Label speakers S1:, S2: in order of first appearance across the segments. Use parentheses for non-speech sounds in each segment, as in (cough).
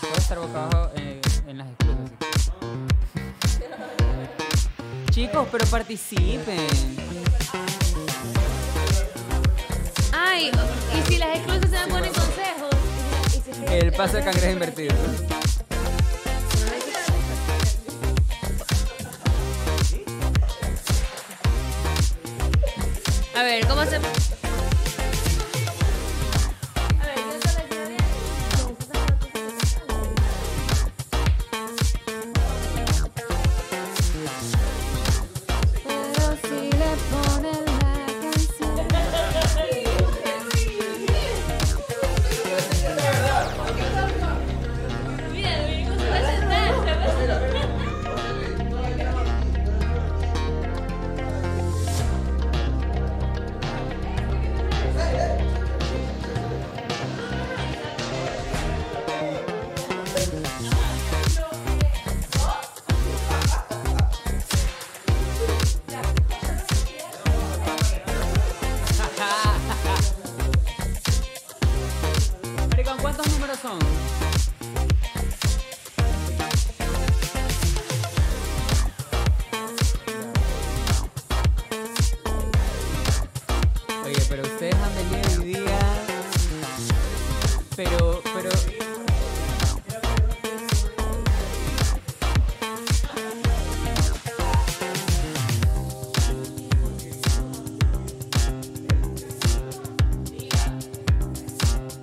S1: Puedo estar boca abajo en, en las esclusas. (laughs) Chicos, pero participen. (laughs)
S2: Ay, y si las exclusas se me ponen consejos. Y si- y si-
S1: El paso de cangrejo invertido.
S2: A ver, ¿cómo se.? A ver, yo solo quiero- Pero si le ponen la canción. Mira, el gringo se va a sentar, se va a sentar.
S1: Maricón, ¿cuántos números son? Oye, pero ustedes han venido hoy día. Pero, pero.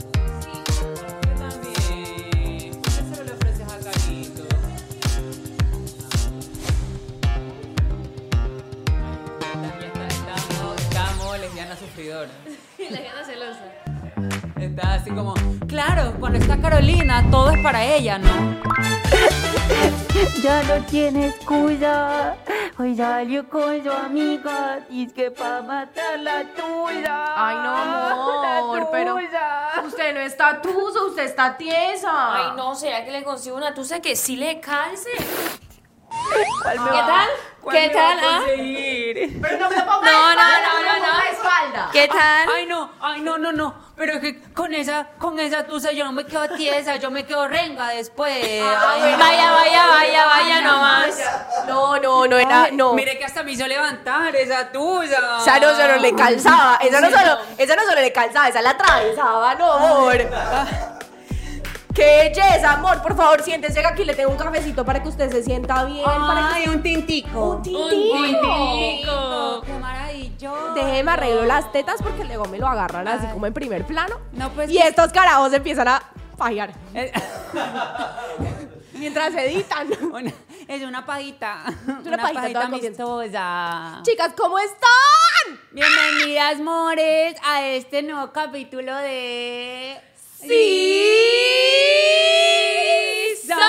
S1: Yo también. ¿Por qué solo le ofreces a Carito? También está, estamos, estamos lesbianas sufridoras.
S2: La gente celosa.
S1: Está así como, claro, cuando está Carolina, todo es para ella, ¿no?
S3: Ya no tiene excusa. Hoy salió con su amiga. Dice que para matar la tuya.
S4: Ay, no, amor,
S3: la
S4: pero-
S3: tuya.
S4: Usted no está tuso, usted está tiesa.
S2: Ay, no, ¿será que le consigo una tusa que sí le calce?
S3: ¿Cuál me
S2: ¿Qué
S3: va-
S2: tal?
S3: cuál
S2: ¿Qué
S3: me va
S2: tal?
S3: a
S2: ah?
S3: conseguir?
S4: Pero no me ponga
S2: No, no,
S4: espalda,
S2: no,
S4: me
S2: no,
S4: ponga
S2: no.
S4: espalda.
S2: ¿Qué tal?
S1: Ay, no, ay, no, no, no. Pero es que con esa, con esa tusa yo no me quedo tiesa, yo me quedo renga después. Ay,
S2: Ah, Vaya, vaya, vaya, vaya nomás.
S4: No, no, no era, Ah, no.
S1: Mire que hasta me hizo levantar esa tusa.
S4: O sea, no solo le calzaba, esa no
S2: Sí,
S4: solo,
S2: no.
S4: esa no solo le calzaba, esa la atravesaba, no, amor. Ah. ¡Qué belleza, amor! Por favor, siéntese que aquí le tengo un cafecito para que usted se sienta bien. para que-
S1: Ay, un tintico.
S4: Un tintico.
S2: Un tintico.
S1: Qué maravilloso.
S4: Déjeme arreglo las tetas porque luego me lo agarran así como en primer plano.
S1: No, pues
S4: y
S1: que-
S4: estos carajos empiezan a fallar mientras editan.
S1: (laughs) Una- es una pajita.
S4: una pajita toda contenta.
S1: amistosa.
S4: Chicas, ¿cómo están?
S1: Bienvenidas, mores, a este nuevo capítulo de.
S4: ¡Sí!
S1: ¡Somos!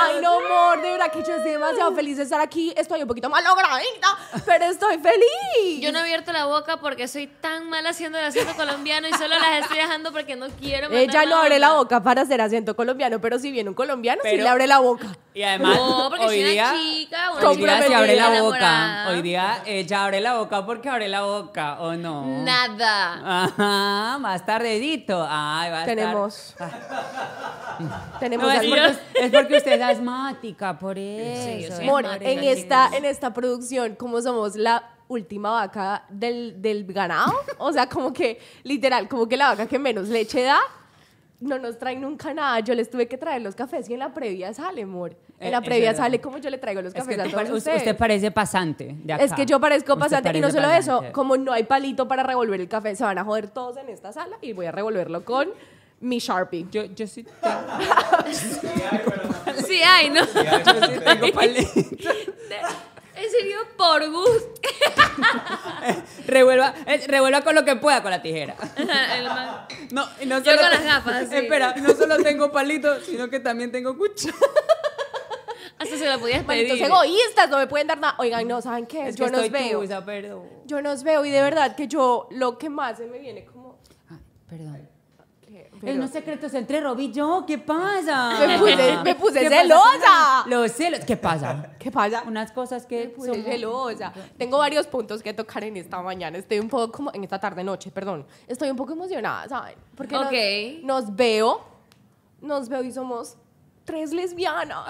S4: Ay, no, amor, de verdad que yo estoy demasiado feliz de estar aquí. Estoy un poquito malogradita, pero estoy feliz.
S2: Yo no he abierto la boca porque soy tan mal haciendo el acento colombiano y solo las estoy dejando porque no quiero mandar
S4: Ella no
S2: la
S4: abre la boca para hacer acento colombiano, pero si viene un colombiano, sí
S1: Pero-
S4: le abre la boca.
S1: Y además,
S2: No, porque
S1: hoy
S2: soy una
S1: día,
S2: chica, una
S1: hoy día se
S4: comprometida,
S1: abre la boca.
S2: enamorada.
S1: Hoy día ella abre la boca porque abre la boca, ¿o no?
S2: Nada.
S1: Ajá, más tardedito. Ay, va a estar- Ah.
S4: Tenemos. Tenemos
S1: No, es,
S4: al-
S1: porque, es porque usted es asmática, por eso.
S2: yo soy
S4: Amor,
S2: Marica,
S4: en esta, en esta producción, como somos la última vaca del, del ganado, o sea, como que, literal, como que la vaca que menos leche da, no nos trae nunca nada. Yo les tuve que traer los cafés y en la previa sale, amor.
S1: Eh,
S4: En la
S1: es
S4: previa
S1: verdad.
S4: sale como yo le traigo los
S1: Es
S4: cafés
S1: que
S4: a
S1: tú
S4: todos
S1: pare- usted,
S4: ustedes.
S1: usted parece pasante de acá.
S4: es que yo parezco
S1: Usted
S4: pasante y no
S1: parece
S4: solo
S1: pasante.
S4: eso, como no hay palito para revolver el café, se van a joder todos en esta sala y voy a revolverlo con mi Sharpie.
S1: Yo, yo (laughs) sí tengo,
S2: (laughs) Sí hay, ¿no?
S1: yo sí tengo palito.
S2: En serio, por gusto. (laughs)
S1: Revuelva, eh, revuelva con lo que pueda con la tijera.
S2: El man-
S1: No, y no
S2: Yo
S1: solo-
S2: con las gafas, sí.
S1: Espera, no solo tengo palito, sino que también tengo (laughs) cuchara.
S2: Hasta se la podías pedir.
S4: Malditos egoístas, no me pueden dar nada. Oigan, no, ¿saben qué?
S1: Es que
S4: yo nos
S1: estoy
S4: veo.
S1: tusa, perdón.
S4: Yo los veo y de verdad que yo lo que más se me viene como...
S1: Ah, perdón.
S4: pero-
S1: unos secretos entre Rob y yo, ¿qué pasa?
S4: Me puse- me puse
S1: ¿Qué pasa?
S4: celosa.
S1: Los celos, ¿qué (laughs) pasa?
S4: ¿Qué pasa?
S1: Unas cosas
S4: Me
S1: que
S4: puse
S1: son
S4: celosa. Tengo varios puntos que tocar en esta mañana. Estoy un poco como en esta tarde noche, perdón. Estoy un poco emocionada, ¿saben? Porque nos-
S2: Ok.
S4: nos, veo, nos veo y somos tres lesbianas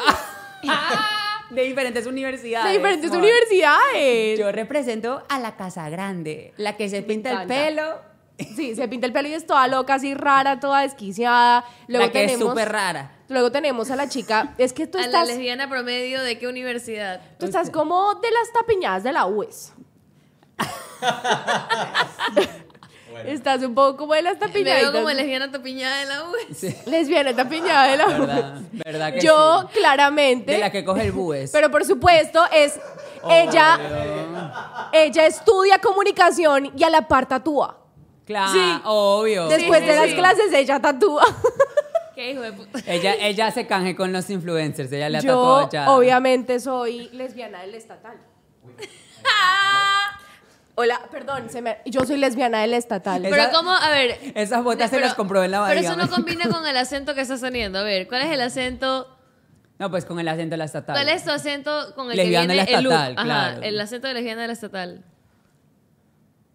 S1: (laughs) de diferentes universidades.
S4: de diferentes
S1: Bueno,
S4: universidades.
S1: Yo represento a la casa grande, la que se pinta el
S4: encanta.
S1: pelo,
S4: Sí, se pinta el pelo y es toda loca, así rara, toda desquiciada. Luego
S1: la que
S4: tenemos
S1: es súper rara.
S4: Luego tenemos a la chica. Es que tú
S2: A la
S4: estás
S2: lesbiana promedio de qué universidad.
S4: tú estás como de las tapiñadas de la E UES.
S5: Bueno,
S4: Estás un poco como de las
S2: Me
S4: tapiñadas.
S2: veo como lesbiana topiñada de la U. (laughs)
S1: Sí,
S4: lesbiana tapiñada de la UES.
S1: ¿Verdad? ¿Verdad que
S4: Yo
S1: sí?
S4: claramente.
S1: De la que coge el búes.
S4: Pero por supuesto es ella ella estudia comunicación y a la par tatúa.
S1: claro,
S4: Sí.
S1: obvio.
S4: Después
S2: sí,
S4: de las
S2: sí.
S4: clases ella tatúa.
S2: ¿Qué hijo de puta?
S1: Ella, ella se canje con los influencers, ella le ha
S4: Yo
S1: tatuado ya.
S4: obviamente soy lesbiana del
S1: (laughs)
S4: estatal. Hola, perdón, se me- yo soy lesbiana del estatal.
S1: Es-
S2: Pero
S1: Esa-
S2: cómo, a ver.
S1: Esas botas se
S2: pero-
S1: las compró en la
S2: Pero
S1: bahía.
S2: eso no combina con el acento que estás teniendo. A ver, ¿cuál es el acento?
S1: No, pues con el acento de la estatal.
S2: ¿Cuál es tu acento con el
S1: Lesbiana
S2: que
S1: de la
S2: viene el look?
S1: estatal, claro.
S2: Ajá, el acento de lesbiana de la estatal.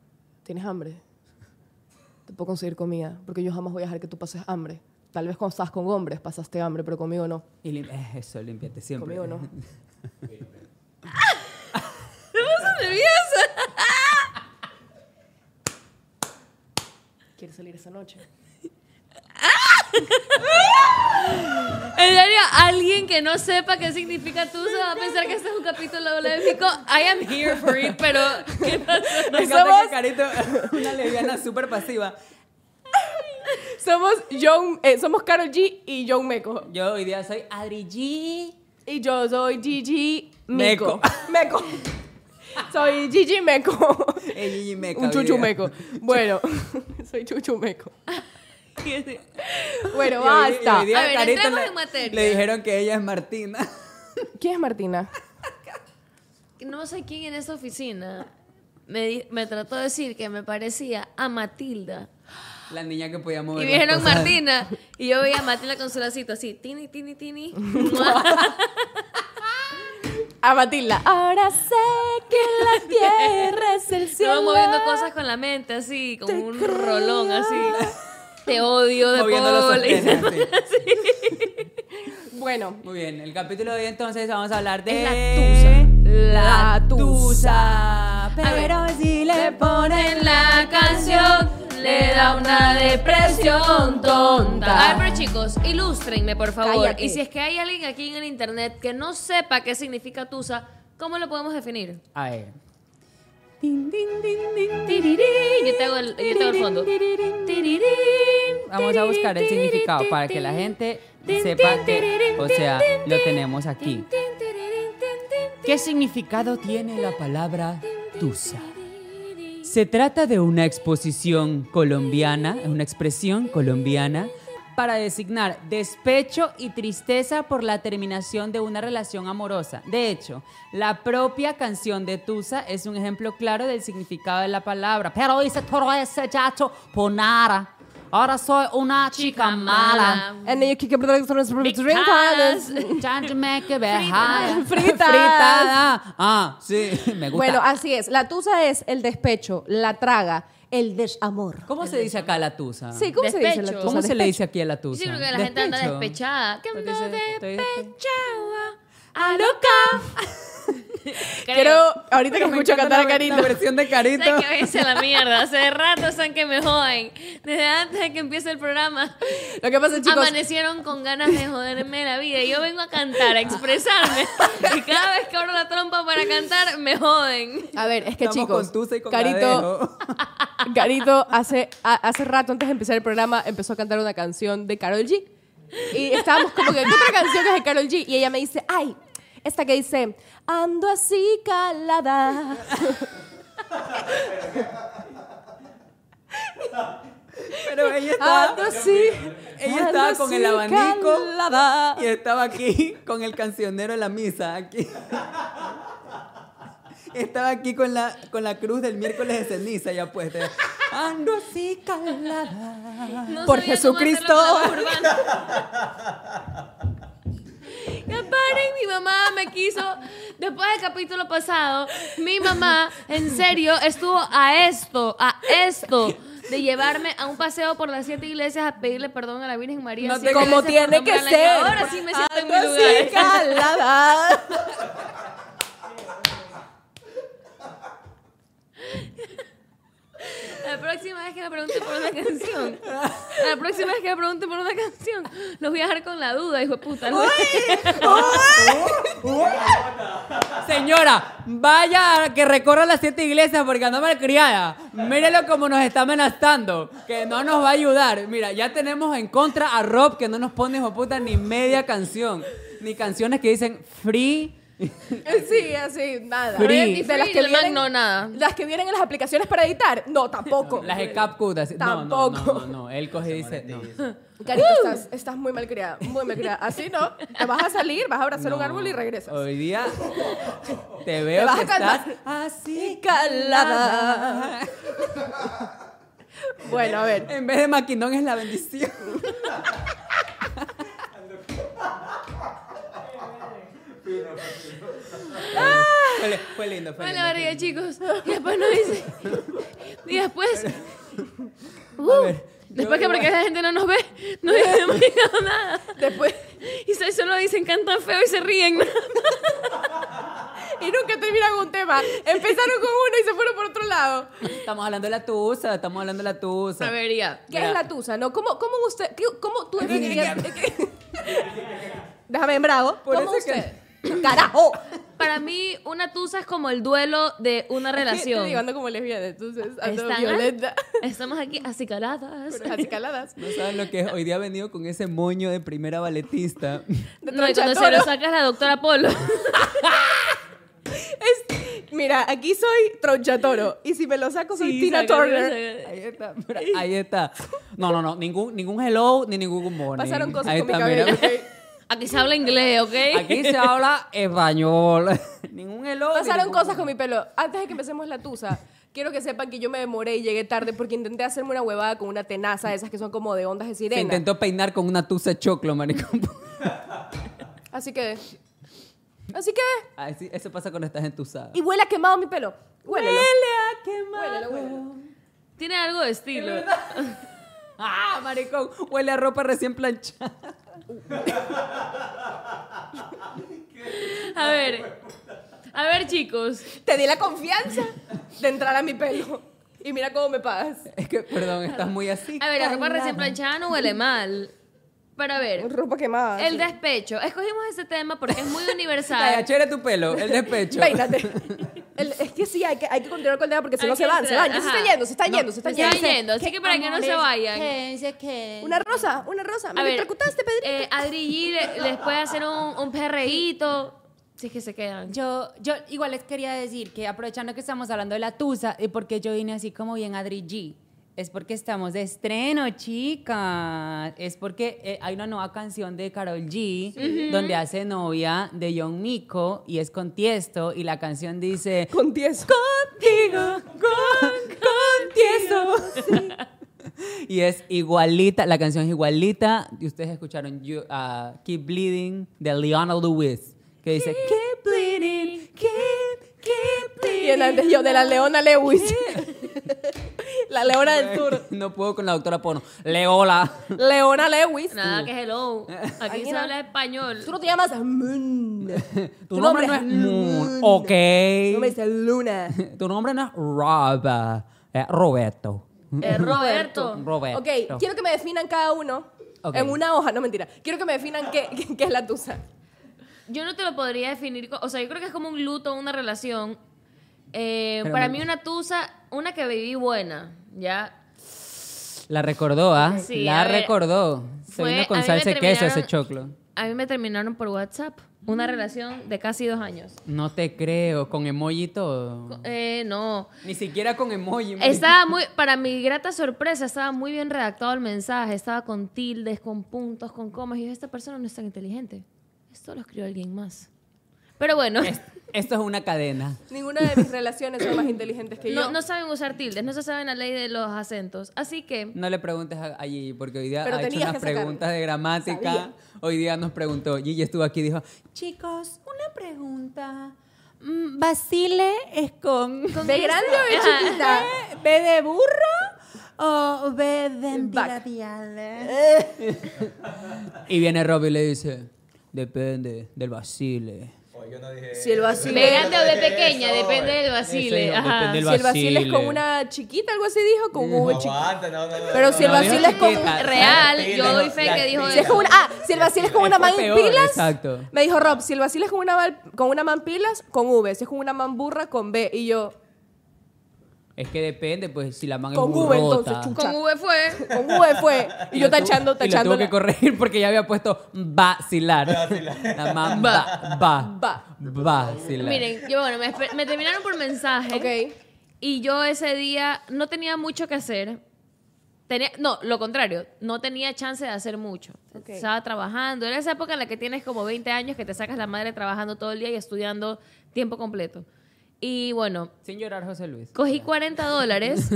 S1: (laughs)
S4: ¿Tienes hambre? Te puedo conseguir comida, porque yo jamás voy a dejar que tú pases hambre. Tal vez cuando estás con hombres pasaste hambre, pero conmigo no.
S1: Y lim- eh, eso, límpiate siempre.
S4: Conmigo
S1: (laughs)
S4: no.
S2: Me puse nerviosa.
S4: ¿Quieres salir esa noche?
S2: En serio, alguien que no sepa qué significa tú se va a pensar que este es un capítulo de México. I am here for it, pero ¿qué pasó?
S1: Me encanta
S4: Somos-
S1: que Carito, una lesbiana súper pasiva.
S4: Somos John, eh, somos Carol G y John Meco.
S1: Yo hoy día soy Adri G.
S4: Y yo soy Gigi
S1: Meco. Eh,
S4: Meco. (laughs) Meco. Soy
S1: (laughs)
S4: Gigi Meco.
S1: Ey, Gigi Meca,
S4: Un
S1: hoy día. (laughs)
S4: chuchumeco. Bueno, (laughs) soy chuchumeco.
S1: (laughs) Y
S4: Bueno,
S1: hoy- y hoy
S4: basta.
S1: día
S2: A ver,
S1: Carito
S2: entremos
S1: le-
S2: en materia.
S1: Le dijeron que ella es Martina. (laughs)
S4: ¿Quién es Martina?
S2: No sé quién en esa oficina me, di- me trató de decir que me parecía a Matilda.
S1: La niña que podía mover
S2: Y me
S1: las
S2: dijeron
S1: cosas.
S2: Martina. Y yo veía a Matilda con su lacito así, tini, tini, (laughs) tini.
S4: A Matilda. Ahora sé que
S1: (laughs)
S4: la tierra es el cielo.
S2: Estaba moviendo cosas con la mente así, como un rolón así. Te odio de
S1: Moviendo los
S2: Paul.
S1: sostenes, sí.
S2: (laughs)
S4: Bueno,
S1: Muy bien, el capítulo de hoy entonces vamos a hablar de
S4: la tusa.
S1: La tusa. Pero si le ponen
S2: la canción le da una depresión tonta. A ver, pero chicos, ilústrenme, por favor.
S4: Cállate.
S2: Y si es que hay alguien aquí en el internet que no sepa qué significa tusa, ¿cómo lo podemos definir?
S1: A ver.
S2: Yo te hago el, yo te hago el fondo.
S1: Vamos a buscar el significado para que la gente sepa que, o sea, lo tenemos aquí. ¿Qué significado tiene la palabra tusa? Se trata de una exposición colombiana, una expresión colombiana para designar despecho y tristeza por la terminación de una relación amorosa. De hecho, la propia canción de Tusa es un ejemplo claro del significado de la palabra. Pero hice todo ese chacho por nada. Ahora soy una chica mala.
S4: and then you kick it with the
S2: Fricadas.
S1: (laughs) Chándome que vejada. (laughs)
S4: Fritas.
S1: Fritada. Ah, sí, (laughs) me gusta.
S4: Bueno, así es. La tusa es el despecho, la traga, el desamor.
S1: ¿Cómo se dice acá la Tusa?
S4: Sí, ¿cómo se dice la
S2: Despecho.
S4: tusa?
S1: ¿Cómo se le
S4: Despecho.
S1: dice aquí a la
S2: Yo
S1: tusa?
S2: sí creo que la gente anda
S1: Despecho.
S2: despechada. Que
S1: Porque
S2: ando
S1: se- estoy despe-
S2: despechada. A loca. (laughs)
S4: Quiero, ahorita que
S1: Me
S4: escucho
S1: encanta
S4: cantar a
S1: la-
S4: Carito.
S1: La versión de Carito.
S2: Sé que váyanse a la mierda. Hace rato están que me joden. Desde antes de que empiece el programa.
S4: Lo que pasa, chicos,
S2: Amanecieron con ganas de joderme la vida. Y Yo vengo a cantar, a expresarme. Y cada vez que abro la trompa para cantar, me joden.
S4: A ver, es que
S1: Estamos
S4: chicos,
S1: con tusa y con
S4: Carito,
S1: (laughs) gadejo.
S4: (laughs) Carito hace, a- hace rato antes de empezar el programa empezó a cantar una canción de Carol G. Y estábamos como que, ¿qué otra canción es de Carol G? Y ella me dice, ay, esta que dice, ando así calada.
S1: Pero ella estaba,
S4: Ando así.
S1: ella
S4: ando
S1: estaba con el
S4: así
S1: abanico
S4: calada".
S1: (laughs) y estaba aquí con el cancionero en la misa. Aquí. (laughs) Estaba aquí con la, con la cruz del miércoles de ceniza ya puesta. Ando así calada.
S2: No
S4: Por
S2: sabía cómo hacer la
S4: Jesucristo.
S2: palabra urbana. Ya paren, mi mamá me quiso. Después del capítulo pasado, mi mamá, en serio, estuvo a esto, a esto. De llevarme a un paseo por las siete iglesias a pedirle perdón a la Virgen María.
S1: No
S2: siete
S1: te-
S2: veces
S4: Como
S2: por
S4: tiene que
S2: nombrarla. Y
S4: ser. Ah,
S2: Ahora sí me siento en mi
S4: Ando
S2: lugar.
S4: así calada. (laughs)
S2: La próxima vez que me pregunten por una canción, la próxima vez que me pregunten por una canción, los voy a dejar con la duda, hijo de puta. ¿no?
S1: Señora, vaya a que recorra las siete iglesias porque anda malcriada. Mírelo como nos está amenazando, que no nos va a ayudar. Mira, ya tenemos en contra a Rob que no nos pone hijo de puta ni media canción, ni canciones que dicen free.
S4: Sí, así, nada.
S1: Free.
S4: De las
S2: Free,
S4: que
S2: el Mac
S4: vienen,
S2: no, nada.
S4: Las que vienen en las aplicaciones para editar, no, tampoco.
S1: Las de CapCut, así- No, no, no,
S4: Tampoco.
S1: no, no. Él coge y dice, no.
S4: Carito, estás, estás muy mal criada, muy mal criada. Así no, te vas a salir, vas a abrazar un
S1: No.
S4: árbol y regresas.
S1: Hoy
S4: (laughs)
S1: día te veo
S4: vas
S1: que
S4: a calmar.
S1: estás así
S4: Calada.
S1: calada.
S4: Bueno, a ver.
S1: En vez de maquinón es la bendición. Fue, fue lindo, fue
S2: Bueno,
S1: lindo.
S2: la barriga, chicos. Y después no dice. Y después.
S1: A
S2: Uh,
S1: ver,
S2: después
S1: yo
S2: que porque la gente no nos ve, no dice no digo (laughs) nada.
S4: Después,
S2: Y se- solo dicen cantan feo y se ríen. (laughs)
S4: y nunca terminan un tema. Empezaron con uno y se fueron por otro lado.
S1: Estamos hablando de la tusa, estamos hablando de la tusa.
S2: A ver, ya.
S4: ¿Qué
S1: Mira.
S4: es la tusa? ¿No? ¿Cómo, cómo usted, qué- cómo tú definirías? Déjame en bravo.
S1: Por
S4: ¿Cómo
S1: eso que-
S4: usted? ¡Carajo!
S2: Para mí, una tusa es como el duelo de una
S4: Te
S2: relación.
S4: digo, ando como lesbiana, entonces ando
S2: Están-
S4: violenta.
S2: Estamos aquí acicaladas.
S4: Pero así caladas.
S1: No saben lo que es. Hoy día ha venido con ese moño de primera balletista.
S4: De
S2: No, y cuando se
S4: tronchatoro.
S2: lo sacas la doctora Polo.
S4: Es- mira, aquí soy tronchatoro. Y si me lo saco, soy Tina
S2: saca-
S4: Turner.
S1: Ahí está, mira, ahí está. No, no, no. Ningún, ningún hello ni ningún humor.
S4: Pasaron cosas
S1: ahí
S4: con mi
S1: está, mira.
S4: cabello.
S2: Aquí se habla inglés, ¿ok?
S1: Aquí se habla español. ningún hello. ni
S4: Pasaron
S1: ningún
S4: cosas con mi pelo. Antes de que empecemos la tusa, quiero que sepan que yo me demoré y llegué tarde porque intenté hacerme una huevada con una tenaza de esas que son como de ondas de
S1: Se
S4: sirena.
S1: intentó peinar con una tusa choclo, maricón.
S4: Así que. Así que.
S1: Ay, sí, eso pasa cuando estás entusada.
S4: Y huele a quemado mi pelo. Huélelo.
S1: a quemado.
S4: Huélelo, huélelo.
S2: Tiene algo de estilo.
S1: Ah, maricón, huele a ropa recién planchada. (laughs)
S2: A ver. A ver, chicos.
S4: Te di la confianza de entrar a mi pelo. Y mira cómo me pagas.
S1: Es que, perdón, estás muy así.
S2: A ver, la ropa
S1: calada.
S2: recién planchada no huele mal. Pero a ver,
S4: Ropa quemada.
S2: el despecho. Escogimos ese tema porque es
S4: (laughs)
S2: muy
S1: Ay,
S2: universal.
S1: achere tu pelo, el despecho. (laughs)
S4: Peínate. El- es que sí, hay que, hay que continuar con el tema porque si
S2: Hay
S4: no
S2: que
S4: se van, se
S2: entrar,
S4: van. Ya se
S2: ajá.
S4: está yendo, se está yendo, se está
S2: Se está
S4: yendo.
S2: yendo, así que para que no se vayan.
S4: Una rosa, una rosa. Me
S2: A ver,
S4: electrocutaste, Pedrito.
S2: eh, Adri G le- les puede hacer un, un perreíto. Si es que se quedan.
S6: Yo, yo igual les quería decir que aprovechando que estamos hablando de la Tusa, y porque yo vine así como bien Adri G, es porque estamos de estreno, chicas. Es porque eh, hay una nueva canción de Carol G, donde hace novia de John Mico y es con Tiesto, y la canción dice...
S4: Con 10.
S6: Contigo, con, con Tiesto.
S1: Y es igualita, la canción es igualita. Y ustedes escucharon You- ah, Keep Bleeding de Leona Lewis, que dice Keep Bleeding, keep, keep bleeding.
S4: Y en antes yo, de la Leona Lewis. (laughs) la Leona del Sur.
S1: No puedo con la doctora Pono. Leola.
S4: Leona Lewis.
S2: Nada
S1: (laughs)
S2: que hello. Aquí se
S4: no.
S2: habla español. Eh,
S4: Tú no te llamas Moon.
S1: Tu, nombre, no es Moon, ok.
S4: Tu nombre es Luna.
S1: Tu nombre no es Rob, es Roberto.
S2: Eh, Roberto.
S1: Roberto.
S4: Ok, quiero que me definan cada uno
S1: Ok.
S4: en una hoja, no mentira. Quiero que me definan qué, qué- qué es la tusa.
S2: Yo no te lo podría definir. co- O sea, yo creo que es como un luto, una relación. Eh,
S1: Pero
S2: para
S1: me-
S2: mí, una tusa, una que viví buena, ¿ya?
S1: La recordó, ¿ah?
S2: Sí,
S1: la
S2: a ver,
S1: recordó. Se
S2: fue-
S1: vino
S2: a
S1: con
S2: mí me
S1: salsa y queso ese
S2: terminaron-
S1: choclo.
S2: A mí me terminaron por WhatsApp. Una relación de casi dos años.
S1: No te creo, con emoji y todo.
S2: Eh, no.
S1: Ni siquiera con emoji. marica.
S2: Estaba muy, para mi grata sorpresa, estaba muy bien redactado el mensaje. Estaba con tildes, con puntos, con comas. Y yo, esta persona no es tan inteligente. Esto lo escribió alguien más. Pero bueno,
S1: Esto es una cadena.
S4: Ninguna de mis relaciones son más inteligentes que
S2: No,
S4: yo.
S2: no saben usar tildes, no se saben la ley de los acentos. Así que,
S1: No le preguntes a, a Gigi, porque hoy día
S4: Pero
S1: ha hecho
S4: tenías
S1: unas
S4: que sacarlo.
S1: preguntas de gramática.
S4: Sabía.
S1: Hoy día nos preguntó, Gigi estuvo aquí y dijo,
S6: Chicos, una pregunta. Mm, ¿Basile es con,
S4: ¿De grande o de
S2: Ajá.
S4: chiquita?
S6: B de burro o B de
S4: Vaca.
S6: ventilabiales?
S1: y viene Rob y le dice, depende del Basile.
S5: Oh, yo no dije
S4: Si el vacile-
S2: de grande o de
S5: Eso,
S2: pequeña, depende del
S1: Eso,
S2: vacile. Ajá.
S1: depende del
S4: Si el vacile es con
S1: vacile.
S4: una chiquita, algo así dijo, con un
S5: No,
S4: V chiquita.
S5: aguanta, no, no, no,
S4: Pero
S5: no,
S4: si el
S5: no, no,
S4: vacile es con
S1: chiquita.
S4: un-
S2: Real,
S5: Las
S2: yo doy
S5: tildes,
S2: fe
S5: las
S2: que dijo
S5: tildes.
S4: Si es
S2: eso.
S4: con una, ah, si el vacile es con una man en
S1: peor,
S4: pilas,
S1: exacto.
S4: me dijo Rob, si el vacile es con una, val- con una man pilas, con V, si es con una man burra, con B. Y yo,
S1: Es que depende, pues, si la man
S4: Con
S1: es
S4: V,
S1: burrota.
S4: entonces, chucha.
S2: Con V fue.
S4: (laughs) con V fue. Y yo
S1: la tuvo- (laughs)
S4: tachando,
S1: Y la
S4: tachando.
S1: tuvo que corregir porque ya había puesto vacilar.
S5: Vacilar.
S1: La man va, va,
S4: Va.
S1: vacilar.
S2: Miren, yo bueno, me, esper- me terminaron por mensaje.
S4: Ok.
S2: Y yo ese día no tenía mucho que hacer. Tenía, no, lo contrario, no tenía chance de hacer mucho.
S4: Ok.
S2: Estaba trabajando. Era esa época en la que tienes como 20 años que te sacas la madre trabajando todo el día y estudiando tiempo completo. Y bueno,
S1: Sin llorar, José Luis.
S2: Cogí 40 dólares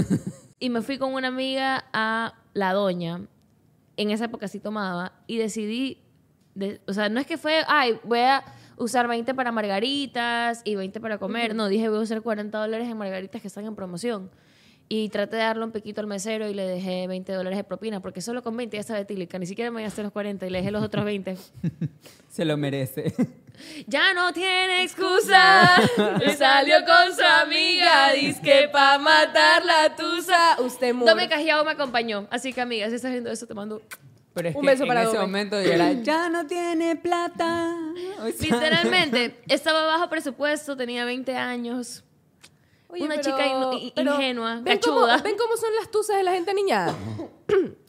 S2: y me fui con una amiga a La Doña. En esa época sí tomaba. Y decidí, de- o sea, no es que fue, ay, voy a usar 20 para margaritas y 20 para comer. No, dije, voy a usar 40 dólares en margaritas que están en promoción. Y traté de darle un piquito al mesero y le dejé 20 dólares de propina, porque solo con 20 ya estaba etílica, ni siquiera me gasté los 40 y le dejé los otros 20.
S1: Se lo merece. (laughs)
S2: Ya no tiene excusa. Y salió con su amiga. Dice pa' matar la tusa.
S4: Usted muy.
S2: Dome Cajiao me acompañó. Así que, amiga, si estás viendo eso, te mando.
S1: Pero es
S4: Un
S1: que
S4: beso
S1: en
S4: para
S1: ese
S4: Dome.
S1: momento yo
S4: (clears throat)
S1: era, ya no tiene plata. O sea,
S2: Literalmente, estaba bajo presupuesto, tenía 20 años.
S4: Oye,
S2: Una
S4: pero-
S2: chica inu- i-
S4: pero
S2: ingenua,
S4: ¿ven
S2: cachuda.
S4: Cómo, ¿Ven cómo son las tuzas de la gente
S1: (coughs)
S4: niñada?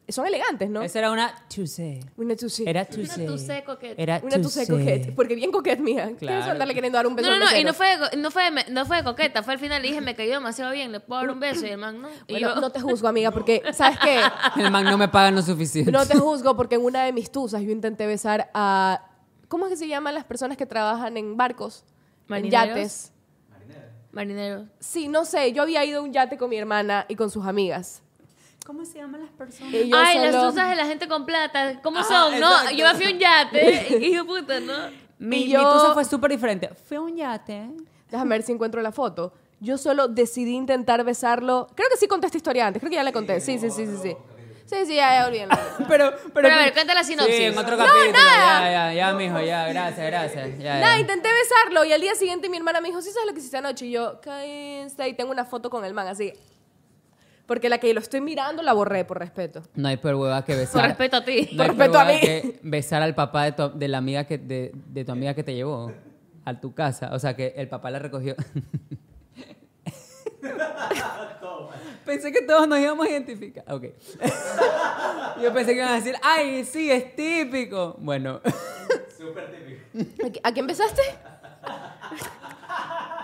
S4: son elegantes, ¿no?
S1: Esa era una chuse.
S4: Una tusi.
S1: Era
S2: Una
S1: chuse.
S2: tuce coqueta.
S1: Era
S4: Una tusa de
S1: tuce.
S4: coquete. Porque bien coquete, mija.
S1: Claro.
S4: Claro. Eso andarle queriendo dar un beso
S2: No, no,
S4: al
S2: no, y
S4: mesero.
S2: no fue, de co- no, fue de, me- no fue de coqueta. Fue al final, le dije, me cayó demasiado bien, le puedo dar un beso. Y el man, no. Y
S4: Bueno,
S2: yo,
S4: no te juzgo, amiga, porque, ¿sabes qué?
S2: (laughs)
S1: (laughs) El man no me paga lo suficiente.
S4: Pues, (laughs) No te juzgo porque en una de mis tuzas yo intenté besar a... ¿Cómo es que se llaman las personas que trabajan en barcos? En
S2: ¿Marineros?
S4: yates.
S2: marinero.
S4: Sí, no sé. Yo había ido a un yate con mi hermana y con sus amigas.
S6: ¿Cómo se llaman las personas?
S4: Y yo
S2: Ay, las
S4: solo-
S2: tusas de la gente con plata, ¿cómo
S1: Ajá,
S2: son? No,
S1: exacto.
S2: yo me fui a un yate. y yo, puta, ¿no?
S1: Mi,
S4: Y yo-
S1: mi tusa fue súper diferente. Fue un yate.
S4: Déjame ver si encuentro la foto. Yo solo decidí intentar besarlo. Creo que sí conté esta historia antes. Creo que ya la conté. Sí, sí, sí, sí, sí. Sí, sí, ya, ya olvídenlo.
S1: Pero, pero,
S2: Pero
S4: pues,
S2: a ver, cuenta la sinopsis.
S1: Sí, en otro
S4: No,
S1: capítulo.
S4: nada.
S1: Ya, ya, ya, mijo, ya. Gracias, gracias. Ya,
S4: Nada,
S1: ya.
S4: intenté besarlo y al día siguiente mi hermana me dijo, ¿sí sabes lo que hiciste anoche? Y yo, caíste y tengo una foto con el man, así. Porque la que lo estoy mirando la borré por respeto.
S1: No hay peor hueva que besar.
S2: Por respeto a ti.
S1: No hay
S4: Por respeto a
S1: peor hueva
S4: mí.
S1: que besar al papá de tu, de la amiga que, de, de tu amiga que te llevó a tu casa. O sea, que el papá la
S4: (laughs)
S1: recogió. pensé que todos nos íbamos a identificar. Ok. (laughs) Yo pensé que iban a decir, ay, sí, es típico. Bueno, (laughs)
S4: ¿A qui- ¿A quién besaste?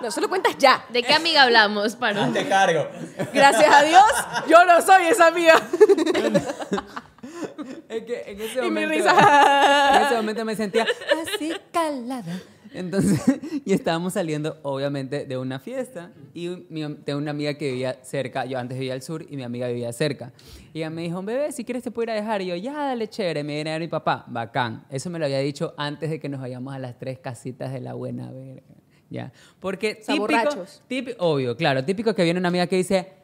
S4: No, solo cuentas ya.
S2: ¿De qué amiga hablamos, Paro?
S5: Te cargo.
S4: Gracias a Dios, yo no soy esa amiga.
S1: es que en ese
S4: Y mi
S1: momento...
S4: risa.
S1: En ese momento me sentía así calada. Entonces, (laughs) y estábamos saliendo, obviamente, de una fiesta. Y mi- tengo una amiga que vivía cerca. Yo antes vivía al sur y mi amiga vivía cerca. Y ella me dijo, bebé, si quieres te puedo ir a dejar. Y yo, ya, dale, chévere. Me viene a ver mi papá. Bacán. Eso me lo había dicho antes de que nos vayamos a las tres casitas de la buena verga. Ya. Porque
S4: sea,
S1: típico,
S4: borrachos.
S1: típico- obvio, claro. Típico que viene una amiga que dice,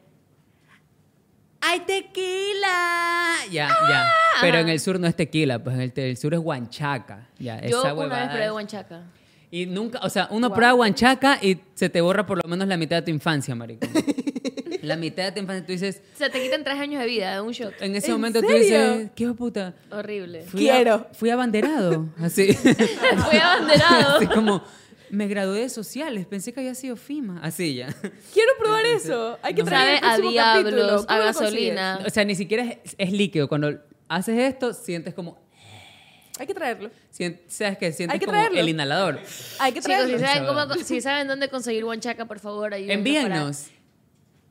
S1: ¡Ay, tequila! "Ah, Ya, ya.
S2: Ah,
S1: Pero en el sur no es tequila, pues en el, el sur es guanchaca. Ya,
S2: Yo
S1: esa
S2: una
S1: huevada
S2: vez probé
S1: es-
S2: guanchaca.
S1: Y nunca, o sea, uno prueba guanchaca y se te borra por lo menos la mitad de tu infancia,
S4: (laughs)
S1: marico. la mitad de tu infancia. Tú dices,
S2: O sea, te quitan tres años de vida de un shot.
S1: en ese
S4: ¿En
S1: momento tú
S4: serio?
S1: dices, ¿qué hijo de puta?
S2: Horrible.
S1: Fui a-
S4: Quiero.
S1: fui
S4: (laughs)
S1: abanderado. Así.
S2: Fui
S1: (laughs)
S2: abanderado.
S1: Así como, me gradué de sociales, pensé que había sido FIMA. Así ya.
S4: Quiero probar eso. Hay que
S2: Sabe
S4: traer el
S2: a
S4: próximo capítulo.
S2: diablos,
S4: ¿Cómo
S2: a
S4: lo consigues?
S2: gasolina.
S1: O sea, ni siquiera es- es líquido. Cuando haces esto, sientes como
S4: Hay que traerlo.
S1: Sien- ¿Sabes qué? Sientes
S4: Hay que
S1: como
S4: traerlo.
S1: el inhalador.
S4: Hay que
S2: Chicos, si
S4: traerlo.
S1: Esa
S2: saben, cómo-
S1: huevada.
S2: si saben dónde conseguir guanchaca, por favor, ayúdennos.
S1: Envíennos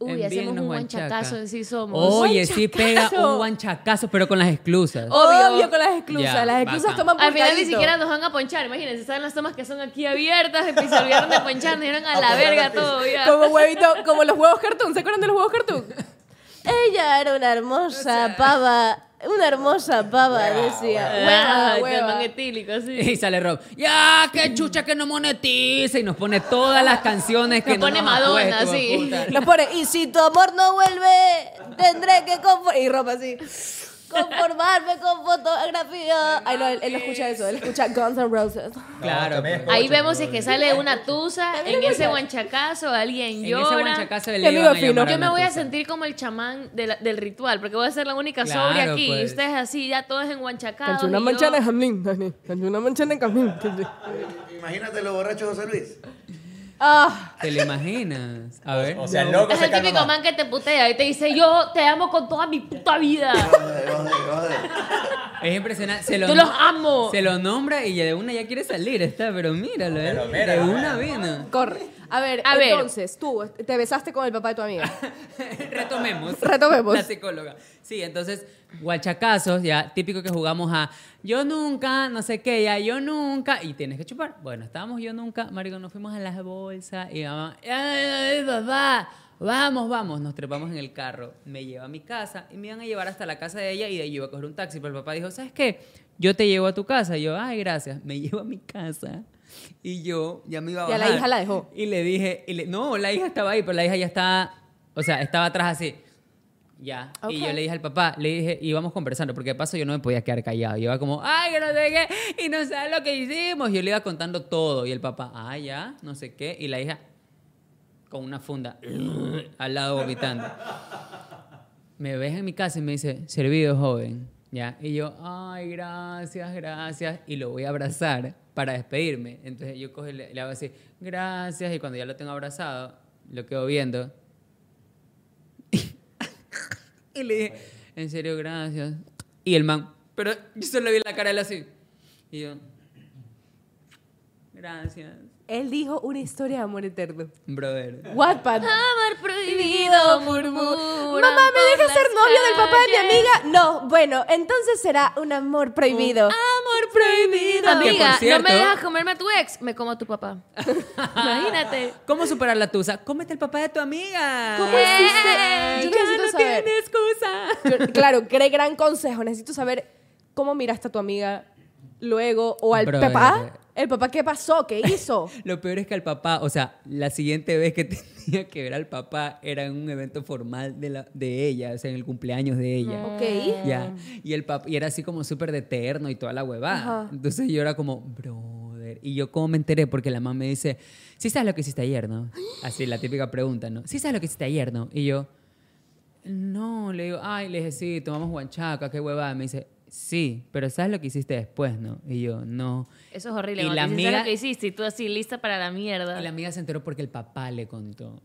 S2: Uy,
S1: Envíennos
S2: hacemos un
S1: guanchaca.
S2: guanchatazo en sí somos.
S1: Oye, sí pega
S4: Guanchacazo.
S1: un guanchacazo, pero con las exclusas.
S4: Obvio,
S2: Obvio.
S4: con las exclusas.
S1: Ya,
S4: las exclusas
S1: bacán.
S4: toman
S2: Al final ni
S4: pulgarito.
S2: siquiera nos van a ponchar, imagínense, están las tomas que son aquí abiertas, y se olvidaron de ponchar, nos dieron a la verga todo, mira.
S4: Como huevito, como los huevos cartoon. ¿Se acuerdan de los huevos cartoon? Ella era una hermosa pava. Una hermosa pava, decía.
S2: Ah,
S4: Hueva,
S2: el
S4: hueva.
S2: man etílico, sí.
S1: Y sale Rob, ya, qué chucha que no monetiza. Y nos pone todas las canciones que
S2: Nos
S1: nos
S2: pone
S1: ha
S2: Madonna,
S1: puesto,
S2: sí.
S1: puta.
S4: Lo pone, y si tu amor no vuelve, tendré que conformarme. Y ropa así. Conformarme con fotografía. Ay, no, él, él no escucha eso. Él escucha Guns N' Roses.
S1: Claro.
S5: también.
S2: Ahí vemos si es que sale una tusa, en ese guanchacazo
S1: En
S2: alguien
S1: ese
S2: llora.
S1: guanchacazo
S4: Qué
S1: le
S4: amigo
S1: iban a
S4: fino.
S1: llamar
S2: Yo me
S1: una
S2: voy a
S1: tusa.
S2: sentir como el chamán de la- del ritual, porque voy a ser la única
S1: Claro,
S2: sobria aquí. Y
S1: pues.
S2: ustedes así, ya todos en guanchacados. y yo-
S4: Hamlin, Dani. una manchana en Hamlin.
S7: Imagínate lo borracho José Luis.
S4: Ah,
S1: ¿Te lo imaginas? A ver.
S5: O sea, loco
S2: Es el
S5: se calma
S2: típico
S5: más.
S2: man que te putea y te dice, yo te amo con toda mi puta vida.
S7: Joder, joder, joder.
S1: Es impresionante. Se lo
S2: Yo los amo.
S1: Se lo nombra y ya de una ya quiere salir, está, pero míralo, ¿eh?
S5: Pero mira,
S1: de
S5: mira.
S1: una vena.
S4: corre. A ver,
S2: A ver.
S4: entonces, tú te besaste con el papá de tu amiga.
S1: (laughs) Retomemos.
S4: Retomemos.
S1: La psicóloga. Sí, entonces, guachacazos, ya típico que jugamos a yo nunca, no sé qué, ya yo nunca, y tienes que chupar. Bueno, estábamos yo nunca, marico, nos fuimos a las bolsas y mamá, ay, ay, eh, papá, vamos, vamos, nos trepamos en el carro, me lleva a mi casa y me iban a llevar hasta la casa de ella y de ahí yo iba a coger un taxi, pero el papá dijo, ¿sabes qué? Yo te llevo a tu casa. Y yo, ay, gracias, me (laughs) llevo a mi casa. Y yo ya me iba a
S4: Y a la
S1: bajar.
S4: hija la dejó.
S1: Y le dije, y le- no, la hija estaba ahí, pero la hija ya estaba, o sea, estaba atrás así. Ya. Y yo
S4: Ok.
S1: le dije al papá, le dije, y íbamos conversando, porque de paso yo no me podía quedar callado. Yo iba como, ay, que no sé qué, y no sabes lo que hicimos. Yo le iba contando todo. Y el papá, ah, ya, no sé qué. Y la hija, con una funda, (laughs) al lado vomitando. Me ves en mi casa y me dice, servido, joven. Ya. Y yo, ay, gracias, gracias. Y lo voy a abrazar para despedirme. Entonces yo cojo y le, le hago así, gracias. Y cuando ya lo tengo abrazado, lo quedo viendo. Y le dije, en serio, gracias. Y el man, pero yo solo vi la cara de él así. Y yo, gracias,
S4: (laughs) Él dijo una historia de amor eterno. Ah,
S1: brother.
S4: Wattpad.
S2: Amor prohibido, murmura.
S4: Mamá, ¿me
S2: por
S4: dejas ser
S2: las
S4: novio del papá de mi
S2: calles.
S4: amiga? No, bueno, entonces será un amor prohibido.
S2: Amor
S1: Que,
S2: prohibido.
S1: por
S2: Amiga, no
S1: cierto-
S2: me dejas comerme a tu ex, me como a tu papá. (laughs) Imagínate.
S1: ¿Cómo superar la tusa? Cómete el papá de tu amiga.
S4: ¿Cómo hiciste?
S1: ya
S4: Yo necesito
S1: no
S4: saber.
S1: tiene excusa.
S4: Yo- claro, qué gran consejo. Necesito saber cómo miraste a tu amiga luego o al
S1: Brother.
S4: papá. ¿El papá qué pasó? ¿Qué
S1: (laughs)
S4: hizo?
S1: Lo peor es que al papá, o sea, la siguiente vez que (laughs) tenía que ver al papá era en un evento formal de, la, de ella, o sea, en el cumpleaños de ella.
S4: ok.
S1: Ya. Y el pap- y era así como súper de terno y toda la huevada.
S4: Ajá.
S1: Entonces yo era como, brother. Y yo como me enteré porque la mamá me dice, ¿sí sabes lo que hiciste ayer, no? Así la típica pregunta, ¿no? ¿Sí sabes lo que hiciste ayer, no? Y yo, no, le digo, ay, le dije, sí, tomamos guanchaca, qué huevada. Me dice, sí, pero ¿sabes lo que hiciste después, no? Y yo, no.
S2: Eso es horrible.
S1: Y
S2: cuando
S1: la
S2: te dicen, "¿Sabes
S1: amiga-
S2: lo que hiciste y tú así lista para la mierda.
S1: Y la amiga se enteró porque el papá le contó.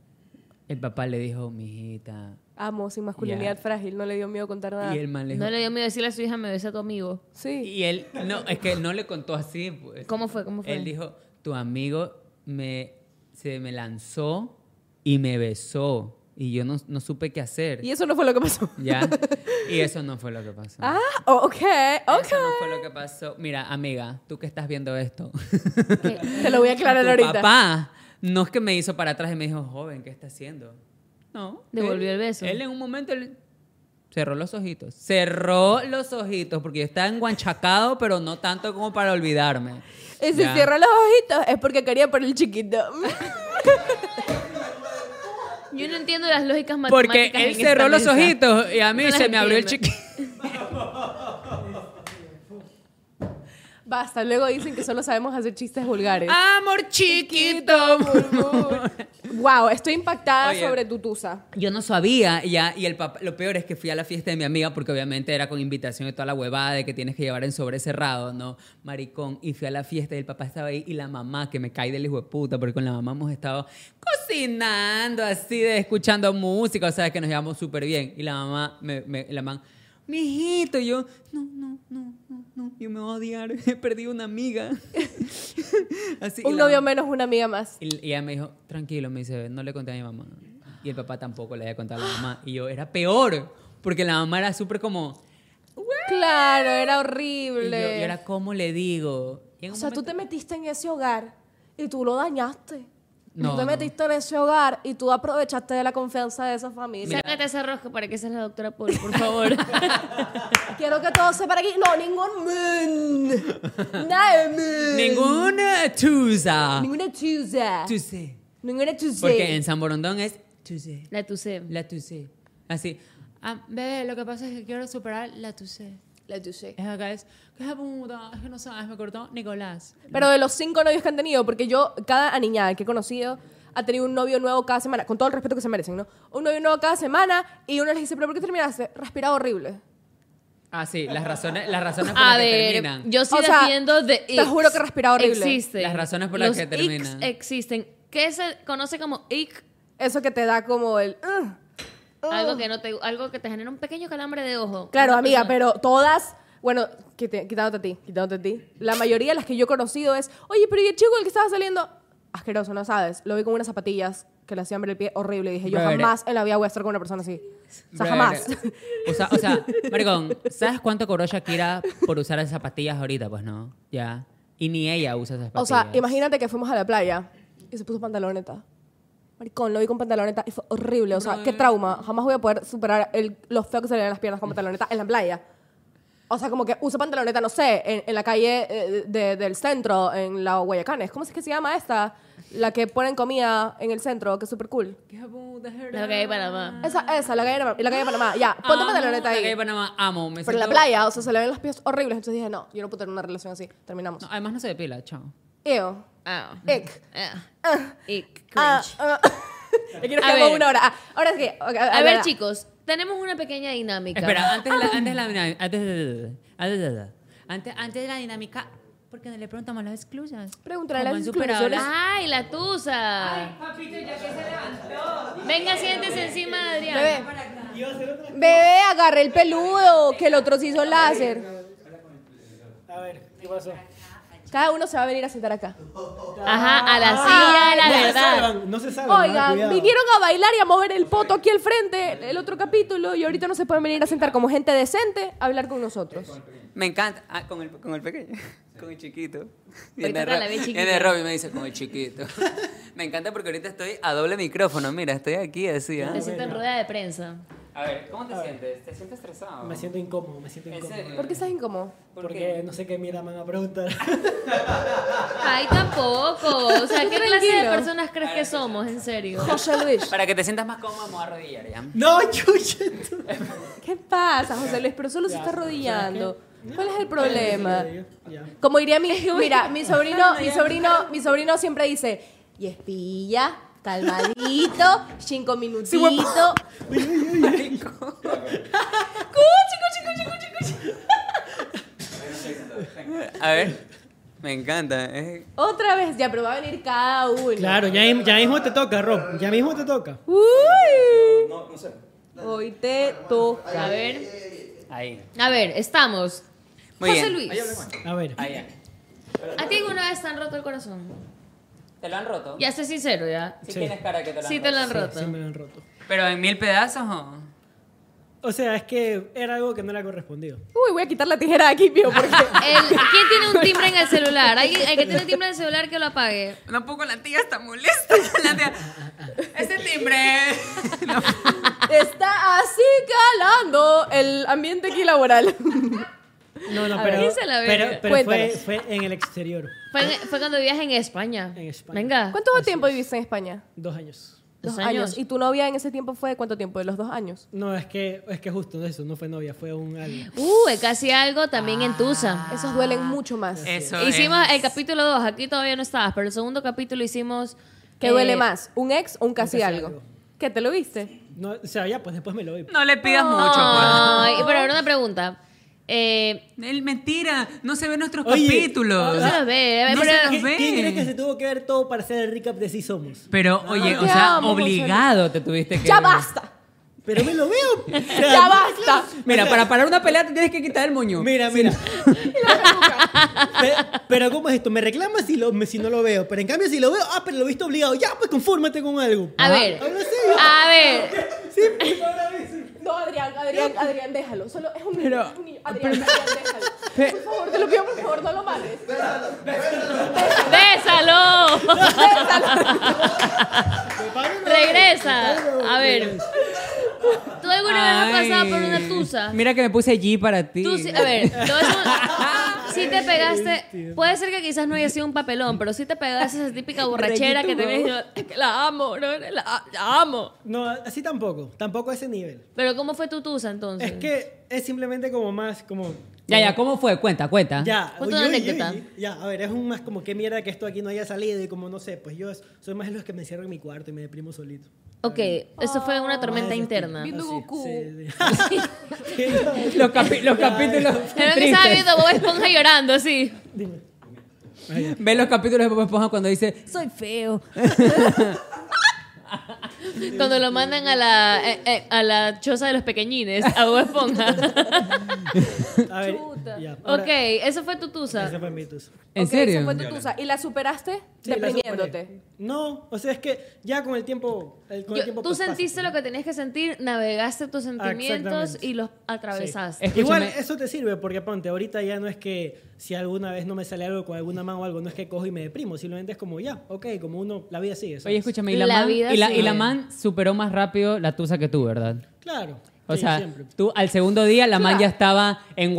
S1: El papá le dijo, mijita.
S4: Amo, sin masculinidad
S1: Ya.
S4: frágil, no le dio miedo contar nada.
S1: Y el man le dijo,
S2: No le dio miedo decirle a su hija, me besé a tu amigo.
S4: Sí.
S1: Y él, no, es que no le contó así. Pues.
S2: ¿Cómo fue? ¿Cómo fue?
S1: Él dijo, tu amigo me, se me lanzó y me besó y yo no, no supe qué hacer.
S4: Y eso no fue lo que
S1: (laughs)
S4: pasó. (laughs)
S1: ¿Ya? Y eso no fue lo que pasó.
S4: Ah, oh, ok, ok.
S1: Eso no fue lo que pasó. Mira, amiga, tú que estás viendo esto.
S4: Te lo voy a
S1: (laughs)
S4: aclarar
S1: tu
S4: ahorita.
S1: papá no es que me hizo para atrás y me dijo, joven, ¿qué está haciendo? No.
S2: Devolvió
S1: él-
S2: el beso.
S1: Él en un momento... él Cerró los ojitos. Cerró los ojitos porque yo estaba enguanchacado, pero no tanto como para olvidarme.
S4: Y si
S1: Ya.
S4: cierra los ojitos es porque quería por el chiquito. (laughs)
S2: Yo no entiendo las lógicas matemáticas.
S1: Porque él
S2: en esta
S1: cerró los
S2: mesa.
S1: ojitos y a mí
S2: No las
S1: se me abrió el
S2: entiendo.
S1: chiquito.
S4: Basta, luego dicen que solo sabemos hacer chistes vulgares.
S1: Amor chiquito.
S4: wow, estoy impactada
S1: Oye.
S4: sobre tu tusa.
S1: Yo no sabía y ya, y el papá, lo peor es que fui a la fiesta de mi amiga porque obviamente era con invitación y toda la huevada de que tienes que llevar en sobre cerrado, ¿no? Maricón. Y fui a la fiesta y el papá estaba ahí y la mamá, que me cae del hijo de puta, porque con la mamá hemos estado cocinando así, de escuchando música, o sea, que nos llevamos súper bien. Y la mamá, me, me- la mamá, mijito, y yo, no, no, no, no, no, yo me voy a odiar, (laughs) he perdido una amiga. (laughs) así, y
S4: Un
S1: la
S4: novio
S1: mamá-
S4: menos, una amiga más.
S1: y y ella me dijo, tranquilo, me dice, no le conté a mi mamá. y el papá tampoco le había contado a la mamá. Y yo era peor, porque la mamá era súper como...
S4: Claro, era
S1: Y yo, y
S4: horrible.
S1: era como le digo. Y en
S4: O
S1: un
S4: sea, tú
S1: momento-
S4: te metiste en ese hogar y tú lo dañaste.
S1: No,
S4: tú te
S1: no.
S4: metiste en ese hogar y tú aprovechaste de la confianza de esa familia.
S2: Sácate ese rosco para que seas la doctora Paul, (laughs) por favor.
S4: (laughs) Quiero que todo sepan aquí. No,
S1: (laughs)
S4: ningún men. Nada de men.
S1: Ninguna tusa.
S4: Ninguna chusa.
S1: Tuse.
S4: Ninguna chusa.
S1: Porque en San Borondón es tuse.
S2: La tuce.
S1: La tuse. Así.
S6: Ah, bebé, lo que pasa es que quiero superar la tuce.
S4: La chusa.
S6: Es acá, es que es puta, es que no sabes, me cortó Nicolás.
S4: Pero de los cinco novios que han tenido, porque yo, cada aniñada que he conocido, ha tenido un novio nuevo cada semana, con todo el respeto que se merecen, ¿no? Un novio nuevo cada semana y uno les dice, ¿pero por qué terminaste? Respira horrible.
S1: Ah, sí, las razones, las razones Ah, por
S2: A
S1: las que
S2: ver,
S1: terminan.
S2: yo sí
S4: O sea,
S2: defiendo de
S4: te juro que respira horrible.
S2: Existen.
S1: Las razones por las
S2: Los
S1: que
S2: ics
S1: terminan.
S2: existen. ¿Qué se conoce como ic?
S4: Eso que te da como el... "Ah, "Ugh".
S2: Algo que no te algo que te genera un pequeño calambre de ojo.
S4: Oh. Claro,
S2: Una
S4: amiga,
S2: persona.
S4: pero todas... Bueno, quit- quitándote a ti, quitándote a ti. La mayoría de las que yo he conocido es, oye, pero ¿y el chico el que estaba saliendo? Asqueroso, ¿no sabes? Lo vi con unas zapatillas que le hacían ver el pie horrible. Y dije, yo
S1: Brother.
S4: jamás en la vida voy a estar con una persona así. O sea,
S1: Brother,
S4: jamás.
S1: O sea, o sea, maricón, ¿sabes cuánto cobró Shakira por usar esas zapatillas ahorita? Pues no, ya. Y ni ella usa esas
S4: O
S1: zapatillas.
S4: sea, imagínate que fuimos a la playa y se puso pantaloneta. Maricón, lo vi con pantaloneta y fue horrible. O sea, qué trauma. Jamás voy a poder superar el, lo feo que se le ven las piernas con pantaloneta en la playa. O sea, como que usa pantaloneta, no sé, en, en la calle eh, de- del centro, en la Guayacanes. ¿Cómo es que se llama esta? La que ponen comida en el centro, que es súper cool.
S6: Que es puta, es
S2: La que hay en Panamá.
S4: Esa, esa, la calle de Panamá. La calle de Panamá. Ya, ponte pantaloneta
S1: Ah. La calle
S4: ahí.
S1: Panamá, pues amo. Me
S4: Pero en la
S1: siento-
S4: playa, o sea, se le ven las pies horribles. Entonces dije, no, yo no puedo tener una relación así. Terminamos.
S1: No, Mm. además no se depila, chao.
S4: Eo.
S2: Ah.
S4: Ick.
S2: Ah.
S4: Ah.
S2: Ic.
S4: Ah,
S2: Cringe.
S4: ah. (laughs) Yo quiero
S2: A
S4: que hago
S2: ver.
S4: una hora. Ah, ahora es que. ok,
S2: A ver,
S4: ah,
S2: chicos, tenemos una pequeña dinámica.
S1: Espera, antes de la, antes de la dinam- antes de, antes de- antes- antes de la dinámica, porque no le preguntamos las exclusas.
S4: Pregúntale a
S1: ¿Cómo
S4: las Ah,
S1: han superado
S4: exclusiones.
S1: las-
S2: Ay, la tusa. Venga, siéntese encima de Adrián.
S4: Bebé. ah. Bebé, agarre el peludo, que el otro se hizo láser.
S8: A ver, ¿qué pasó?
S4: Cada uno se va a venir a sentar acá.
S2: Ajá, a la silla, la
S8: no se
S2: verdad.
S8: salvan, no se salvan. ah,
S4: Oigan,
S8: cuidado.
S4: vinieron a bailar y a mover el poto aquí al frente, el otro capítulo, y ahorita no se pueden venir a sentar como gente decente a hablar con nosotros.
S9: Me encanta. Ah, con el, con el pequeño. Con el chiquito.
S2: Ahorita te
S9: Viene,
S2: la
S9: Ro-
S2: vi chiquita.
S9: viene Robbie y me dice, con el chiquito. (laughs) me encanta porque ahorita estoy a doble micrófono. Mira, estoy aquí así. ¿ah?
S2: Me siento en rueda de prensa.
S9: A ver, ¿cómo te sientes? ¿Te sientes estresado?
S8: Me siento incómodo, me siento
S9: ¿En
S8: incómodo.
S9: serio?
S4: ¿Por qué estás incómodo?
S9: ¿Por
S8: Porque
S9: qué?
S8: no sé qué mierda me van a preguntar. (laughs)
S2: Ay, tampoco. O sea, ¿qué clase de
S4: (laughs) Tranquilo.
S2: personas crees que somos? En serio.
S4: José Luis.
S9: Para que te sientas más cómodo, me voy a arrodillar ya.
S8: no, chucha. tú.
S4: ¿Qué pasa, José Luis? Pero solo se está arrodillando. ¿Cuál es el problema?
S8: Ya.
S4: Como diría mi, mira,
S8: (laughs)
S4: mi sobrino, mi sobrino, mi sobrino siempre dice, y espilla, calmadito, cinco minutitos. Marico. Cuchi, cuchi, cuchi, cuchi, cuchi.
S9: A ver, me encanta. es-
S4: Otra vez, ya, pero va a venir cada uno.
S8: Claro, ya, ya mismo te toca, Rob. Ya mismo te toca.
S4: Uy. Hoy te toca.
S2: A ver.
S9: Ahí.
S2: A ver, estamos.
S9: Muy
S2: José
S9: bien.
S2: Luis,
S8: A ver.
S9: Ahí, ahí.
S2: ¿a ti alguna vez te han roto el corazón?
S9: ¿Te lo han roto?
S2: Ya sé sincero, ya.
S9: Sí,
S8: Sí.
S9: tienes cara que te lo
S2: Sí
S9: han
S2: te
S9: roto.
S2: lo han roto.
S8: Sí, me lo han roto.
S9: ¿Pero en mil pedazos o...?
S8: O sea, es que era algo que no le ha correspondido.
S4: Uy, voy a quitar la tijera de aquí, mío,
S2: (laughs)
S4: porque...
S2: El- ¿Quién tiene un timbre en el celular? ¿Hay, hay que tiene timbre en el celular que lo apague.
S9: No poco la tía está molesta. (laughs) La tía. Ese timbre.
S4: Está acicalando el ambiente
S2: (laughs)
S4: aquí laboral.
S8: No, no,
S2: A
S8: pero.
S2: ver, ¿quién se la
S8: pero
S2: verga?
S8: pero fue,
S4: Cuéntanos.
S8: fue en el exterior.
S2: Fue, en- fue cuando vivías en España.
S8: En España.
S2: Venga.
S4: ¿Cuánto tiempo viviste en España?
S8: Dos años.
S2: Dos años.
S4: ¿Y tu novia en ese tiempo fue de cuánto tiempo? ¿De los dos años?
S8: No, es que, es que justo eso, no fue novia, fue un algo.
S2: Uh, el casi algo también en Tusa.
S4: Esos duelen mucho más.
S9: Ah, Eso.
S2: Hicimos el capítulo 2, aquí todavía no estabas, pero el segundo capítulo hicimos...
S4: ¿Qué
S2: eh,
S4: duele más? ¿Un ex o un casi,
S8: casi
S4: algo?
S8: algo.
S4: ¿Qué te lo viste?
S8: No, o sea, ya, pues después me lo doy.
S9: No le pidas mucho,
S2: Ay, pero ahora una pregunta. Eh,
S9: pues. El mentira. No se ven nuestros
S8: Oye,
S2: no
S9: capítulos.
S2: se los ve, eh,
S9: No
S2: pero-
S9: se
S8: ¿Qué-
S9: nos ve.
S8: ¿Quién crees que se tuvo que ver todo para hacer el recap de Sí Somos?
S1: Pero, oye, o
S4: te
S1: sea,
S4: amo, José Luis.
S1: obligado te tuviste que.
S4: ¡Ya basta!
S8: Pero me
S2: (laughs)
S8: lo veo. O sea,
S4: Ya basta.
S1: Mira, para parar una pelea te tienes que quitar el moño.
S2: (laughs)
S8: Mira, mira. Pe- pero ¿cómo es esto? Me reclama si, lo, me- si no lo veo. Pero en cambio, si lo veo, ah, pero lo he visto obligado. Ya, pues confórmate con algo.
S2: A ver,
S8: Ahora sí.
S2: a ver.
S8: Sí, pues,
S2: (laughs)
S8: ahora sí.
S4: No, Adrián, Adrián, Adrián, déjalo. Solo es un niño.
S1: Pero-
S4: es un niño. Adrián, Adrián, déjalo. Por favor, te lo pido, por favor, no lo mates.
S2: Bésalo.
S8: Me paro y me voy.
S2: Regresa. A ver. ¿Tú alguna vez has
S1: Ay.
S2: pasado por una tusa?
S1: Mira que me puse G para ti.
S2: Tú, sí- a ver, te voy a hacer un- si te pegaste, puede ser que quizás no haya sido un papelón, pero si te pegaste esa típica borrachera que te ves, yo, "Es que la amo, bro, la, la amo.
S8: No, así tampoco. Tampoco a ese nivel.
S2: Pero ¿cómo fue tu tusa entonces?
S8: Es que es simplemente como más, como...
S1: Ya, ya, ¿cómo fue? Cuenta, cuenta.
S8: Ya,
S2: Cuenta una anécdota.
S8: ya, a ver, es un más como qué mierda que esto aquí no haya salido y como no sé, pues yo soy más de los que me encierro en mi cuarto y me deprimo solito.
S2: Ok, eso fue una tormenta interna.
S4: Viendo Goku.
S8: Sí, sí.
S1: Los, capi- los capítulos.
S2: Pero que
S1: tristes.
S2: estaba viendo Bob Esponja llorando así.
S1: Ve los capítulos de Bob Esponja cuando dice, soy feo.
S2: (laughs) Cuando lo mandan a la, eh, eh, a la choza de los pequeñines, a Bob Esponja.
S8: (laughs) A ver, ya. ahora,
S2: ok, eso fue tu tusa.
S8: ese fue mi tuzo.
S1: ¿En
S4: Ok,
S1: serio?
S4: esa fue tu tusa. ¿Y la superaste?
S8: Sí, la
S4: deprimiéndote.
S8: superé. No, o sea, es que ya con el tiempo... el- con el
S2: Yo-
S8: tiempo
S2: tú
S8: pues, pasa.
S2: sentiste lo que tenías que sentir, navegaste tus sentimientos
S8: Exactamente.
S2: y los
S8: Sí. Eh,
S2: atravesaste.
S1: Escúchame.
S8: Igual eso te sirve porque ponte, ahorita ya no es que si alguna vez no me sale algo con alguna mano o algo, no es que cojo y me deprimo, simplemente es como ya, ok, como uno, la vida sigue. ¿sabes?
S1: Oye, escúchame, y la,
S2: La
S1: man,
S2: vida
S1: y la,
S2: sigue.
S1: y la man superó más rápido la tusa que tú, ¿verdad?
S8: Claro.
S1: O
S8: sí,
S1: sea,
S8: siempre.
S1: tú al segundo día la man ya estaba en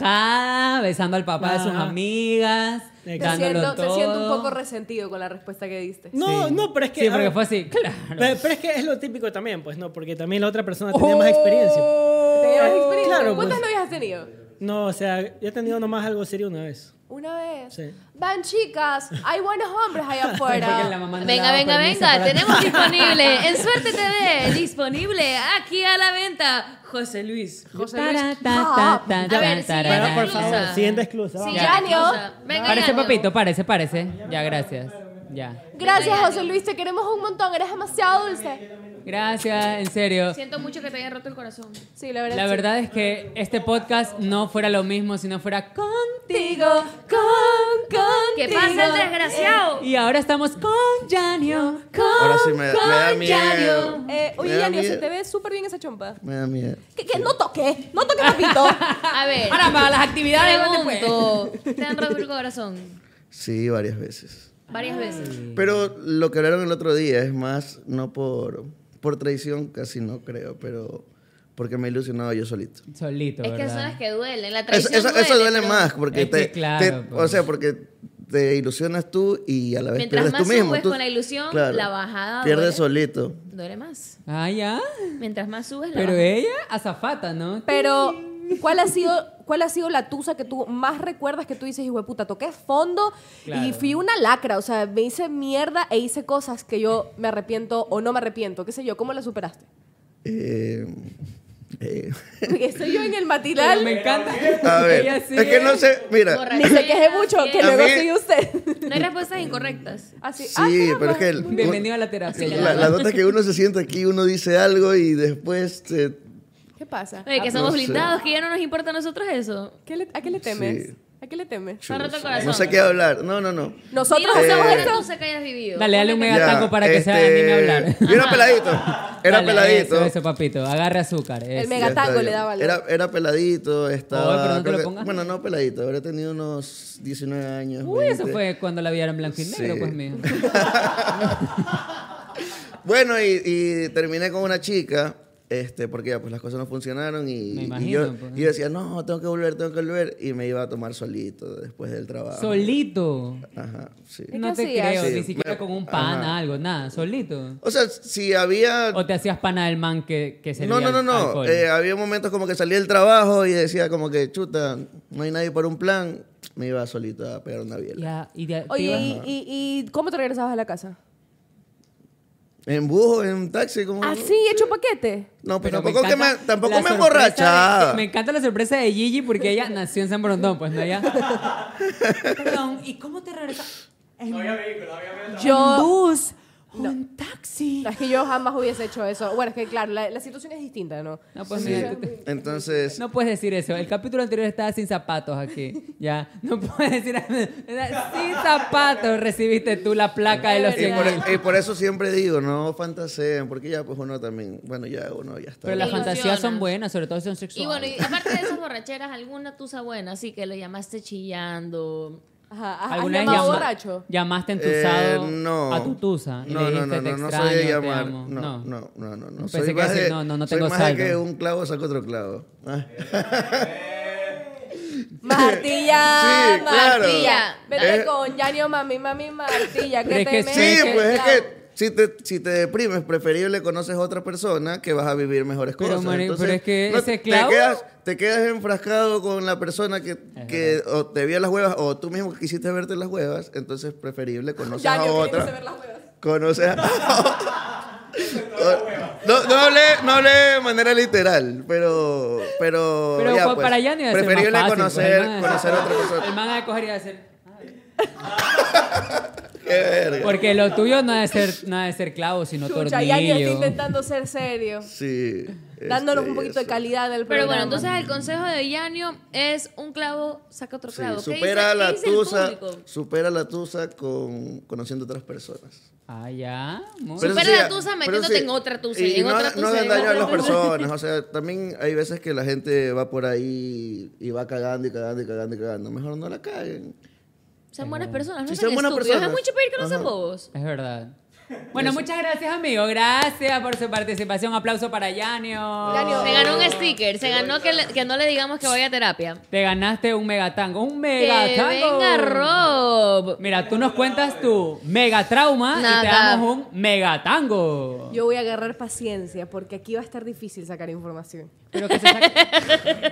S1: Huanchacá, besando al papá de sus
S8: Ajá.
S1: amigas,
S4: Te
S8: Te
S1: dándolo
S4: siento, te
S1: todo.
S4: siento un poco resentido con la respuesta que diste.
S8: No, no, pero es que...
S1: Sí,
S8: a
S1: porque
S8: ver,
S1: fue así, claro.
S8: Pero, pero es que es lo típico también, pues no, porque también la otra persona tenía
S1: Oh.
S8: más experiencia.
S4: ¿Te llevas experiencia?
S8: Claro,
S4: ¿Cuántas
S8: pues.
S4: novias has tenido?
S8: No, o sea, yo he tenido nomás algo serio una vez.
S4: Una vez.
S8: Sí.
S4: Van chicas, hay buenos hombres
S1: (laughs)
S4: allá
S1: Porque la
S4: afuera.
S1: mamá no le
S2: Venga,
S1: daba
S2: venga,
S1: permiso
S2: venga,
S1: para-
S8: (laughs)
S2: tenemos disponible en Suerte TV, disponible aquí a la venta, José Luis. José Luis.
S1: Ta, ta, ta, ta,
S2: A ver,
S1: ta,
S2: siguiente
S1: ta,
S8: Pero por
S1: ta,
S2: excusa.
S8: favor,
S1: ta.
S8: siguiente exclusa. vamos.
S2: Sí,
S4: Ya,
S2: ya,
S4: Nio.
S2: cosa. Venga,
S1: Parece
S2: Nio.
S1: papito, parece, parece. Ya, gracias. Ya.
S4: Gracias, José Luis, te queremos un montón, eres demasiado dulce.
S1: Gracias, en serio.
S2: Siento mucho que te haya roto el corazón.
S4: Sí, la verdad.
S1: La
S4: sí.
S1: verdad es que este podcast no fuera lo mismo si no fuera contigo.
S2: ¿Qué pasa el desgraciado?
S1: Y ahora estamos con Janio.
S7: Ahora sí me, me da
S2: Yario.
S7: miedo.
S4: Eh,
S7: Me
S4: oye,
S7: da
S4: Yanio, se
S7: miedo.
S4: te ve súper bien esa chompa.
S7: Me da miedo.
S4: ¿Qué, qué? No toque, no toque, papito.
S1: (laughs)
S2: A ver,
S1: Ahora para las actividades, ¿dónde fue?
S2: pregunto, (laughs) ¿te han roto el corazón?
S7: Sí, varias veces.
S1: Ah.
S2: Varias veces.
S7: Pero lo que hablaron el otro día es más, no por, por traición, casi no creo, pero porque me he ilusionado yo solito.
S1: Solito,
S2: Es que
S1: ¿verdad?
S2: son las que duelen, la
S7: Eso,
S2: traición
S7: eso-
S2: duele,
S7: eso duele
S2: pero-
S7: más, porque
S1: Es que
S7: te,
S1: claro,
S7: te-
S1: pues.
S7: o sea, porque te ilusionas tú y a la vez
S2: Mientras
S7: pierdes
S2: más
S7: tú mismo.
S2: subes
S7: Tú-
S2: con la ilusión, la bajada
S7: Pierdes
S2: duele.
S7: solito.
S2: Duele más.
S1: Ah, ya.
S2: Mientras más subes, la
S1: Pero
S2: baja.
S1: ella, azafata, ¿no?
S4: Pero, ¿cuál ha sido, cuál ha sido la tusa que tú más recuerdas que tú dices, hijo de puta, toqué fondo y
S1: Claro.
S4: fui una lacra? O sea, me hice mierda e hice cosas que yo me arrepiento o no me arrepiento, qué sé yo, ¿cómo la superaste? (laughs)
S7: Eh,
S2: (laughs)
S7: eh.
S4: Porque estoy yo en el
S1: Pero
S4: matinal.
S1: me encanta.
S7: A ver,
S1: Ella
S7: es que no sé, mira,
S4: (laughs) Ni se queje mucho, que
S7: A
S4: luego
S7: mí-
S4: sigue usted.
S2: No hay respuestas incorrectas.
S4: (laughs) Así, ah,
S7: sí, pero
S4: caramba.
S7: es que el-
S1: Bienvenido a la terapia.
S7: la, la nota es que uno se sienta aquí, uno dice algo y después te-
S4: ¿Qué pasa?
S2: Oye, que
S7: Ah,
S2: somos
S7: no sé.
S2: blindados, que ya no nos importa a nosotros eso.
S4: ¿Qué le- ¿A qué le temes?
S7: Sí.
S4: ¿A qué le temes?
S2: ha roto el corazón.
S7: no sé qué hablar. No, no, no.
S4: Nosotros
S2: Dinos
S4: hacemos
S7: eh,
S2: una
S4: esto.
S2: tusa que hayas vivido.
S1: Dale, dale un mega
S7: Ya,
S1: taco para que se anime a hablar.
S7: Yo
S1: (laughs)
S7: era peladito, era
S1: Dale,
S7: peladito.
S1: Eso, eso, papito. Agarra azúcar.
S4: El
S1: eso.
S7: Ya
S4: mega
S7: está
S4: tango
S7: bien.
S4: le daba algo.
S7: Era, era peladito,
S1: Ay, Oh, pero
S7: estaba.
S1: no te lo
S7: creo que-
S1: pongas.
S7: bueno, no peladito, habré tenido unos 19 años.
S1: Uy, eso
S7: 20.
S1: fue cuando la vieron blanco y negro,
S7: Sí.
S1: pues
S7: (laughs)
S1: mío.
S7: Bueno, y, y terminé con una chica, este, porque ya pues las cosas no funcionaron y,
S1: Me
S7: y
S1: imagino,
S7: yo,
S1: pues.
S7: y yo decía, no, tengo que volver, tengo que volver, y me iba a tomar solito después del
S1: (laughs)
S7: trabajo.
S1: Solito.
S7: Ajá, sí.
S4: ¿Y
S1: No
S4: qué
S1: te
S4: hacías?
S1: creo,
S7: Sí,
S1: ni siquiera
S7: me-
S1: con un pan,
S7: ajá.
S1: algo, nada, solito.
S7: O sea, si había...
S1: O te hacías pana del man que, que servía
S7: No, no, no, no.
S1: alcohol?
S7: Eh, había momentos como que salía del trabajo y decía como que, chuta, no hay nadie para un plan, me iba solito a pegar una biela.
S1: Ya, y de- te
S4: Oye,
S1: ibas-
S4: ¿y, y, y cómo te regresabas a la casa?
S7: En bujo, en taxi, como...
S4: ¿Así, hecho paquete?
S7: No, pues
S1: Pero
S7: tampoco, que me,
S1: encanta
S7: tampoco
S1: la
S7: me
S1: sorpresa
S7: emborrachaba.
S1: de- me encanta la sorpresa de Gigi porque ella nació en San Borondón, pues no ella. Perdón, ¿y cómo te regresas?
S4: Yo...
S1: bus, un
S4: taxi. No, es que yo jamás hubiese hecho eso. Bueno, es que claro, la, la situación es distinta, ¿no?
S1: No, pues
S7: Sí.
S1: mira,
S7: Entonces,
S1: No puedes decir eso. El capítulo anterior estaba sin zapatos aquí. Ya. No puedes decir. (laughs) era Sin zapatos recibiste tú la placa de los
S7: y
S1: 100 mil.
S7: por, y por eso siempre digo, no fantaseen, porque ya pues uno también, bueno, ya uno ya está.
S1: Pero las
S2: Ilusionas.
S1: fantasías son buenas, sobre todo si son sexuales.
S2: Y bueno, y aparte de esas borracheras, alguna tusa buena, así que le llamaste chillando.
S4: Ajá, ¿has- ¿Has
S1: ¿Alguna vez
S4: llamado
S1: llama-
S4: borracho?
S1: llamaste
S7: Eh,
S1: entusado
S7: no.
S1: a tu tusa? y
S7: No,
S1: le
S7: no,
S1: dijiste,
S7: no,
S1: "Te
S7: no, no
S1: extraño,
S7: soy de
S1: te
S7: llamar.
S1: amo"?
S7: No, no, no, no, no.
S1: Pensé
S7: Soy
S1: que
S7: más
S1: iba a
S7: de-
S1: decir, no, no, no
S7: soy
S1: tengo
S7: más de
S1: saldo.
S7: que un clavo saca otro clavo. Ah.
S4: Martilla,
S7: Sí, claro.
S4: martilla. Vete
S7: Eh.
S4: con Yanio, mami, mami, martilla.
S1: Pero
S4: Que
S1: es
S4: te
S1: que
S4: metes,
S7: Sí,
S1: Pero
S7: pues es
S4: claro.
S7: que si te, si te deprimes, preferible conoces a otra persona que vas a vivir mejores
S1: Pero,
S7: cosas.
S1: Mari,
S7: Entonces,
S1: pero es que ese
S7: te,
S1: clavo-
S7: quedas, te quedas enfrascado con la persona que, que o te vio las huevas o tú mismo quisiste verte las huevas, entonces preferible conoces a
S4: Yanio, que quieres
S7: otra.
S4: ver las huevas.
S7: Conoces a... (laughs) No, no, hablé, no hablé de manera literal, pero. Pero,
S1: Pero
S7: ya,
S1: pa-
S7: pues,
S1: para allá no iba a ser más
S7: Preferible
S1: fácil, pues,
S7: conocer,
S1: el man-
S7: conocer a otra
S1: El (laughs)
S7: persona.
S1: man ha de coger y ha de hacer.
S7: Qué verga.
S1: Porque lo tuyo no ha de ser, no ha de ser clavo, sino
S4: Chucha, Yanio está
S1: tornillo.
S4: intentando ser serio.
S7: Sí.
S4: Dándonos
S7: este,
S4: un poquito de
S7: eso.
S4: calidad del
S2: Pero bueno,
S4: programa.
S2: entonces el consejo de Yanio es un clavo, saca otro
S7: Sí,
S2: clavo. ¿Qué
S7: supera
S2: dice-
S7: la
S2: qué dice el
S7: tusa,
S2: público?
S7: supera la tusa con conociendo otras personas.
S1: Ah, ya. Muy
S7: Pero eso
S2: Supera
S7: sí,
S2: la tusa
S7: pero
S2: metiéndote
S7: sí,
S2: en otra tusa,
S7: Y
S2: en
S7: no,
S2: otra
S7: no
S2: tusa,
S7: hagan
S2: en
S7: daño a
S2: otra
S7: las
S2: tusa.
S7: personas. O sea, también hay veces que la gente va por ahí y va cagando y cagando y cagando y cagando. Mejor no la caguen.
S2: Sean buenas personas, no
S7: Sí,
S2: sean
S7: sean buenas
S2: estúpidos. Es
S7: personas.
S2: mucho pedir que no sean
S7: Ajá.
S2: bobos.
S1: Es verdad. Bueno, muchas gracias, amigo. Gracias por su participación. Aplauso para Yanio.
S4: Yanio,
S2: Se ganó un sticker, se ganó que, le- que no le digamos que vaya a terapia.
S1: Te ganaste un megatango. Un
S2: Que
S1: megatango.
S2: venga Rob.
S1: Mira, tú nos cuentas tu megatrauma y te
S2: Nada.
S1: damos un megatango.
S4: Yo voy a agarrar paciencia porque aquí va a estar difícil sacar información.
S1: Pero que se saque,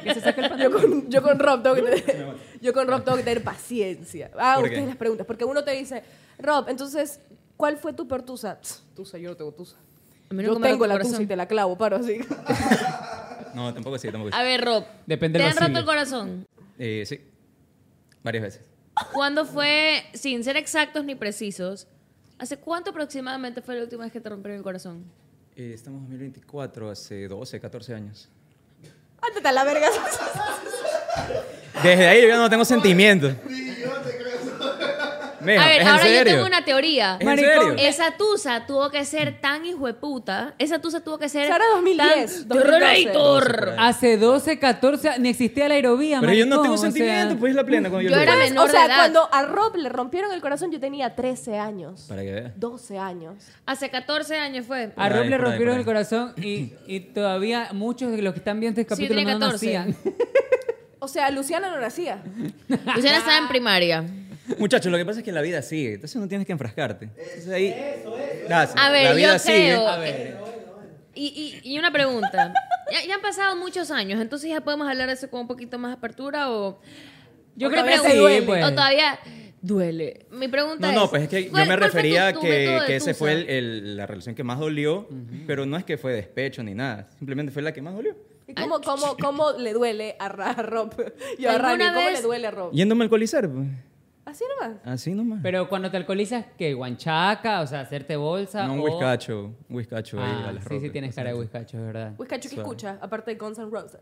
S1: que se saque el
S4: Yo
S1: pantalón.
S4: con, yo con Rob tengo que tener, yo con Rob tengo que tener paciencia. Ah,
S5: ¿Por qué?
S4: ustedes las preguntas. Porque uno te dice, Rob, entonces, ¿cuál fue tu pertusa? Tss, Tusa, yo no tengo tusa.
S2: A mí no
S4: yo
S2: me compara
S4: tengo
S2: tu
S4: la
S2: corazón.
S4: tusa y te la clavo, paro así. (laughs)
S5: No, tampoco sí, tampoco sí.
S2: A ver, Rob.
S1: Depende
S2: ¿Te
S1: de
S2: han
S1: los
S2: roto
S1: siglos.
S2: el corazón?
S5: Eh, sí, varias veces.
S2: ¿Cuándo fue, sin ser exactos ni precisos, hace cuánto aproximadamente fue la última vez que te rompieron el corazón?
S5: Eh, estamos en 2024, hace 12, 14 años.
S4: Ándate a la verga.
S5: Desde ahí yo ya no tengo
S8: (laughs)
S5: sentimientos. Mira,
S2: a ver,
S5: ¿es en
S2: ahora
S5: serio?
S2: yo tengo una teoría.
S5: ¿Es en serio?
S2: Esa tusa tuvo que ser tan hijo de puta. Esa tusa tuvo que ser.
S4: Eso era 2010,
S2: tan
S4: 2012.
S2: Terminator.
S1: Hace 12, 14, ni existía la aerobía,
S5: Pero yo no
S1: maricón,
S5: tengo
S1: o sea,
S5: sentimientos, pues es la plena cuando yo,
S2: yo
S5: lo
S2: era
S5: veo.
S2: men- menor
S4: Pues, o sea,
S2: de edad.
S4: cuando a Rob le rompieron el corazón, yo tenía 13 años.
S5: Para que veas.
S4: 12 años.
S2: Hace 14 años fue.
S1: A Rob
S5: Por ahí,
S1: le
S5: por ahí,
S1: rompieron
S5: por
S1: el corazón y, y todavía muchos de los que están viendo este
S2: Sí,
S1: capítulo
S2: tiene
S1: no
S2: 14.
S1: nacían.
S4: O sea, Luciana no nacía.
S2: Luciana estaba
S4: (laughs)
S2: en primaria.
S5: Muchachos, lo que pasa es que la vida sigue, entonces no tienes que enfrascarte. Entonces ahí. Gracias.
S2: A ver,
S5: la vida
S2: yo
S5: sigue.
S2: creo. Y, y- y una pregunta. Ya, ya han pasado muchos años, entonces ya podemos hablar de eso con un poquito más de apertura o.
S1: Yo
S2: o
S1: creo que
S2: todavía
S1: sí,
S2: duele,
S1: pues.
S2: O todavía duele. Mi pregunta
S5: No,
S2: es.
S5: no, pues es que yo
S2: ¿cuál-
S5: me
S2: cuál fue
S5: refería
S2: tu- tu método
S5: que,
S2: de
S5: que ese
S2: tusa?
S5: fue el- el- la relación que más dolió, pero no es que fue despecho ni nada, simplemente fue la que más dolió.
S2: Ah,
S4: ¿Y cómo, cómo, cómo le duele a, Ra-
S2: (laughs)
S4: a Rob? Y a
S2: ¿Alguna
S4: Rani, ¿cómo
S2: vez-
S4: le duele a Rob?
S5: Yéndome a alcoholizar, pues.
S4: Así nomás.
S5: así nomás.
S1: Pero cuando te alcoholizas, ¿qué? ¿Guanchaca? O sea, hacerte bolsa.
S5: no un
S1: o...
S5: whiskacho, un whiskacho ahí
S1: Ah,
S5: a las
S1: sí, sí,
S5: rocas.
S1: tienes cara de whiskacho, es verdad.
S4: Whiskachu, ¿qué
S5: Suave.
S4: escucha? Aparte de Guns N' Roses.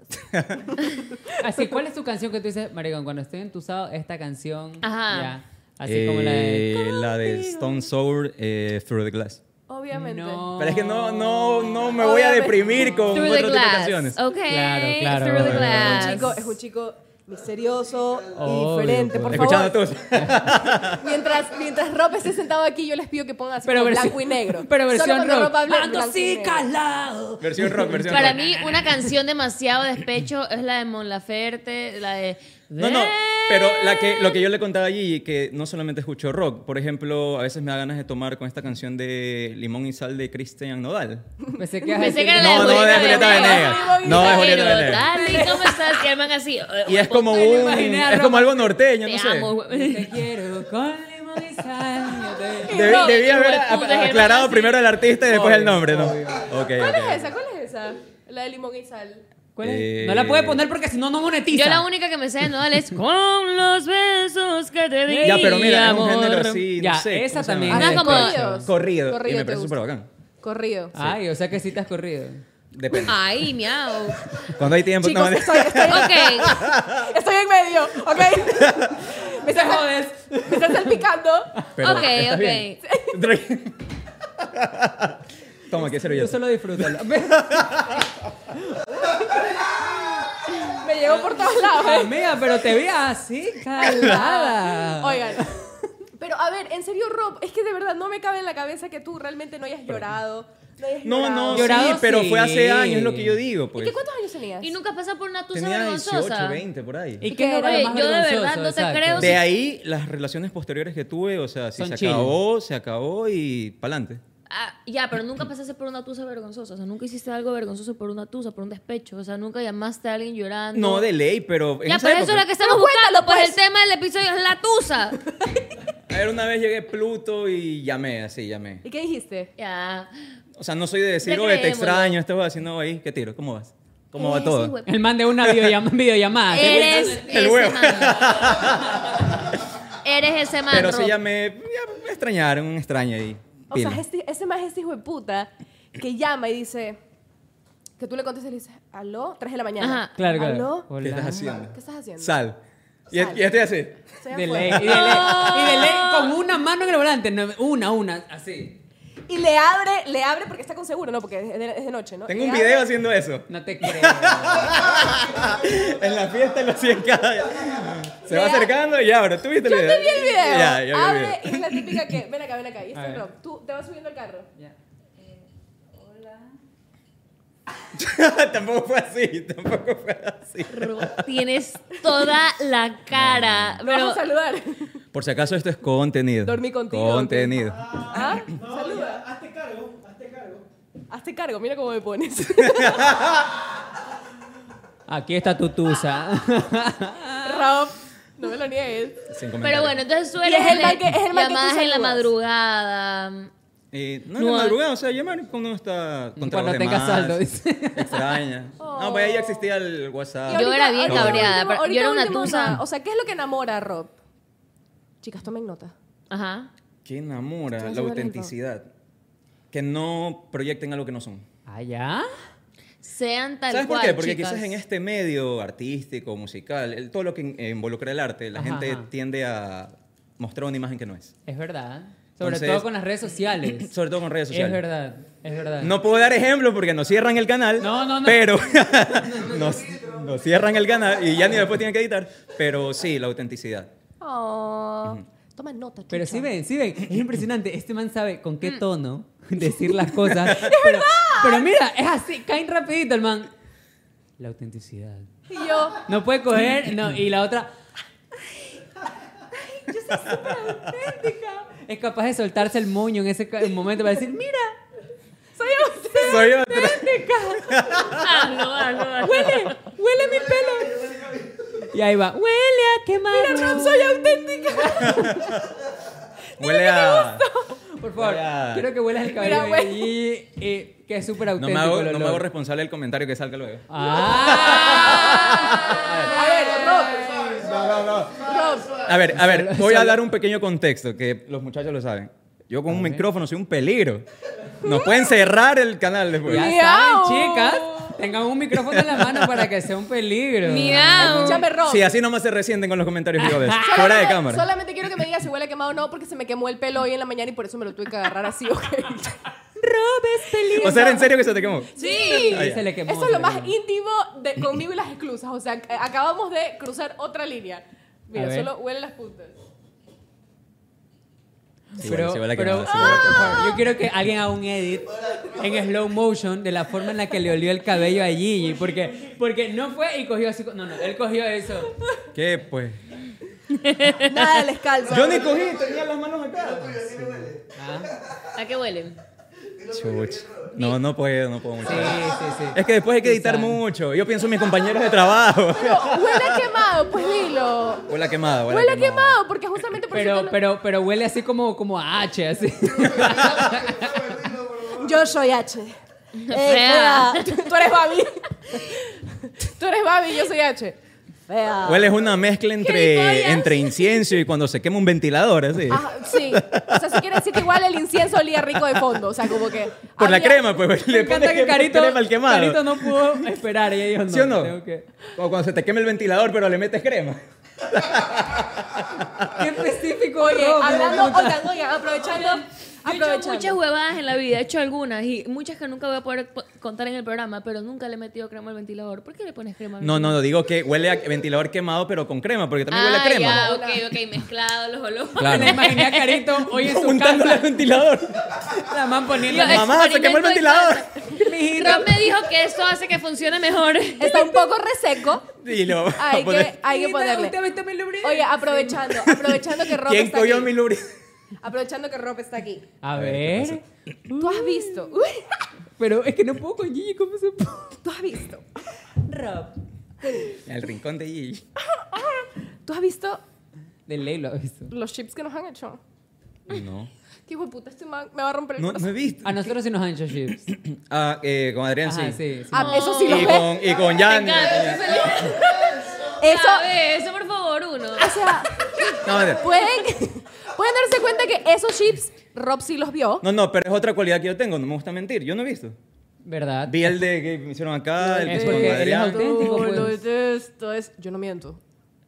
S1: Así, ¿cuál es tu canción que tú dices, maricón, cuando estoy entusado, esta canción,
S2: Ajá.
S1: ya, así como la de...
S5: Eh, la de Stone Sour, eh, Through the Glass.
S4: Obviamente.
S1: No.
S5: Pero es que no, no, no me voy a deprimir con
S2: Through the
S5: otro tipo de
S2: glass.
S5: canciones.
S2: Ok.
S1: Claro, claro.
S2: Through the
S1: Es un
S4: Es un
S2: glass.
S4: chico, es un chico misterioso
S1: Obvio,
S4: y diferente.
S1: pues.
S4: Por
S5: Escuchando
S4: favor,
S5: tus.
S4: mientras, mientras Rob esté sentado aquí, yo les pido que pongan así
S1: Pero
S4: como
S1: versión-
S4: blanco y negro.
S1: (laughs) pero versión
S4: Solo cuando
S1: rock.
S4: Rob hable en
S1: Ando
S4: blanco y negro.
S5: versión rock, versión
S2: Para
S5: rock.
S2: mí, una canción demasiado despecho es la de Mon Laferte, la de.
S5: No, no, pero la que, lo que yo le contaba allí, que no solamente escucho rock, por ejemplo, a veces me da ganas de tomar con esta canción de Limón y Sal de Cristian Nodal.
S1: Pensé que,
S2: Pensé que era la
S5: No,
S2: de
S5: no, de
S2: Julieta
S5: Julieta Venegas. No, de Julieta
S2: Pero,
S5: Venegas.
S2: Dani, ¿cómo estás? Que llaman así.
S5: Y es como un, es como algo norteño,
S2: Te
S5: no sé.
S2: amo, güey.
S1: Te quiero con limón y sal, yo te-
S5: Debí-
S2: Rock,
S5: debí
S2: hijo
S5: haber
S2: de puta,
S5: a-
S2: Germán,
S5: aclarado
S2: sí.
S5: primero el artista y después el nombre, ¿no? Ok,
S4: ¿Cuál
S5: ok.
S4: es esa? ¿Cuál es esa? La de limón y sal.
S1: ¿Cuál es?
S5: Eh.
S1: No la puede poner porque si no, no monetiza.
S2: Yo la única que me sé de Nodal es con los besos que te di.
S5: Ya, pero mira, es un
S2: amor.
S5: género así, no
S1: Ya,
S5: sé,
S1: esa
S5: ¿cómo se
S1: también
S5: llama?
S2: es Ah, como-
S4: Corrido
S5: Corrido. Y me
S4: te
S5: parece
S4: gusta.
S5: súper bacán.
S4: Corrido.
S1: Ay, o sea que sí te has corrido.
S2: (laughs)
S5: Depende.
S2: Ay,
S5: (laughs)
S2: miau.
S5: Cuando hay tiempo, no,
S4: Chicos,
S5: (laughs)
S4: estoy, estoy-
S2: Ok.
S4: estoy en medio,
S1: (laughs)
S4: ¿ok? Me estás, me estás salpicando.
S5: pero
S2: ok,
S5: ¿estás
S2: ok.
S5: bien? Tranqui- Toma, que
S1: Yo
S5: servilleta.
S1: solo disfrútalo. (laughs)
S4: Me llevo por todos lados. ¿eh?
S1: Amiga, pero te vi así, calada.
S4: Oigan. Pero a ver, en serio, Rob, es que de verdad no me cabe en la cabeza que tú realmente no hayas llorado. No, hayas
S5: No,
S4: llorado.
S5: no, sí,
S1: Llorado,
S5: pero fue
S1: sí.
S5: hace años lo que yo digo,
S4: ¿Y
S5: pues.
S4: qué cuántos años tenías?
S2: Y nunca pasa por una tusa
S5: Tenía 18,
S2: vergonzosa.
S5: 20, por ahí.
S1: ¿Y qué es lo
S2: Oye,
S1: más
S2: yo de
S1: vergonzoso?
S2: verdad no te creo.
S5: De ahí, las relaciones posteriores que tuve, o sea, si
S1: Son
S5: se
S1: chill.
S5: acabó, se acabó y pa'lante.
S2: Ah, ya, pero nunca pasaste por una tusa vergonzosa. O sea, nunca hiciste algo vergonzoso por una tusa, por un despecho. O sea, nunca llamaste a alguien llorando.
S5: No de ley, pero en
S2: Ya,
S5: esa
S2: pero eso es
S5: época-
S2: lo que estamos buscando. Pues. el tema del episodio es la tusa.
S5: (laughs) A ver, una vez llegué a Pluto y llamé, así llamé.
S4: ¿Y qué dijiste?
S2: ya.
S5: O sea, no soy de decir,
S2: Te
S5: oye, te
S2: creemos,
S5: extraño, este esto va haciendo ahí, ¿qué tiro? ¿Cómo vas? ¿Cómo va
S2: Ese
S5: todo?
S2: hue-
S1: El man de una videollama- videollamada.
S2: Eres
S5: El
S2: ese
S5: huevo.
S2: man.
S5: (laughs)
S2: Eres ese man.
S5: Pero sí
S2: Rob.
S5: llamé, ya me extrañaron, un extraño ahí.
S4: O
S5: Pila.
S4: sea, este- ese más este hijo de puta que llama y dice. Que tú le contestas y le dices, aló, 3 de la mañana.
S2: Ajá.
S1: Claro, claro.
S4: ¿Aló?
S5: ¿Qué estás
S1: Hola.
S5: haciendo?
S4: ¿Qué estás haciendo?
S5: Sal. Y,
S4: Sal.
S5: y estoy así.
S4: Estoy
S1: De ley,
S4: afuera.
S1: y de ley, y de ley, con una mano en el volante, no, una, una, así.
S4: Y le abre, le abre porque está con seguro, ¿no? Porque es de, es de noche, ¿no?
S5: Tengo
S4: Y
S5: un
S4: le
S5: video
S4: abre.
S5: haciendo eso.
S1: No te creo.
S5: En la fiesta lo hacía en cada. Se va
S4: Mira.
S5: acercando y abro. ¿Tú viste el
S4: Yo
S5: este
S4: te
S5: video?
S4: vi el video.
S5: Ya, yo vi el
S4: abre
S5: video.
S4: y es la típica que, ven acá, ven acá.
S1: A
S4: Y está
S1: ver.
S4: el Rob. Tú te vas subiendo al carro.
S5: (laughs) tampoco fue así, tampoco fue así.
S2: Rob, Tienes toda la cara.
S4: Te
S2: Pero
S4: vas a saludar.
S5: Por si acaso esto es contenido.
S4: Dormí contigo,
S5: Contenido.
S4: ¿Ah? Saluda.
S8: Hazte cargo, hazte cargo.
S4: Hazte cargo, mira cómo me pones.
S1: Aquí está tu
S2: (laughs)
S1: tusa.
S2: Ah.
S4: (laughs) Rob, no me lo niegues.
S5: Sin comentario.
S2: Pero bueno, entonces tú
S4: Y
S2: eres
S4: es el mal que- es el mal que tú
S2: llamadas en la
S4: saludas.
S2: madrugada.
S5: Eh, no,
S2: No,
S5: en la madrugada, o sea, llamar cuando uno está contra
S1: Cuando
S5: los
S1: tenga
S5: demás,
S1: saldo, dice.
S5: (laughs) Extraña. No, pues ahí ya existía el WhatsApp.
S2: Yo era bien
S5: ahorita
S2: cabreada,
S4: último-
S2: pero yo era una
S4: último,
S2: tusa.
S4: O sea, ¿qué es lo que enamora a Rob? Chicas, tomen nota.
S2: Ajá.
S5: ¿Qué enamora?
S4: Estoy
S5: La
S4: haciendo
S5: autenticidad. Que no proyecten algo que no son.
S1: ¿Ah, ya?
S2: Sean tal
S5: ¿Sabes
S2: cual.
S5: por qué? Porque
S2: chicas.
S5: quizás en este medio artístico, musical, el- todo lo que in- involucra el arte, la
S1: Ajá,
S5: gente
S1: ajá.
S5: tiende a mostrar una imagen que no es.
S1: Es verdad. Sobre
S5: Entonces-
S1: todo con las redes sociales.
S5: Sobre todo con (laughs) redes
S1: es
S5: sociales.
S1: verdad, es verdad.
S5: No puedo dar ejemplo porque nos cierran el canal.
S1: No, (laughs) no, no.
S5: Pero (laughs) nos, nos cierran el canal y ya ni después tienen que editar. Pero sí, la autenticidad.
S4: Oh, toma nota,
S1: Pero
S4: chucha.
S1: sí ven, sí ven, es impresionante. Este man sabe con qué tono (laughs) decir las cosas. pero, pero mira, es así, caen rapidito el man. La autenticidad.
S4: Y yo,
S1: No puede coger, no, y la otra. Es capaz de soltarse el moño en ese ca- momento para decir, mira,
S4: soy usted.
S5: Soy otra.
S2: Hazlo, hazlo, hazlo.
S1: huele, huele mi pelo. Y ahí va, huele a quemado. Mira,
S4: Rob, (laughs) soy auténtica.
S5: Huele a.
S1: Por favor,
S5: Mira.
S1: quiero que huelas el cabello
S4: Mira, huele.
S1: y, y que es súper
S5: No
S1: auténtico.
S5: me, hago,
S1: el
S5: no me hago
S1: olor.
S5: responsable del comentario que salga luego.
S1: ¡Ah!
S4: (laughs) A ver, Rob. Rob,
S5: A ver, a ver, voy a dar un pequeño contexto que los muchachos lo saben. Yo con un micrófono soy un peligro. Nos pueden cerrar el canal después.
S1: Ya
S4: Miau.
S1: saben, chicas, tengan un micrófono en la mano para que sea un peligro.
S2: Miau.
S4: escúchame, Rob.
S5: Sí, así nomás se resienten con los comentarios que yo ves. Fuera de cámara.
S4: Solamente quiero que me digas si huele quemado o no, porque se me quemó el pelo hoy en la mañana y por eso me lo tuve que agarrar así, ¿ok?
S1: Robes peligro.
S5: O sea, ¿era en serio que se te quemó?
S4: Sí.
S5: Ah, ya.
S1: Se le quemó.
S4: Eso
S1: se
S4: es lo
S1: le
S4: más
S1: quemó.
S4: íntimo de conmigo y las exclusas. O sea, eh, acabamos de cruzar otra línea.
S1: A
S4: Mira,
S1: ver.
S4: solo huele las puntas.
S5: Sí,
S1: Pero,
S5: huele- sí huele a
S1: pero-
S5: quemado, sí huele a
S1: por
S4: ah.
S1: favor, yo quiero que alguien haga un edit en slow motion de la forma en la que le olió el cabello a Gigi. Porque, porque no fue y cogió así. No, no, él cogió
S4: (laughs)
S1: eso.
S5: quemado. ¿Qué, pues?
S4: Nada les calza.
S5: Yo ni cogí, tenía las manos acá.
S2: ¿A qué huelen?
S5: Chuch. No, no puedo, no puedo mucho.
S1: Sí, sí, sí.
S5: Es que después hay que editar
S1: Exacto.
S5: mucho. Yo pienso en mis compañeros de trabajo.
S4: Pero huele a quemado, pues dilo.
S5: Huele a quemada, huele,
S4: Huele
S5: a
S4: a quemado, porque justamente por eso.
S1: Pero,
S4: te lo-
S1: pero, pero huele así como, como a H,
S5: (laughs)
S1: así.
S4: Yo soy
S5: (laughs)
S4: H. Eh,
S2: Fea.
S4: fea. Tú eres Babi. Tú eres Babi, yo soy H. Vea.
S5: Huele es una mezcla entre,
S2: Gilipollas.
S5: entre incienso y cuando se quema un ventilador, así.
S4: Ah, sí. O sea, si quiere decir que igual el incienso olía rico de fondo. O sea, como que.
S5: Por la
S4: había-
S5: crema, pues.
S1: Me
S5: Le pones
S1: encanta que Carito,
S5: crema al quemado.
S1: Carito no pudo esperar. Ella dijo, no,
S5: ¿Sí o no?
S1: tengo que...
S5: O cuando se te quema el ventilador, pero le metes crema.
S1: Qué específico,
S4: Oye,
S1: Rob, me
S4: hablando,
S1: gusta.
S4: oigan, oigan, aprovechando.
S2: Yo he hecho
S4: Aprovechando.
S2: muchas huevadas en la vida, he hecho algunas y muchas que nunca voy a poder po- contar en el programa, pero nunca le he metido crema al ventilador. ¿Por qué le pones crema? al
S5: No, no,
S2: ventilador?
S5: no, digo que huele a ventilador quemado, pero con crema, porque también huele a
S2: Ah,
S5: crema.
S2: ya, ok, ok, mezclado los olores.
S5: Claro.
S1: Me imaginé a Carito hoy
S5: (laughs)
S1: en su
S5: Untándole al
S1: casa.
S5: ventilador.
S1: La man poniendo...
S2: Yo-
S5: Mamá, se quemó el
S2: experimento en
S5: ventilador.
S2: Rob me dijo que esto hace que funcione mejor. (laughs)
S4: Está un poco reseco.
S5: Y lo vamos a
S4: Hay que,
S5: poner.
S4: hay que ponerle. Oye, aprovechando, aprovechando que Rob
S5: ¿Quién
S4: está
S5: cogió
S4: aquí.
S5: mi Mm. lubri?
S4: Aprovechando que Rob está aquí.
S1: A
S5: ver,
S1: ver...
S4: Tú has visto. Uy, (laughs)
S1: Pero es que no puedo con Gigi, ¿cómo se puede?
S4: Tú has visto.
S5: Al rincón de Gigi.
S4: Tú has visto
S1: De ley lo ha visto.
S4: los chips que nos han hecho.
S5: No.
S4: Qué hijo de puta, este man me va a romper el
S5: No,
S4: corazón.
S5: no he visto.
S1: A nosotros sí nos han hecho chips.
S5: (clears throat) Ah, eh, con Adrián
S1: Ajá,
S5: sí.
S1: sí. sí.
S4: Ah, eso sí lo
S5: Y
S4: ve.
S5: con, y con Yanni.
S4: Eso,
S2: A ver, eso por favor, uno.
S4: o sea,
S5: No, mentira.
S4: pueden, (laughs) pueden darse cuenta que esos chips Rob sí los vio.
S5: No, no, pero es otra cualidad que yo tengo, no me gusta mentir, yo no he visto.
S1: ¿Verdad?
S5: Vi el de que me hicieron acá, el que
S1: Es
S5: hicieron
S1: porque
S5: con
S1: él es
S5: Adrián.
S1: auténtico. Auténtico,
S4: No,
S1: pues.
S4: no, es esto es, yo no miento.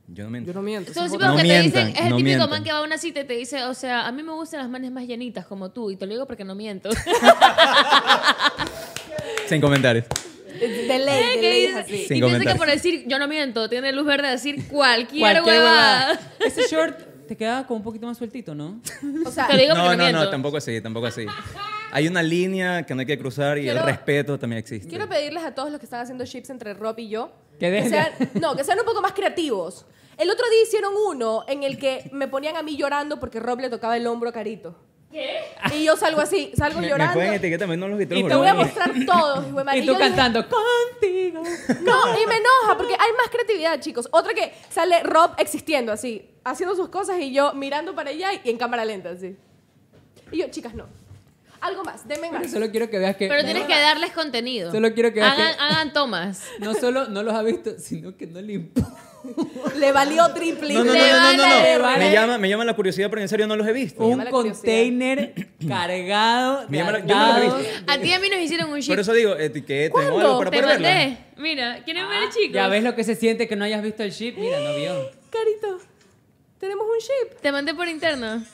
S5: Yo no
S4: Yo
S5: miento.
S4: no miento.
S2: Entonces, sí,
S4: esa es
S2: pero
S5: No
S2: que te
S5: mientan,
S2: dicen, es el
S5: no
S2: típico
S5: mientan.
S2: man que va a una cita y te dice, o sea, a mí me gustan las manes más llanitas como tú, y te lo digo porque no miento. (laughs)
S5: Sin comentarios.
S4: otra- De ley, de
S2: ¿Qué
S4: ley es
S2: dices?
S4: así.
S5: Sin
S2: y piensa que
S5: comentarios.
S2: por decir yo no miento, tiene luz verde a
S5: (laughs)
S2: decir cualquier,
S1: Cualquier
S2: huevada.
S1: huevada. Ese short te queda como un poquito más sueltito, ¿no?
S4: O sea,
S2: Te lo digo
S5: No,
S2: porque no,
S5: no,
S2: miento.
S5: no, tampoco así, tampoco así. Hay una línea que no hay que cruzar y
S4: Quiero-
S5: el respeto también existe.
S4: Quiero pedirles a todos los que están haciendo chips entre Rob y yo
S1: Que dejen de-
S4: sean, no, que sean un poco más creativos. El otro día hicieron uno en el que me ponían a mí llorando porque Rob le tocaba el hombro a Carito. ¿Qué? Y yo salgo así, salgo
S5: me, me
S4: llorando.
S5: pueden etiquetar, no los
S1: Y
S5: vitrines.
S4: Te voy a
S1: Oye.
S4: mostrar
S5: (laughs)
S4: todos, hijo de madre.
S1: y tú
S4: yo dije,
S1: cantando contigo.
S4: no, y me enoja porque hay más creatividad, chicos. Otra que sale Rob existiendo así, haciendo sus cosas y yo mirando para allá y en cámara lenta así. Y yo, chicas, no. Algo más, denme
S1: Pero
S4: más.
S1: solo quiero que veas que.
S2: Pero tienes que darles contenido.
S1: Solo quiero que veas que-
S2: hagan, hagan
S5: (laughs)
S2: tomas.
S1: No solo no los ha visto, sino que no le importa.
S4: Le valió triple.
S5: No, no, no,
S2: Le
S5: no, no, no,
S2: vale,
S5: no.
S1: vale.
S5: Me, llama, me llama la curiosidad, pero en serio no los he visto.
S1: Un
S4: llama la curiosidad.
S1: container cargado.
S5: (clears throat) Me llama la-
S1: de
S5: yo no lo he visto.
S1: atados.
S2: A ti y a mí nos hicieron un ship.
S5: Por eso digo, etiqueten o
S4: ¿Cuándo?
S5: algo para
S2: Te
S5: poder
S2: mandé.
S5: verla. Ah,
S2: Mira, ¿quieren ver, chicos?
S1: Ya ves lo que se siente que no hayas visto el ship. Mira, no vio.
S4: Carito, tenemos un ship.
S2: Te mandé por interno.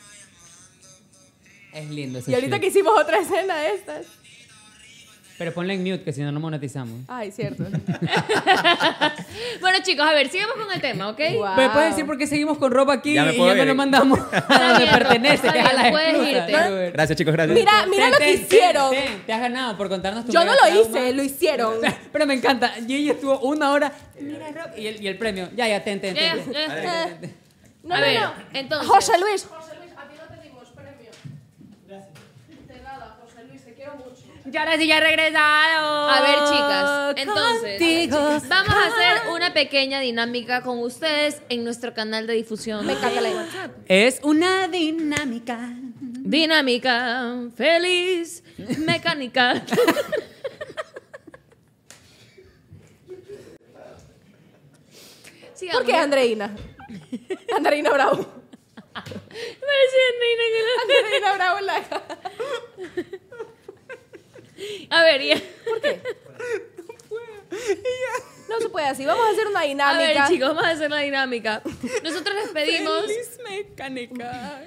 S1: Es lindo ese
S4: Y ahorita
S1: ship.
S4: que hicimos otra escena de estas.
S1: Pero ponle en mute, que si no, no monetizamos.
S4: Ay,
S5: (laughs)
S4: cierto.
S2: Bueno, chicos, a ver, sigamos con el tema, ¿ok?
S4: Guau.
S1: ¿Me puedes decir por qué seguimos con ropa aquí y
S5: Ya me
S1: ya
S5: puedo
S1: no
S5: ir.
S1: lo
S5: (laughs)
S1: mandamos a donde
S2: bien,
S1: pertenece?
S2: está
S1: que es a
S2: bien,
S1: la
S2: puedes
S1: esclusa,
S2: irte.
S1: Robert.
S5: Gracias, chicos, gracias.
S4: Mira, mira
S1: Ten,
S4: lo que
S1: ten,
S4: hicieron.
S1: ten, ten. Te has ganado por contarnos tu
S4: Yo no
S1: mega
S4: lo
S1: trauma.
S4: hice, lo
S5: (laughs)
S4: hicieron.
S1: (laughs) Pero me encanta. Gigi estuvo una hora. Mira, Rob. Y el, y el premio. Ya, ya, ten, ten,
S2: Ya,
S1: ten.
S2: ya, ya.
S4: No,
S2: A
S4: no,
S2: ver,
S4: no.
S2: entonces.
S4: José Luis.
S6: Ya ahora sí ya he regresado.
S2: A ver, chicas, entonces
S6: Contigo.
S2: vamos a hacer una pequeña dinámica con ustedes en nuestro canal de difusión.
S4: Me encanta la
S6: Es una dinámica.
S2: Dinámica, feliz, mecánica. (laughs) Sigamos.
S4: ¿Por qué
S2: (laughs)
S4: Andreina? Andreina Bravo.
S2: Parecía (laughs) Andreina en el-
S4: Andreina Bravo en la
S2: A ver, ya.
S4: ¿Por qué? No se puede así. Vamos a hacer una
S2: A ver,
S4: dinámica.
S2: chicos, vamos a hacer la dinámica. Nosotros les pedimos.
S1: mecánica.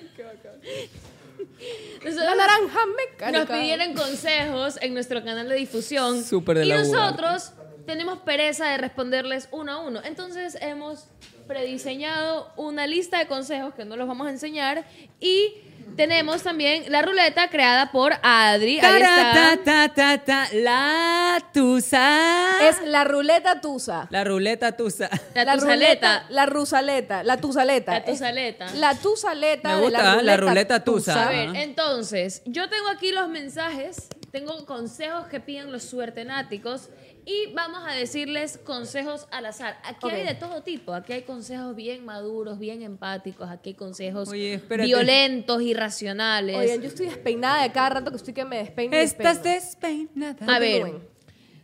S2: nosotros-
S4: La naranja
S2: nos
S4: mecánica.
S2: pidieron consejos en nuestro canal de difusión.
S1: Súper de
S2: y
S1: la uva.
S2: nosotros tenemos pereza de responderles uno a uno. Entonces hemos prediseñado una lista de consejos que no los vamos a enseñar y tenemos también la ruleta creada por Adri. Ahí
S1: Ta,
S2: está.
S1: ta, ta, ta, la tusa.
S4: Es la ruleta tusa.
S1: La ruleta tusa.
S2: La,
S4: La
S2: tusaleta.
S4: ruleta- La rusaleta. La tusaleta.
S2: La tusaleta.
S4: La tusaleta.
S1: Me
S4: de
S1: gusta,
S4: la
S1: ¿eh?
S4: ruleta,
S1: La ruleta tusa.
S2: A ver,
S1: Ajá.
S2: entonces, yo tengo aquí los mensajes, tengo consejos que piden los suertenáticos y vamos a decirles consejos al azar. Aquí hay
S4: Ok.
S2: de todo tipo, aquí hay consejos bien maduros, bien empáticos, aquí hay consejos
S1: Oye, espérate.
S2: violentos, irracionales.
S4: Oigan, yo estoy despeinada de cada rato que estoy que me despeino. y
S6: Estás
S4: despeino.
S6: despeinada.
S2: a ver,
S4: continúen.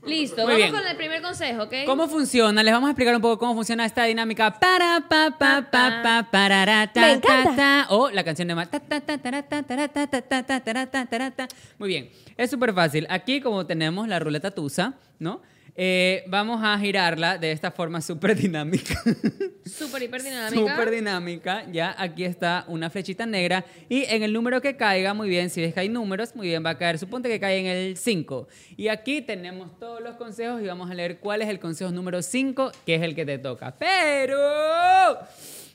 S2: Listo,
S1: Muy
S2: vamos
S1: bien.
S2: con el primer consejo, ¿ok?
S1: ¿Cómo funciona? Les vamos a explicar un poco cómo funciona esta dinámica. Para, pa, pa, pa, pa, parará, ta,
S4: Me encanta.
S1: ta, ta. O la canción de Mar. Ta, ta, ta, tará, ta, tará, ta, ta, ta, ta, tará, ta, tará, ta. Muy bien. Es súper fácil. Aquí, como tenemos la ruleta tusa, ¿no? Eh, vamos a girarla de esta forma súper dinámica.
S2: Súper hiper dinámica.
S1: Súper dinámica. Ya aquí está una flechita negra. Y en el número que caiga, muy bien, si ves que hay números, muy bien, va a caer. Suponte que cae en el 5. Y aquí tenemos todos los consejos y vamos a leer cuál es el consejo número 5, que es el que te toca. Pero...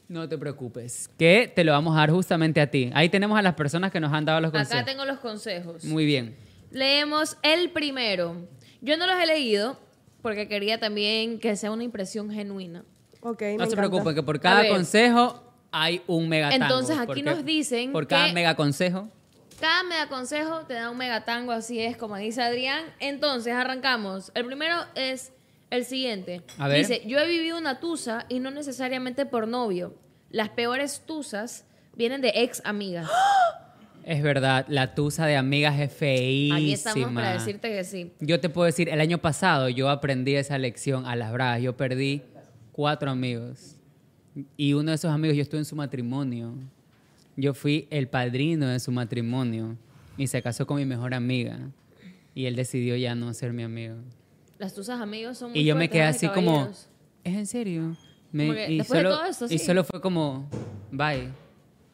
S1: No te preocupes, que te lo vamos a dar justamente a ti. Ahí tenemos a las personas que nos han dado los consejos.
S2: Acá tengo los consejos.
S1: Muy bien.
S2: Leemos el primero. Yo no los he leído porque quería también que sea una impresión genuina.
S4: Ok,
S1: No
S4: me
S1: se
S4: encanta.
S1: preocupen, que por
S2: A
S1: cada
S2: ver.
S1: consejo hay un mega
S2: Entonces, aquí nos dicen
S1: Por cada
S2: que-
S1: mega consejo.
S2: Cada mega consejo te da un mega tango, así es, como dice Adrián. Entonces, arrancamos. El primero es el siguiente.
S1: A ver.
S2: Dice, yo he vivido una tusa y no necesariamente por novio. Las peores tusas vienen de ex amigas.
S1: Es verdad, la tusa de amigas es feísima.
S2: Aquí estamos para decirte que sí.
S1: Yo te puedo decir, el año pasado yo aprendí esa lección a las bravas. Yo perdí cuatro amigos. Y uno de esos amigos, yo estuve en su matrimonio. Yo fui el padrino de su matrimonio. Y se casó con mi mejor amiga. Y él decidió ya no ser mi amigo.
S2: Las tusas amigos son muy
S1: Y yo me
S2: fuertes,
S1: quedé
S2: damas y
S1: así como,
S2: caballeros.
S1: ¿es en serio? Me-
S2: Como que
S1: y,
S2: después de
S1: solo,
S2: todo esto,
S1: y
S2: sí.
S1: solo fue como, bye.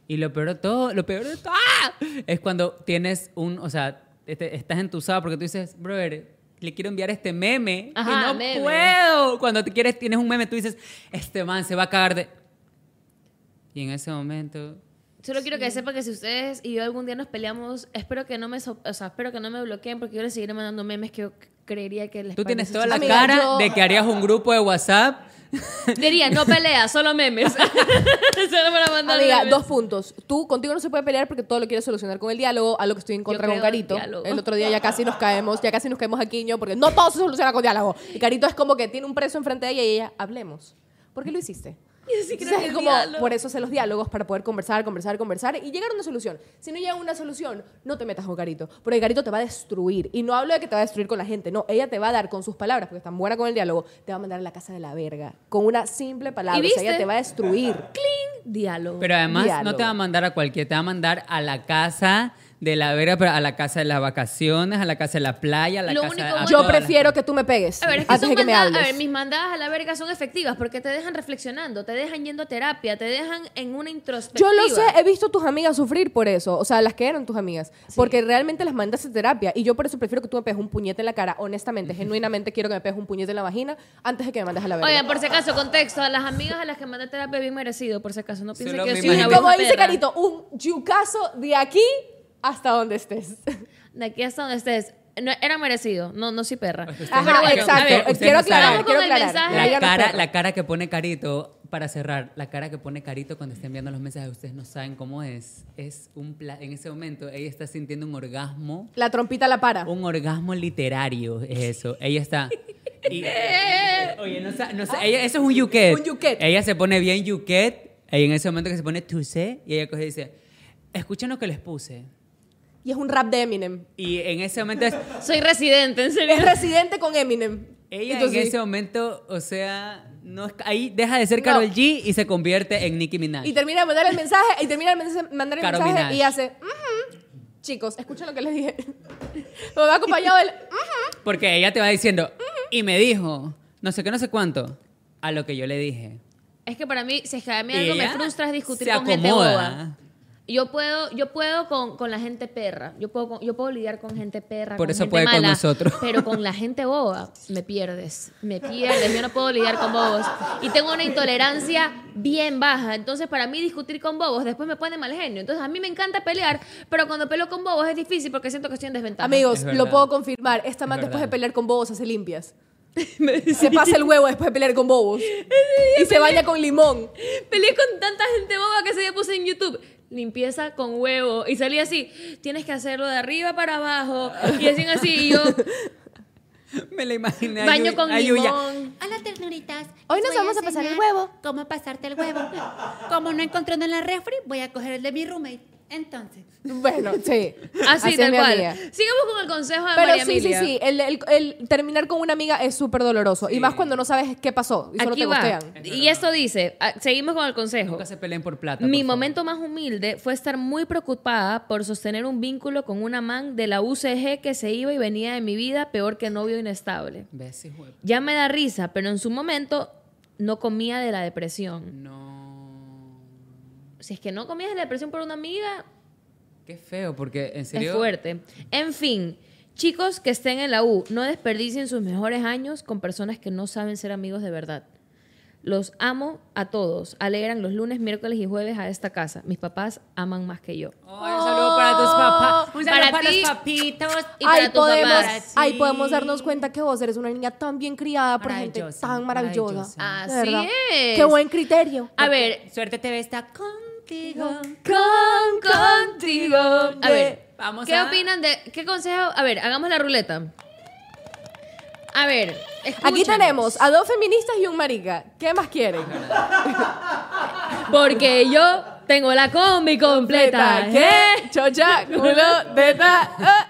S1: Y lo peor de todo, lo peor de todo ¡ah! es cuando tienes un, o sea, este- estás entusado porque tú dices, brother, le quiero enviar este meme
S2: Ajá,
S1: y no
S2: meme.
S1: puedo. Cuando te quieres, tienes un meme, tú dices, este man se va a cagar de... Y en ese momento,
S2: Solo quiero que sepa que si ustedes y yo algún día nos peleamos, espero que no me, so- o sea, espero que no me bloqueen porque yo les seguiré mandando memes que yo c- creería que les
S1: tú tienes
S2: parece-
S1: toda la
S4: Amiga,
S1: cara
S4: yo-
S1: de que harías un grupo de WhatsApp.
S2: Diría, no peleas, solo memes. (laughs) solo para mandar
S4: Amiga,
S2: memes.
S4: dos puntos. Tú contigo no se puede pelear porque todo lo quieres solucionar con el diálogo, a lo que estoy en contra
S2: creo
S4: con
S2: en el
S4: Carito.
S2: diálogo.
S4: El otro día ya casi nos caemos, ya casi nos caemos a Quiño porque no todo se soluciona con diálogo. Y Carito es como que tiene un preso enfrente de ella y ella, hablemos. ¿Por qué lo hiciste?
S2: sí creo
S4: Entonces,
S2: en
S4: es
S2: el
S4: como,
S2: diálogo.
S4: por eso hacer los diálogos, para poder conversar, conversar, conversar y llegar a una solución. Si no llega a una solución, no te metas con Carito, porque Carito te va a destruir. Y no hablo de que te va a destruir con la gente, no, ella te va a dar con sus palabras, porque es tan buena con el diálogo, te va a mandar a la casa de la verga, con una simple palabra. O sea,
S2: viste?
S4: ella te va a destruir.
S2: Diálogo.
S1: Pero además no te
S4: Diálogo.
S1: va a mandar a cualquier, te va a mandar a la casa de la verga, pero a la casa de las vacaciones, a la casa de la playa, a la
S2: Lo
S1: casa
S2: único
S1: de... a
S2: bueno-
S4: Yo
S1: todas las-
S4: prefiero que tú me pegues
S2: A ver, es que
S4: antes
S2: son
S4: de que me
S2: mandadas-
S4: hables.
S2: a ver, mis mandadas a la verga son efectivas porque te dejan reflexionando, te dejan yendo a terapia, te dejan en una introspectiva.
S4: Yo lo sé, eh, he visto tus amigas sufrir por eso, o sea, las que eran tus amigas, porque realmente las mandas a terapia y yo por eso prefiero que tú me pegues un puñete en la cara, honestamente, genuinamente quiero que me pegues un puñete en la vagina antes de que me mandes a la verga.
S2: Oigan, por si acaso, contexto, a las amigas a las que mandé terapia bien merecido, por si acaso, no piensen
S9: Solo
S2: que
S9: me
S2: soy
S4: y
S2: una
S9: imagino.
S4: como
S2: vieja
S4: dice
S2: perra.
S4: Carito, un yucazo de aquí hasta donde estés.
S2: De aquí hasta donde estés. No, era merecido, no, no soy perra.
S9: Ah,
S4: Ajá,
S1: bueno,
S4: exacto.
S1: a ver, ustedes no saben.
S4: quiero aclarar,
S1: Vamos
S4: quiero
S2: con el
S4: aclarar.
S2: mensaje.
S1: La
S4: Ella no es
S1: cara,
S4: perra.
S1: la cara que pone Carito, para cerrar, la cara que pone Carito cuando está enviando los mensajes, ustedes no saben cómo es. Es un pla- en ese momento ella está sintiendo un orgasmo,
S4: La trompita la para.
S1: un orgasmo literario, es eso. Ella está (laughs) y- Oye, no sa- no sa- ella- eso es un yuquet.
S4: Un yuquet.
S1: Ella se pone bien yuquet, y en ese momento que se pone tuse y ella coge y dice, "Escuchen lo que les puse."
S4: Y es un rap de Eminem.
S1: Y en ese momento (laughs) es-
S2: Soy residente, en serio.
S4: Es residente con Eminem.
S1: Ella
S4: Entonces,
S1: en ese momento, o sea, no es- ahí deja de ser Carol
S4: No.
S1: G y se convierte en Nicki Minaj.
S4: Y termina de mandar el mensaje, y termina de mensaje- mandar el
S1: Caro
S4: mensaje
S1: Minaj.
S4: y hace, "Ujú". chicos, escuchen lo que les dije. (laughs) Me va acompañado "Mm-". del, "Ujú".
S1: Porque ella te va diciendo, y me dijo, no sé qué, no sé cuánto, a lo que yo le dije.
S2: Es que para mí, si es que a mí
S1: Y
S2: algo me
S1: ella
S2: frustra es discutir
S1: se
S2: con gente
S1: acomoda.
S2: boba. Yo puedo, yo puedo con, con la gente perra. Yo puedo, con- yo puedo lidiar con gente perra.
S1: Por
S2: con
S1: eso
S2: gente
S1: puede con
S2: mala,
S1: nosotros.
S2: Pero con la gente boba me pierdes. Me pierdes. Yo no puedo lidiar con bobos. Y tengo una intolerancia bien baja. Entonces, para mí, discutir con bobos después me pone mal genio. Entonces, a mí me encanta pelear, pero cuando peleo con bobos es difícil porque siento que estoy en desventaja.
S4: amigos,
S1: Es
S4: lo
S1: verdad.
S4: puedo confirmar, esta man
S1: Es
S4: después de
S1: verdad.
S4: pelear con bobos hace limpias. Se pasa el huevo después de pelear con bobos. y se baña con limón.
S2: Peleé con tanta gente boba que se le puse en YouTube. Limpieza con huevo. Y salía así. Tienes que hacerlo de arriba para abajo. Y así así. Y
S1: (laughs)
S2: yo,
S1: (laughs) Me la imaginé. a
S2: baño
S1: Yu-
S2: con
S1: a Yuya.
S2: limón.
S6: Hola ternuritas.
S4: Hoy nos
S6: Les voy
S4: vamos a pasar el
S6: enseñar
S4: huevo.
S6: ¿Cómo pasarte el huevo? Como no encontré en la refri, voy a coger el de mi roommate. Entonces,
S4: Bueno, sí.
S2: Así, Ah, tal
S4: mi
S2: cual.
S4: amiga.
S2: Sigamos con el consejo de
S4: Pero
S2: María
S4: sí, sí,
S2: Emilia.
S4: sí. El, el- el terminar con una amiga es súper doloroso. Y más cuando no sabes qué pasó y solo
S2: Aquí
S4: te
S2: va.
S4: gostean.
S2: Y esto dice, ah, seguimos con el consejo.
S1: Nunca se peleen por plata. por
S2: Mi
S1: favor.
S2: momento más humilde fue estar muy preocupada por sostener un vínculo con una man de la UCG que se iba y venía de mi vida peor que novio inestable.
S1: Ves, hijo de-
S2: Ya me da risa, pero en su momento no comía de la depresión.
S1: No.
S2: Si es que no comías de la depresión por una amiga,
S1: Qué feo, porque en serio.
S2: es fuerte. En fin, chicos que estén en la U, no desperdicien sus mejores años con personas que no saben ser amigos de verdad. Los amo a todos. Alegran los lunes, miércoles y jueves a esta casa. Mis papás aman más que yo.
S6: Ay, un saludo para tus papás. Un
S2: Oh,
S6: saludo
S2: Para
S6: para,
S2: ti.
S6: los papitos.
S2: Y
S4: ahí,
S2: para tus
S4: podemos,
S2: papás.
S4: ahí podemos darnos cuenta que vos eres una niña tan bien criada por gente
S6: Maravillosa,
S4: tan maravillosa.
S2: maravillosa.
S4: De verdad.
S2: Así es.
S4: Qué buen criterio.
S2: A ver,
S6: Suerte TV está contigo.
S2: con contigo. A ver,
S6: Vamos
S2: ¿qué
S6: a-
S2: opinan de qué consejo? A ver, hagamos la ruleta. A ver,
S4: Aquí
S2: escúchanos.
S4: tenemos a dos feministas y un marica. ¿Qué más quieren?
S2: Porque yo tengo la combi completa. ¿eh?
S4: ¿Qué? Chocha, culo, teta. ah.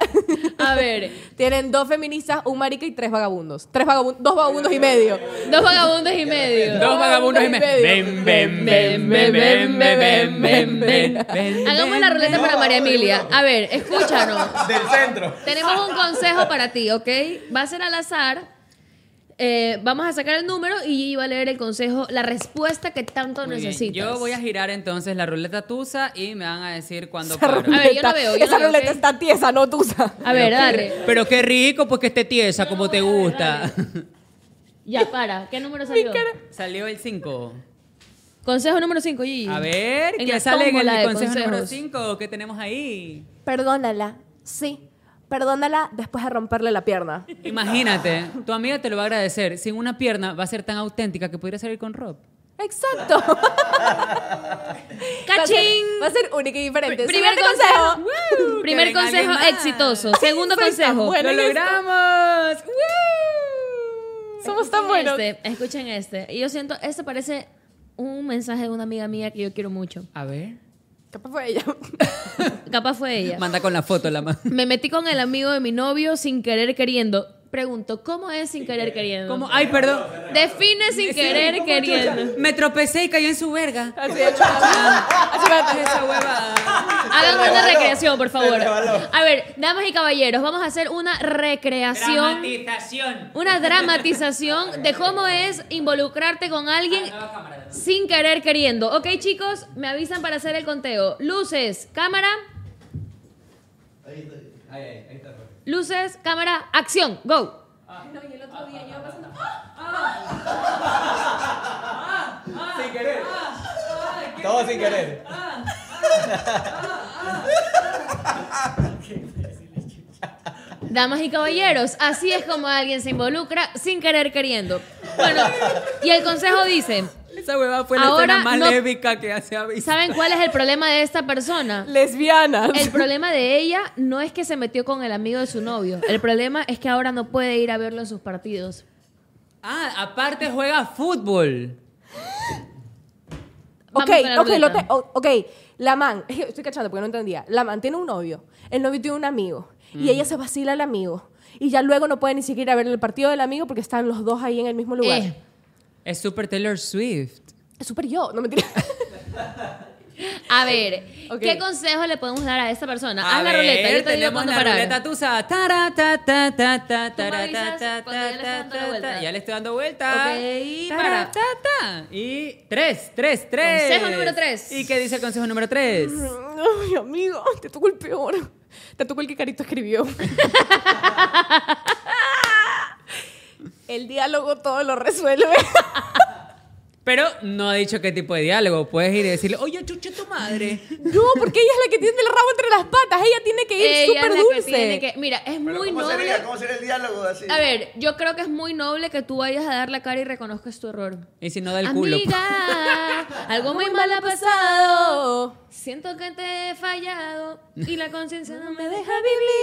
S2: A ver,
S4: (laughs) Tienen dos feministas, un marica y tres vagabundos. Tres vagabundos, dos vagabundos y medio.
S2: dos vagabundos y medio.
S1: Dos vagabundos y me.
S4: Ven, ven, ven, ven, ven, ven, ven, ven.
S2: Hagamos la ruleta para María Emilia. A ver, escúchanos.
S5: Del centro.
S2: Tenemos un consejo para ti, ¿ok? Va a ser al azar. Eh, vamos a sacar el número y Gigi va a leer el consejo, la respuesta que tanto
S6: Muy bien,
S2: necesitas.
S6: Yo voy a girar entonces la ruleta tusa y me van a decir cuándo
S4: Esa
S6: paro.
S2: yo no
S4: ruleta-
S2: veo, yo no
S4: Esa
S2: veo,
S4: ruleta
S2: ¿ok?
S4: está tiesa, no tusa.
S2: A ver, dale.
S1: Pero qué rico, pues que esté tiesa, como te gusta.
S2: Ya, para. ¿Qué número salió?
S6: Salió el 5.
S2: Consejo número 5, Gigi.
S6: A ver,
S2: En
S6: ¿qué
S2: la
S6: sale en
S2: tómbola de
S6: el consejo número
S2: consejos.
S6: 5? ¿Qué tenemos ahí?
S4: Perdónala, sí. Perdónala después de romperle la pierna.
S6: Imagínate, tu amiga te lo va a agradecer. Sin una pierna va a ser tan auténtica que pudiera salir con Rob.
S4: Exacto.
S2: ¡Cachín!
S4: Va a ser, va a ser única y diferente.
S2: Primer
S4: Siguiente
S2: consejo.
S6: que
S2: Primer
S6: venga alguien
S2: consejo
S6: más.
S2: exitoso. Segundo
S4: soy tan
S2: consejo.
S4: buena
S6: ¡Lo
S4: en esto.
S6: logramos!
S4: Somos tan
S2: Escuchen
S4: buenos.
S2: Este, escuchen este. Y yo siento, este parece un mensaje de una amiga mía que yo quiero mucho.
S6: A ver.
S4: Capaz fue ella. (laughs)
S2: Capaz fue ella.
S6: Manda con la foto la mano.
S2: Me metí con el amigo de mi novio sin querer queriendo. Pregunto, ¿cómo es sin querer queriendo?
S6: Como, ay, perdón.
S2: Define sin querer (laughs) queriendo.
S6: Me tropecé y caí en su verga.
S4: Así de Así
S6: Esa hueva.
S2: Hagan una recreación, por favor. A ver, damas y caballeros, vamos a hacer una recreación.
S6: Dramatización.
S2: Una dramatización de cómo es involucrarte con alguien sin querer queriendo. Ok, chicos, me avisan para hacer el conteo. Luces, cámara. Luces, cámara, acción, go.
S5: Sin querer. Todo sin querer.
S2: Damas y caballeros, así es como alguien se involucra sin querer queriendo. Bueno, y el consejo dice,
S6: Esa hueva fue la
S2: Ahora
S6: escena más
S2: no-
S6: lévica que se ha visto.
S2: ¿saben cuál es el problema de esta persona?
S4: Lesbianas.
S2: El problema de ella no es que se metió con el amigo de su novio. El problema es que ahora no puede ir a verlo en sus partidos.
S6: Ah, aparte juega fútbol.
S2: Vamos
S4: Ok,
S2: con la
S4: ok, lo
S2: ruleta.
S4: te- o- ok. La man, (laughs) estoy cachando porque no entendía. La man tiene un novio, el novio tiene un amigo
S2: Mm.
S4: y ella se vacila al amigo y ya luego no puede ni siquiera ver el partido del amigo porque están los dos ahí en el mismo lugar.
S2: Eh,
S6: Es super Taylor Swift.
S4: Es súper yo, no mentira. (laughs)
S2: a ver,
S4: Ok.
S2: ¿qué consejo le podemos dar a esta persona?
S6: A
S2: Haz la
S6: ver,
S2: ruleta, yo te digo
S6: tenemos
S2: cuándo
S6: la
S2: parar.
S6: ruleta tusa. Tara, ta, ta, ta, ta,
S2: Tú me
S6: tara,
S2: avisas
S6: ta, ta,
S2: cuando ya le estás dando la
S6: ta, ta,
S2: vuelta.
S6: ta. Ya le estoy dando vuelta.
S2: Ok,
S6: Tara,
S2: para.
S6: ta, ta. Y tres, tres, tres.
S2: Consejo número tres.
S6: ¿Y qué dice el consejo número tres?
S4: Ay, amigo, te tocó el peor. Te tocó el que
S2: (laughs)
S4: Carito escribió. el diálogo todo lo resuelve.
S6: Pero no ha dicho qué tipo de diálogo. Puedes ir y decirle, oye, chuche tu madre.
S4: no, porque ella es la que tiene el rabo entre las patas. Ella tiene que
S2: Ella
S4: ir
S2: es la
S4: súper
S2: que
S4: dulce.
S2: tiene que- mira, es
S7: Pero
S2: muy
S7: ¿cómo
S2: noble.
S7: sería? ¿Cómo sería el diálogo así?
S2: A ver, yo creo que es muy noble que tú vayas a dar la cara y reconozcas tu error.
S6: Y si no, da el culo.
S2: Amiga, algo muy mal ha pasado. Siento que te he fallado y la conciencia no me deja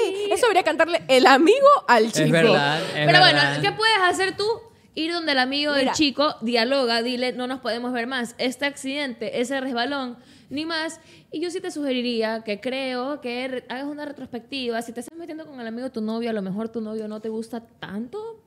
S2: vivir.
S4: Eso debería cantarle el amigo al chico.
S6: Es verdad. es
S2: Pero bueno,
S6: verdad.
S2: ¿qué puedes hacer tú? Ir donde el amigo del
S4: Mira.
S2: chico, dialoga, dile, no nos podemos ver más. Este accidente, ese resbalón, ni más. Y yo sí te sugeriría que creo que re- hagas una retrospectiva. Si te estás metiendo con el amigo de tu novio, a lo mejor tu novio no te gusta tanto.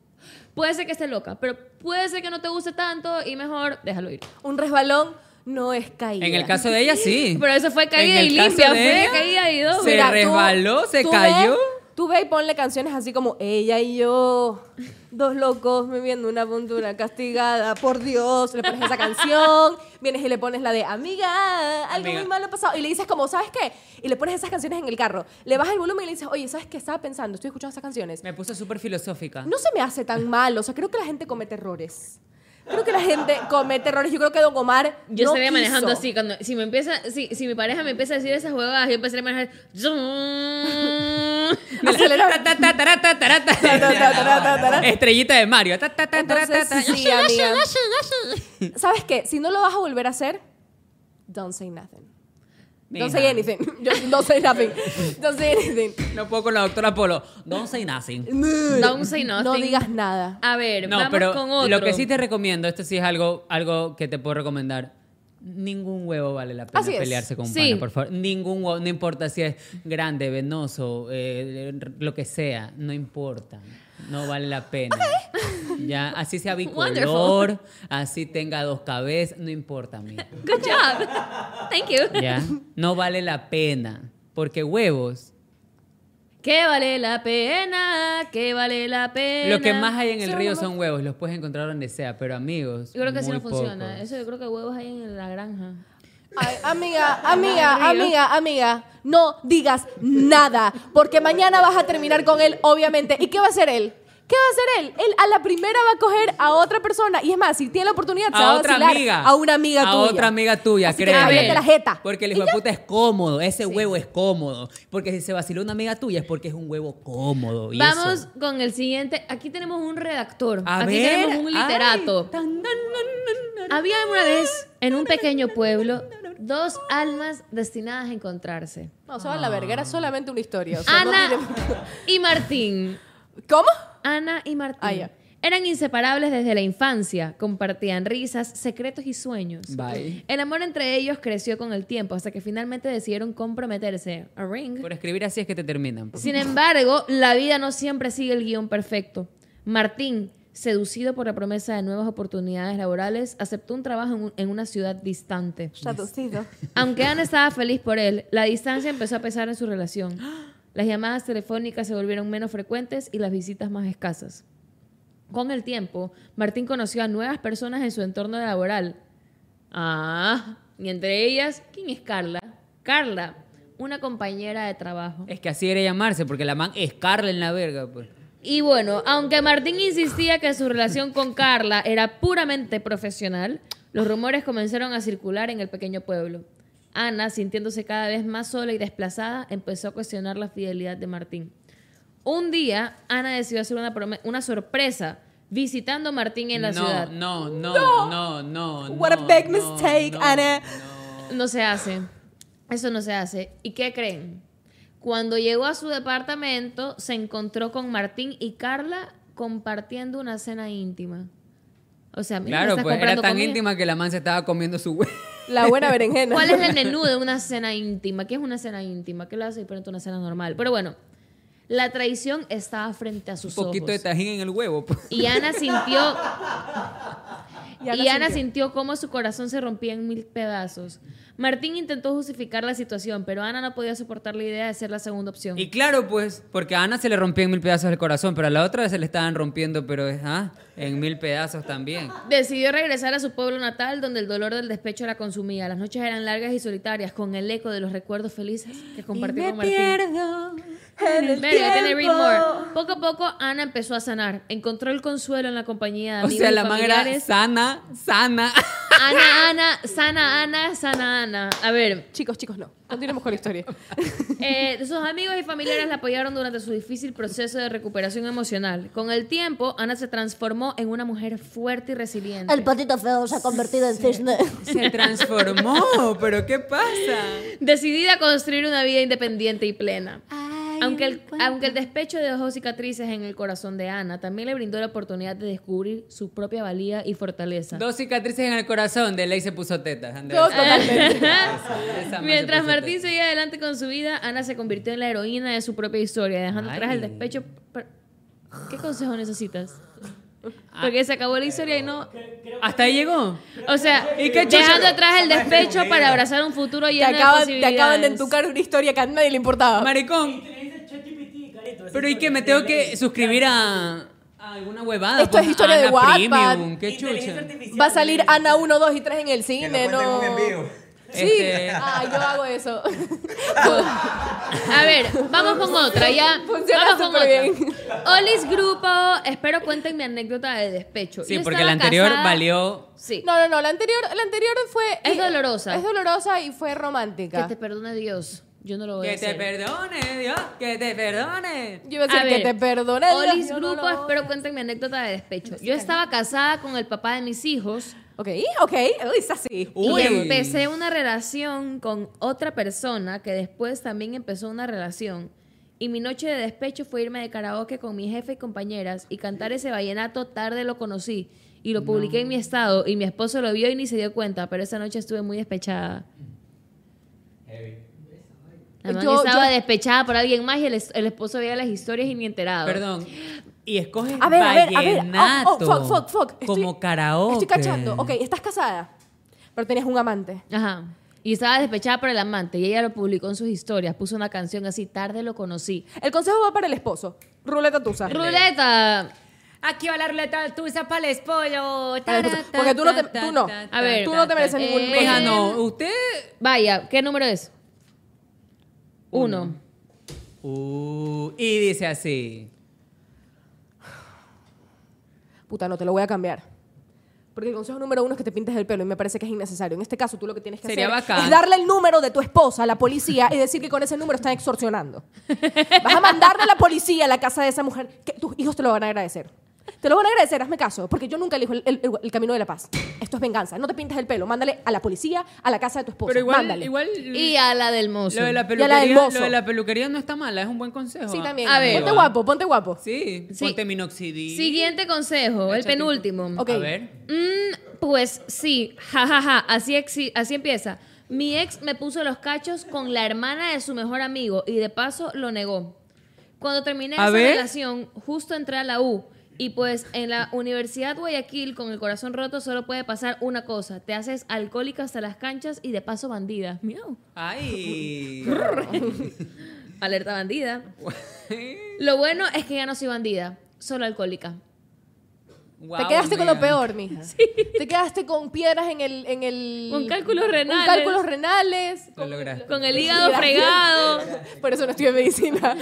S2: Puede ser que esté loca, pero puede ser que no te guste tanto y mejor déjalo ir.
S4: Un resbalón no es caída.
S1: En el caso de ella, sí.
S2: Pero eso fue caída
S1: En
S2: y
S1: el caso
S2: limpia,
S1: de
S2: fue
S1: ella,
S2: caída y dos.
S1: se
S2: Mira,
S4: tú-
S1: resbaló, se
S4: tú
S1: cayó.
S4: ve- tú ve y ponle canciones así como ella y yo, dos locos viviendo una aventura castigada, por Dios, le pones esa canción, vienes y le pones la de amiga, algo
S1: Amiga.
S4: muy malo ha pasado, y le dices como, ¿sabes qué? Y le pones esas canciones en el carro, le bajas el volumen y le dices, oye, ¿sabes qué? Estaba pensando, estoy escuchando esas canciones.
S1: Me puso súper filosófica.
S4: No se me hace tan mal, o sea, creo que la gente comete errores. Creo que la gente comete errores. Yo creo que Don Omar.
S2: Yo
S4: no
S2: estaría
S4: quiso.
S2: manejando
S4: (laughs)
S2: así. Cuando, si, me empieza, si, si mi pareja me empieza a decir esas huevadas, yo empezaría a manejar. (laughs)
S4: Acelerar.
S1: Ta, ta, ta, ta, ta, ta, ta. Estrellita de Mario. Ta, ta, ta, ta, ta,
S4: Entonces,
S1: ta.
S4: sí, amiga. ¿Sabes qué? Si no lo vas a volver a hacer, don't say nothing. Don't say
S1: Mija.
S4: anything. (laughs) Yo- don't say nothing. Don't say anything.
S1: No puedo con la doctora Polo. Don't say nothing.
S2: (laughs) Don't say nothing.
S4: No digas nada.
S2: A ver,
S1: No,
S2: vamos
S1: pero
S2: con otro.
S1: lo que sí te recomiendo, esto sí es algo, algo que te puedo recomendar. Ningún huevo vale la pena
S4: Así es.
S1: pelearse con un
S2: Sí.
S1: pana, por favor. Ningún huevo, no importa si es grande, venoso, eh, lo que sea, no importa. No vale la pena. Ya, así
S2: (laughs)
S1: sea bicolor, así tenga dos cabezas, no importa a mí.
S2: Good job. Thank you.
S1: Ya, no vale la pena. Porque huevos,
S2: Que vale la pena, que vale la pena.
S1: lo que más hay en el
S2: Solo
S1: río
S2: nomás-
S1: son huevos, los puedes encontrar donde sea, pero amigos.
S2: Yo creo que así
S1: muy
S2: no funciona.
S1: pocos.
S2: Eso yo creo que huevos hay en la granja.
S4: Ay,
S1: (laughs)
S4: amiga, amiga, amiga, amiga. No digas nada. Porque mañana vas a terminar con él, obviamente. ¿Y qué va a hacer él? ¿Qué va a hacer él? Él a la primera va a coger a otra persona. Y es más, si tiene la oportunidad, se va
S1: a otra
S4: vacilar
S1: amiga.
S4: A una amiga
S1: A
S4: tuya.
S1: otra amiga tuya,
S4: Así que
S1: créeme.
S4: cámbiate la jeta.
S1: Porque el
S4: Y
S1: hijo de
S4: ya.
S1: puta es cómodo. Ese huevo es cómodo. Porque si se vaciló una amiga tuya es porque es un huevo cómodo. y
S2: Vamos
S1: eso.
S2: con el siguiente. Aquí tenemos un redactor.
S1: A
S2: Aquí
S1: ver,
S2: tenemos un
S1: ay,
S2: literato.
S1: tan, tan, tan, tan, tan.
S2: Había una vez, en un pequeño pueblo, dos almas destinadas a encontrarse.
S4: No, se va a la verga. Era solamente una historia. o sea, no
S2: Ana
S4: tiene-
S2: y Martín.
S4: ¿Cómo?
S2: Ana y Martín.
S4: Ah, ya.
S2: Eran inseparables desde la infancia, compartían risas, secretos y sueños.
S1: Bye.
S2: El amor entre ellos creció con el tiempo hasta que finalmente decidieron comprometerse. A ring.
S1: Por escribir así es que te terminan. pues.
S2: Sin embargo, la vida no siempre sigue el guión perfecto. Martín, seducido por la promesa de nuevas oportunidades laborales, aceptó un trabajo en, un- en una ciudad distante.
S4: Traducido.
S2: Aunque Ana estaba feliz por él, la distancia empezó a pesar en su relación. Las llamadas telefónicas se volvieron menos frecuentes y las visitas más escasas. Con el tiempo, Martín conoció a nuevas personas en su entorno laboral. Ah, y entre ellas, ¿quién es Carla? Carla, una compañera de trabajo.
S1: Es que así era llamarse, porque la man es Carla en la verga. pues.
S2: Y bueno, aunque Martín insistía que su relación con Carla era puramente profesional, los rumores comenzaron a circular en el pequeño pueblo. Ana, sintiéndose cada vez más sola y desplazada, empezó a cuestionar la fidelidad de Martín. Un día, Ana decidió hacer una, prome- una sorpresa visitando a Martín en la
S1: no,
S2: ciudad.
S1: no, no, no, no, no.
S4: What a big
S1: no,
S4: mistake,
S1: no.
S4: Ana.
S2: No se hace. Eso no se hace. ¿Y qué creen? Cuando llegó a su departamento, se encontró con Martín y Carla compartiendo una cena íntima. O sea, mira,
S1: Claro,
S2: estás
S1: pues era
S2: comprando
S1: tan
S2: comida.
S1: íntima que la man se estaba comiendo su huevo.
S4: La buena berenjena.
S2: ¿Cuál es el menú de una cena íntima? ¿Qué es una cena íntima? ¿Qué lo hace diferente a una cena normal? Pero bueno, la traición estaba frente a
S1: Un
S2: (laughs) sus
S1: poquito de
S2: ojos.
S1: tajín en el huevo. pues.
S2: y Ana sintió
S4: Y
S2: y Ana
S4: sintió.
S2: sintió cómo su corazón se rompía en mil pedazos. Martín intentó justificar la situación, pero Ana no podía soportar la idea de ser la segunda opción.
S1: Y claro, pues, porque a Ana se le rompía en mil pedazos el corazón, pero a la otra se le estaban rompiendo, pero es, ah, en mil pedazos también.
S2: Decidió regresar a su pueblo natal, donde el dolor del despecho la consumía. Las noches eran largas y solitarias, con el eco de los recuerdos felices que compartió con Martín. Verga, tiene Read More. Poco a poco, Ana empezó a sanar. Encontró el consuelo en la compañía de
S1: O
S2: amigos
S1: sea,
S2: y
S1: la man era
S2: familiares.
S1: sana,
S2: (laughs)
S1: sana.
S2: Ana, Ana, sana, Ana, sana, Ana. A ver,
S4: Chicos, chicos, no. Continuemos con
S2: (laughs)
S4: la historia.
S2: Eh, sus amigos y familiares la apoyaron durante su difícil proceso de recuperación emocional. Con el tiempo, Ana se transformó en una mujer fuerte y resiliente.
S3: patito feo se ha convertido en cisne.
S1: Se transformó, pero ¿qué pasa?
S2: (laughs) Decidida a construir una vida independiente y plena. Aunque el, aunque el despecho dejó cicatrices en el corazón de Ana, también le brindó la oportunidad de descubrir su propia valía y fortaleza.
S1: Dos cicatrices en el corazón, de ley se puso tetas. Andrés.
S4: Dos totalmente.
S1: Esa man
S2: (laughs) Mientras
S1: se puso
S2: Martín
S1: tetas.
S2: seguía adelante con su vida, Ana se convirtió en la heroína de su propia historia, dejando atrás el despecho. per- ¿Qué consejo necesitas?
S4: Ah.
S2: Porque se acabó la historia y no.
S1: Hasta ahí llegó.
S2: O sea,
S1: ¿Y qué chucha?
S2: dejando atrás el despecho para abrazar un futuro
S4: Te
S2: lleno
S4: acaban,
S2: de
S4: te acaban de
S2: posibilidades.
S4: entucar una historia que a nadie le importaba.
S1: Maricón. Pero ¿y qué? ¿Me tengo que suscribir a, a alguna huevada?
S4: Esto es
S1: Ponga
S4: historia de
S1: Ana
S4: Wattpad.
S1: Premium, ¿Qué chucha?
S4: Va a salir Ana 1, 2 y 3 en el
S10: Que
S4: cine,
S10: nos cuenten
S4: ¿no?
S10: un envío.
S4: Sí.
S1: Este-
S4: Ah, yo
S10: (laughs)
S4: hago eso.
S2: A ver, vamos con otra, ya.
S4: (laughs) Funciona
S2: vamos con otra.
S4: superbién.
S2: Olis Grupo, espero cuenten mi anécdota de
S1: (laughs)
S2: despecho.
S1: Sí,
S2: Yo
S1: porque
S2: estaba
S1: la anterior
S2: casada-
S1: valió.
S2: Sí.
S4: No, no, no. La anterior, la anterior fue. eh,
S2: Es dolorosa.
S4: Es dolorosa y fue
S2: Que
S4: romántica.
S2: te perdone Dios. Yo no lo voy a
S1: Que te
S2: hacer.
S1: perdone, Dios, que te perdone.
S4: Yo iba a decir que te perdone. Dios,
S2: Olis
S4: yo no
S2: Grupo,
S4: lo-
S2: espero cuenten mi anécdota de despecho. Yo estaba casada con el papá de mis hijos
S4: Ok, ok. Uy, es así.
S1: Uy.
S2: y empecé una relación con otra persona que después también empezó una relación. Y mi noche de despecho fue irme de karaoke con mi jefe y compañeras y cantar ese vallenato tarde lo conocí. Y lo publiqué en mi estado y mi esposo lo vio y ni se dio cuenta, pero esa noche estuve muy despechada. La man
S4: Yo-
S2: estaba
S4: yo-
S2: despechada por alguien más y el, es- el esposo veía las historias y ni enterado.
S1: Perdón. Y escoges
S4: A ver, a ver, a ver.
S1: vallenato.
S4: Oh, oh, fuck, fuck, fuck. Estoy-
S1: Como karaoke.
S4: Estoy cachando. Ok, estás casada, pero tenías un amante.
S2: Ajá. Y estaba despechada por el amante y ella lo publicó en sus historias. Puso una canción así, tarde lo conocí.
S4: El consejo va para el esposo. Ruleta tusa.
S2: Ruleta.
S1: Aquí va la ruleta, tú usas para el espollo.
S4: Para el espollo. Porque tú no te- tú no.
S2: A ver.
S4: Tú no te mereces ningún
S2: Eh,
S1: Mija,
S4: consejo.
S1: no. Usted.
S2: Vaya, ¿qué número es? Uno.
S1: Uh, y dice así.
S4: Puta, no te lo voy a cambiar. Porque el consejo número uno es que te pintes el pelo y me parece que es innecesario. En este caso, tú lo que tienes que
S1: Sería
S4: hacer
S1: bacán.
S4: es darle el número de tu esposa a la policía y decir que con ese número están extorsionando. Vas a mandarle a la policía a la casa de esa mujer. Que tus hijos te lo van a agradecer. Te lo van a agradecer, hazme caso, porque yo nunca elijo el, el- el- el camino de la paz. Esto es venganza. No te pintes el pelo. Mándale a la policía, a la casa de tu esposa.
S1: Pero igual,
S4: Mándale.
S1: igual
S2: Y a la del mozo.
S1: lo de la
S4: y a la del
S1: peluquería,
S4: mozo.
S1: lo de la peluquería no está mala, es un buen consejo.
S4: Sí,
S1: ah.
S4: también.
S2: A ver.
S4: Ponte guapo, ponte guapo.
S1: Sí,
S2: Sí.
S1: ponte minoxidil.
S2: Siguiente consejo, el
S1: Échate un-
S2: penúltimo.
S4: Ok.
S1: A ver.
S2: Mm, pues sí, jajaja, Así, exi- así empieza. Mi ex me puso los cachos con la hermana de su mejor amigo y de paso lo negó. Cuando terminé
S1: A
S2: esa
S1: ver.
S2: relación, justo entré a la U y pues en la Universidad Guayaquil con el corazón roto solo puede pasar una cosa, te haces alcohólica hasta las canchas y de paso bandida. Miau.
S4: (laughs)
S1: Ay. (laughs)
S2: Alerta bandida. Lo bueno es que ya no soy bandida, solo alcohólica.
S1: Guau,
S4: Te quedaste con lo
S1: amiga. (laughs)
S4: peor, mija. Te quedaste con piedras en el... En el
S2: Con cálculos
S4: con
S2: renales.
S4: cálculos renales.
S1: Lo lograste.
S2: Con el hígado
S1: (laughs)
S4: Gracias.
S2: fregado.
S4: Por eso no estudié medicina.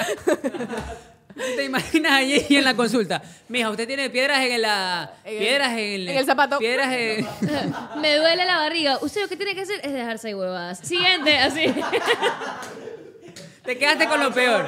S1: ¿Te imaginas allí (laughs) en la consulta? Mija, usted tiene piedras en la.
S4: En el-
S1: piedras en,
S4: en el zapato.
S1: Piedras en.
S2: (laughs) Me duele la barriga. Usted lo que tiene que hacer es dejarse de huevadas. Siguiente,
S4: (laughs)
S2: así.
S1: (laughs) Te quedaste con lo peor.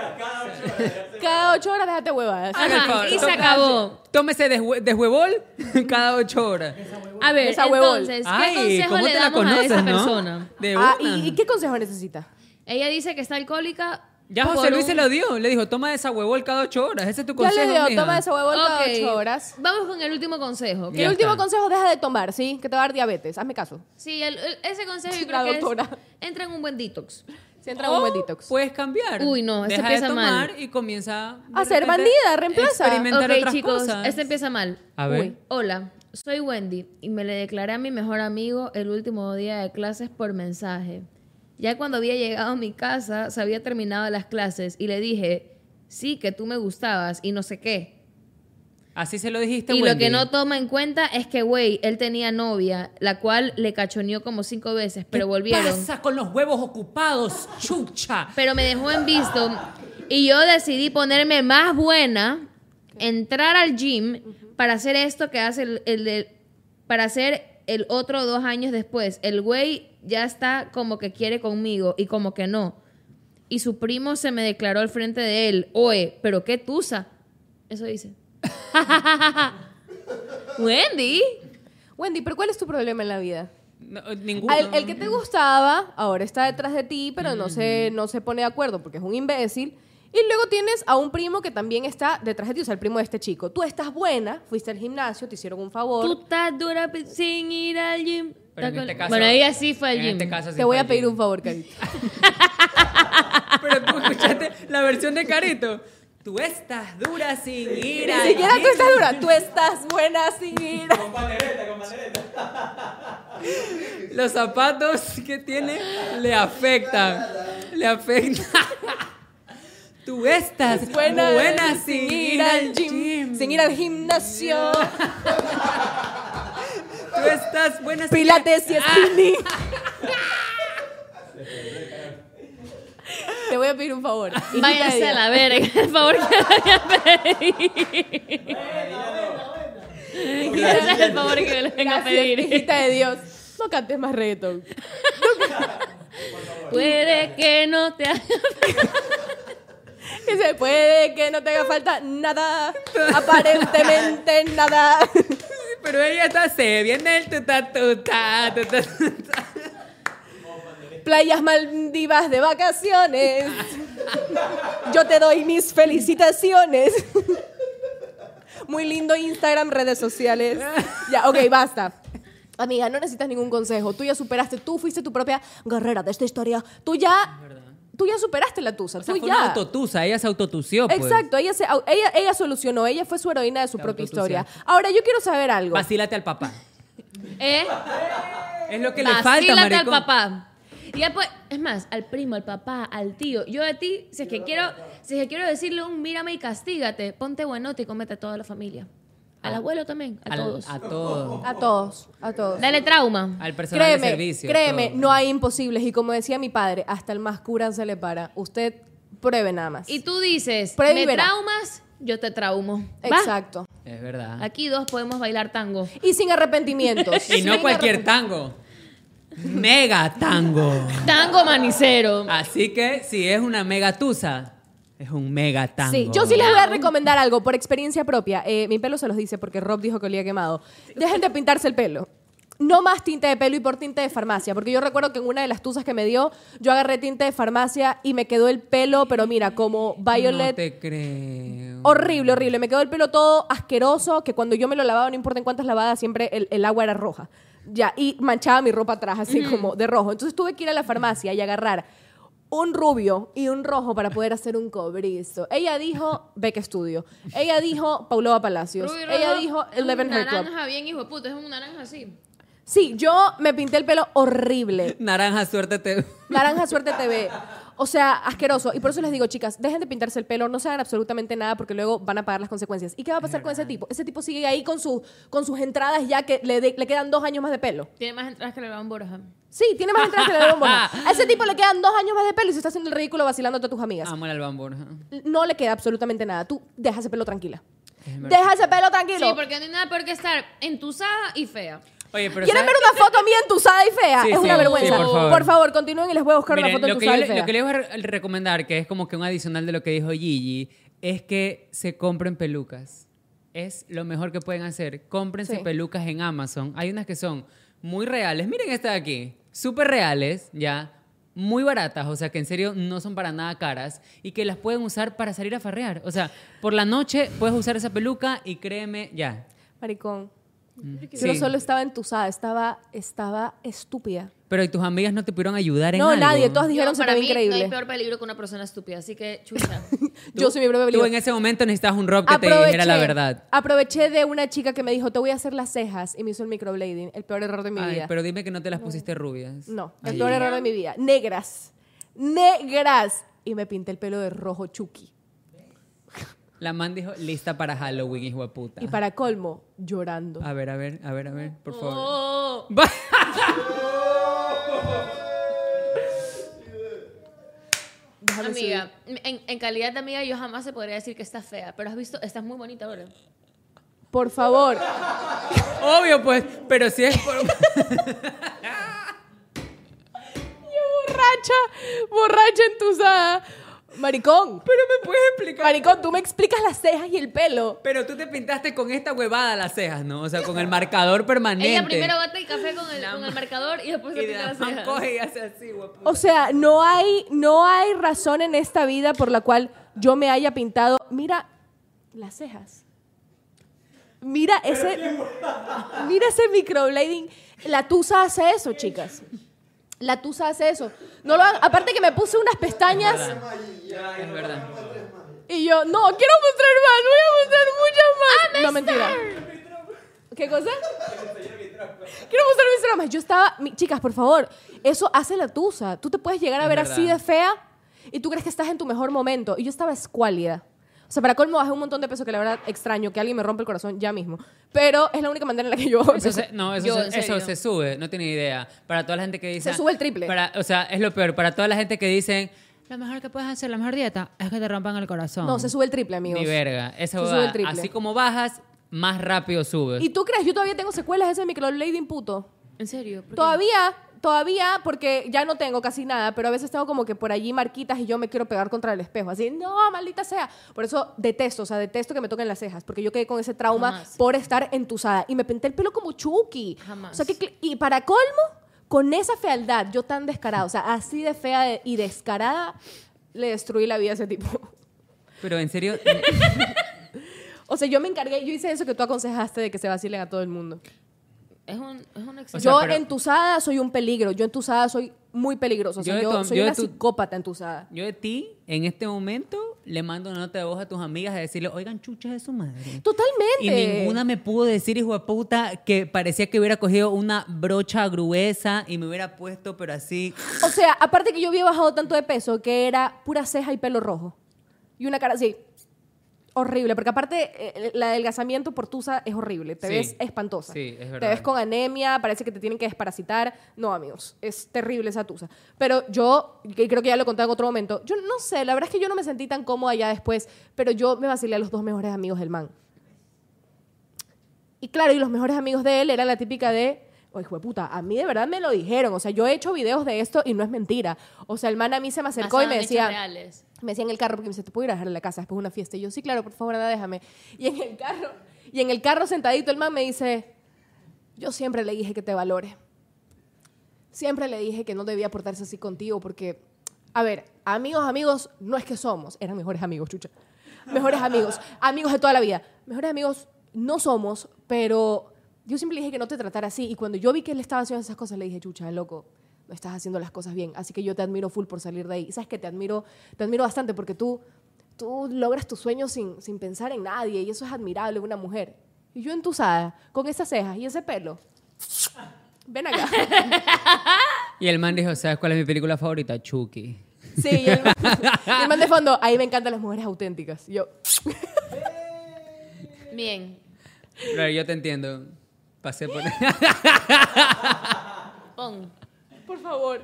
S4: Cada ocho horas déjate huevadas.
S2: Ajá,
S1: Haga el favor.
S2: y se
S1: Tómese-
S2: acabó.
S1: Tómese deshuevol (laughs) cada ocho horas.
S2: A ver,
S4: Esa huevón.
S2: entonces, ¿qué
S1: Ay,
S2: consejo
S1: ¿cómo
S2: le
S1: te la
S2: damos a
S1: conoces,
S2: esa
S1: no?
S2: persona?
S1: De
S4: Ah,
S1: una.
S4: ¿y, y qué consejo necesita?
S2: Ella dice que está alcohólica.
S1: Ya
S2: por
S1: José Luis
S2: un-
S1: se lo dio. Le dijo, toma esa huevol cada ocho horas. Ese es tu
S4: Ya
S1: consejo,
S4: le digo,
S1: mija.
S4: toma ese huevón cada
S2: Ok,
S4: ocho horas.
S2: Vamos con el último consejo. ¿ok?
S1: Ya
S4: el último
S1: está.
S4: consejo, deja de tomar, ¿sí? Que te va a dar diabetes. Hazme caso.
S2: Sí, el- el- ese consejo yo
S4: Sí,
S2: creo
S4: la
S2: que es,
S4: doctora.
S2: entra en un buen detox.
S4: Si entra en un buen
S1: O
S4: detox.
S1: Puedes cambiar.
S2: Uy, no, eso
S1: Deja
S2: empieza
S1: de tomar
S2: mal.
S1: y comienza de
S4: A ser
S1: repente,
S4: bandida, reemplaza.
S1: Experimentar
S2: ok,
S1: otras
S2: chicos,
S1: cosas.
S2: este empieza mal.
S1: A ver.
S2: Uy, hola, soy Wendy y me le declaré a mi mejor amigo el último día de clases por mensaje. Ya cuando había llegado a mi casa, se había terminado las clases y le dije, sí, que tú me gustabas y no sé qué.
S1: Así se lo dijiste,
S2: Y lo
S1: Este Wendy.
S2: que no toma en cuenta es que, güey, él tenía novia, la cual le cachoneó como cinco veces, pero
S1: ¿Qué
S2: volvieron.
S1: pasa con los huevos ocupados, chucha?
S2: Pero me dejó en visto y yo decidí ponerme más buena, entrar al gym para hacer esto que hace el, el de- para hacer el otro dos años después. El güey ya está como que quiere conmigo y como que no. Y su primo se me declaró al frente de él. Oe, pero qué tusa. Eso dice. (laughs) Wendy.
S4: Wendy, ¿pero cuál es tu problema en la vida?
S1: No, eh, ninguno.
S4: El, el que te gustaba ahora está detrás de ti, pero no se, no se pone de acuerdo porque es un imbécil. Y luego tienes a un primo que también está detrás de ti, o sea, el primo de este chico. Tú estás buena, fuiste al gimnasio, te hicieron un favor.
S2: Tú estás dura pe- sin ir al gym.
S1: Pero en este
S2: Está con-
S1: caso-
S2: bueno, ella sí fue al
S1: En
S2: gym.
S1: este caso sí
S4: te voy
S1: fue
S4: a pedir
S1: Jimmy.
S4: un favor, Carito.
S1: (laughs) Pero tú escuchaste la versión de Carito. Tú estás dura sin ir
S4: Ni
S1: al
S4: siquiera tú
S1: gym.
S4: estás dura, tú estás buena sin ir.
S1: Los zapatos que tiene le afectan. Le afectan. (laughs) Tú estás buena, sin ir al gym.
S4: sin ir al
S1: (laughs)
S4: gimnasio,
S1: Tú estás buena sin
S4: pilates
S1: Ah.
S4: y
S1: (laughs)
S4: spinning. Te voy a pedir un favor. Hijita de
S2: Váyanse a
S4: Dios.
S2: la verga, (laughs) por favor, que la voy a pedir. (laughs) Gracias, el favor que me lo venga a
S4: Gracias,
S2: pedir.
S4: hijita de Dios. No cantes más reggaetón.
S2: Puede que no te haga
S4: Que se puede que no te haga falta nada. Aparentemente nada.
S1: Pero ella está se viene el tuta tuta tuta, tuta.
S4: Playas Maldivas de vacaciones. Yo te doy mis felicitaciones. Muy lindo Instagram, redes sociales. Ya, ok, basta. Amiga, no necesitas ningún consejo. Tú ya superaste, tú fuiste tu propia guerrera de esta historia. Tú ya, tú ya superaste la tusa.
S1: O sea,
S4: tú
S1: fue
S4: ya.
S1: una autotusa, ella se autotució, pues.
S4: Exacto, ella, se, au- ella, ella solucionó, ella fue su heroína de su
S1: La
S4: propia
S1: autotusia.
S4: historia. Ahora yo quiero saber algo.
S1: Vacílate al papá.
S2: ¿Eh?
S1: Es lo que le falta,
S2: Vacílate al
S1: maricón.
S2: papá. Y ya pues, es más, al primo, al papá, al tío. Yo de ti, si es que quiero, si es que quiero decirle un mírame y castígate, ponte buenote y comete a toda la familia. Al abuelo también, a
S1: Al-
S2: todos.
S1: A todos.
S4: A todos, a todos.
S2: Dale trauma.
S1: Al personal
S4: Créeme,
S1: de servicio.
S4: créeme,
S1: todo.
S4: no hay imposibles. Y como decía mi padre, hasta el más cura se le para. Usted pruebe nada más.
S2: Y tú dices,
S4: Prueba
S2: me
S4: y verá.
S2: traumas, yo te traumo. ¿Va?
S4: Exacto.
S1: Es verdad.
S2: Aquí dos podemos bailar tango.
S4: Y sin
S1: (laughs)
S4: arrepentimientos.
S1: Y no
S4: Sin
S1: cualquier
S4: arrepent-
S1: tango. Mega tango.
S2: Tango manicero.
S1: Así que si es una mega tusa, es un mega tango.
S4: Sí, yo sí les voy a recomendar algo por experiencia propia. Eh, mi pelo se los dice porque Rob dijo que olía quemado. Dejen de pintarse el pelo. No más tinte de pelo y por tinte de farmacia, porque yo recuerdo que en una de las tuzas que me dio, yo agarré tinte de farmacia y me quedó el pelo, pero mira, como
S1: No
S4: Violet
S1: te creo.
S4: Horrible, horrible. Me quedó el pelo todo asqueroso, que cuando yo me lo lavaba, no importa en cuántas lavadas, siempre el, el agua era roja. Ya, y manchaba mi ropa atrás, así como de rojo. Entonces tuve que ir a la farmacia y agarrar un rubio y un rojo para poder hacer un cobrizo. Ella dijo Beck Studio. Ella dijo Paulova Palacios.
S2: Rubio
S4: Ella
S2: rojo,
S4: dijo
S2: es
S4: Eleven
S2: un
S4: Hair Club.
S2: Naranja bien, hijo de puta, es un naranja así.
S4: Sí, yo me pinté el pelo horrible.
S1: Naranja, suerte te.
S4: Naranja Suerte TV. O sea, asqueroso. Y por eso les digo, chicas, dejen de pintarse el pelo, no se hagan absolutamente nada porque luego van a pagar las consecuencias. ¿Y qué va a pasar con ese tipo? Ese tipo sigue ahí con, su, con sus entradas ya que le, de- le quedan dos años más de pelo.
S2: Tiene más entradas que la Gran Borja.
S4: Sí, tiene más entradas que la de Bombona. A ese tipo le quedan dos años más de pelo y se está haciendo el ridículo vacilando a todas tus amigas.
S1: Amo al bambú.
S4: No le queda absolutamente nada. Tú deja ese pelo tranquila. Deja ese pelo tranquilo.
S2: Sí, porque no hay nada peor que estar entusada y fea.
S1: Oye, pero.
S4: ¿Quieren
S1: ¿sabes?
S4: ver una foto mía entusada y fea?
S1: Sí,
S4: es
S1: sí,
S4: una vergüenza.
S1: sí, por
S4: por,
S1: favor.
S4: favor. continúen y les voy a buscar una
S1: Miren,
S4: foto
S1: lo, que yo,
S4: entusada y
S1: le-
S4: fea.
S1: lo que les voy a re- recomendar, que es como que un adicional de lo que dijo Gigi, es que se compren pelucas. Es lo mejor que pueden hacer. Cómprense
S4: Sí.
S1: pelucas en Amazon. Hay unas que son muy reales. Miren esta de aquí. Súper reales, ya. Muy baratas, o sea que en serio no son para nada caras y que las pueden usar para salir a farrear. O sea, por la noche puedes usar esa peluca y créeme, ya.
S4: Maricón. Yo
S1: Sí.
S4: no solo estaba entusada, estaba, estaba estúpida.
S1: Pero ¿y tus amigas no te pudieron ayudar en
S4: No,
S1: algo?
S4: nadie, todas dijeron
S2: Yo,
S4: se
S2: para
S4: te ve
S2: mí, No
S4: increíble.
S2: hay peor peligro que una persona estúpida, así
S4: (laughs)
S2: que chucha.
S4: Yo soy mi propio
S1: Tú
S4: peligro.
S1: en ese momento necesitas un rock que te dijera la verdad.
S4: aproveché de una chica que me dijo, te voy a hacer las cejas y me hizo el microblading, el peor error de mi
S1: Ay,
S4: vida.
S1: pero dime que no te las pusiste rubias.
S4: No, el peor error de mi vida. Negras. Negras. Y me pinté el pelo de rojo chucky.
S1: La man dijo, lista para Halloween, hijo de puta.
S4: Y para colmo, llorando.
S1: A ver, a ver, a ver, a ver, por favor.
S2: Oh,
S4: Déjame
S2: amiga, en, en calidad de amiga yo jamás se podría decir que estás fea, pero has visto, estás muy bonita ahora.
S4: subir. Por favor.
S1: Obvio, pues, pero si es por...
S4: borracha, borracha entusada. Maricón.
S1: Pero me puedes explicar.
S4: Maricón, tú me explicas las cejas y el pelo.
S1: Pero tú te pintaste con esta huevada las cejas, ¿no? O sea, con el marcador permanente.
S2: Ella primero bate el café con el, con el marcador y después se
S1: Y
S2: pinta
S1: la
S2: las
S1: man
S2: cejas.
S1: coge y hace así, hijo de puta.
S4: O sea, no hay, no hay razón en esta vida por la cual yo me haya pintado, mira las cejas. Mira ese mira ese microblading. La tusa hace eso, chicas. La tusa hace eso. No lo hagan. aparte que me puse unas pestañas
S1: Es verdad.
S4: y yo, no, quiero mostrar más, voy a mostrar muchas más. no, mentira. ¿Qué cosa? Quiero mostrar mis tramas. Yo estaba, mi- chicas, por favor, eso hace la tusa. Tú te puedes llegar a
S1: Es
S4: ver
S1: verdad.
S4: así de fea y tú crees que estás en tu mejor momento. Y yo estaba escuálida. O sea, para colmo bajé un montón de peso que la verdad extraño que alguien me rompa el corazón ya mismo. Pero es la única manera en la que yo
S1: Eso se, no, eso,
S2: Yo,
S1: se,
S2: en
S1: eso
S2: serio.
S1: se sube, no tiene idea. Para toda la gente que dice.
S4: Se sube el triple.
S1: Para, o sea, es lo peor. Para toda la gente que dicen, lo mejor que puedes hacer, la mejor dieta, es que te rompan el corazón.
S4: No, se sube el triple, amigos.
S1: Ni verga. Esa
S4: Se sube
S1: huevada,
S4: el triple.
S1: Así como bajas, más rápido subes.
S4: ¿Y tú crees? Yo todavía tengo secuelas de ese microblading puto.
S2: ¿En serio? ¿Por qué?
S4: Todavía, todavía, porque ya no tengo casi nada, pero a veces tengo como que por allí marquitas y yo me quiero pegar contra el espejo. Así, no, maldita sea. Por eso detesto, o sea, detesto que me toquen las cejas, porque yo quedé con ese trauma
S2: Jamás.
S4: por estar entusada. Y me pinté el pelo como Chucky.
S2: Jamás.
S4: O sea, que, cl- y para colmo, con esa fealdad, yo tan descarada, o sea, así de fea de- y descarada, le destruí la vida a ese tipo. (laughs)
S1: Pero en serio,
S4: O sea, yo me encargué, yo hice eso que tú aconsejaste de que se vacilen a todo el mundo.
S2: Es un, es un exceso.
S1: O sea,
S4: yo
S1: pero-
S4: entusada soy un peligro. Yo entusada soy muy peligrosa. O sea,
S1: Yo de
S4: yo,
S1: tu-
S4: soy
S1: yo de
S4: una
S1: tu-
S4: psicópata entusada.
S1: yo de ti, en este momento, le mando una nota de voz a tus amigas a decirle, oigan, chuchas de su madre.
S4: Totalmente.
S1: Y ninguna me pudo decir, hijo de puta, que parecía que hubiera cogido una brocha gruesa y me hubiera puesto, pero así.
S4: O sea, aparte que yo había bajado tanto de peso que era pura ceja y pelo rojo. Y una cara así. Horrible, porque aparte eh, el adelgazamiento por tusa es horrible, te
S1: Sí.
S4: ves espantosa.
S1: Sí, es
S4: Te
S1: verdad.
S4: ves con anemia, parece que te tienen que desparasitar. No, amigos, es terrible esa tusa. Pero yo, que creo que ya lo conté en otro momento, yo no sé, la verdad es que yo no me sentí tan cómoda ya después, pero yo me vacilé a los dos mejores amigos del man. Y claro, y los mejores amigos de él era la típica de, oye, hijo de puta, a mí de verdad me lo dijeron. O sea, yo he hecho videos de esto y no es mentira. O sea, el man a mí se me acercó
S2: Basado
S4: y me
S2: en hechos
S4: decía,
S2: reales.
S4: me decía en el carro, porque me dice, ¿te puedo ir a dejar a la casa después de una fiesta? Y yo, sí, claro, por favor, nada, déjame. (laughs) Y en el carro, y en el carro sentadito, el man me dice, yo siempre le dije que te valore. Siempre le dije que no debía portarse así contigo porque, a ver, amigos, amigos, no es que somos, eran mejores amigos, chucha. Mejores amigos, amigos de toda la vida. Mejores amigos no somos, pero yo siempre le dije que no te tratara así. Y cuando yo vi que él estaba haciendo esas cosas, le dije, chucha, loco, no estás haciendo las cosas bien. Así que yo te admiro full por salir de ahí. Y sabes que te admiro, te admiro bastante porque tú, tú logras tus sueños sin, sin pensar en nadie y eso es admirable en una mujer. Y yo entusada, con esas cejas y ese pelo. Ven acá.
S1: Y el man dijo, ¿sabes cuál es mi película favorita? Chucky.
S4: Sí, y el, man- (laughs) y el man de fondo, ahí me encantan las mujeres auténticas. Y Yo,
S2: Bien,
S1: Pero yo te entiendo. Pasé por...
S2: pon.
S4: por favor.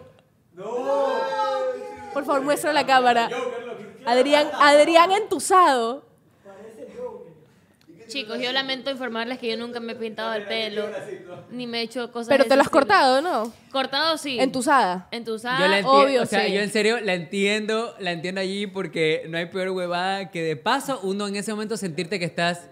S4: Por favor, muestra la cámara. Adrián, Adrián entusado.
S2: Chicos, yo lamento informarles que yo nunca me he pintado el pelo, ni me he hecho cosas.
S4: Pero
S2: de
S4: te lo
S2: ese
S4: has
S2: estilo.
S4: cortado, ¿no?
S2: Cortado sí. ah,
S4: Entusada.
S1: (laughs)
S2: Entusada.
S1: Yo la entiendo,
S4: Ah, obvio,
S1: o sea,
S4: sí.
S1: yo en serio la entiendo, la entiendo allí porque no hay peor huevada que de paso uno en ese momento sentirte que estás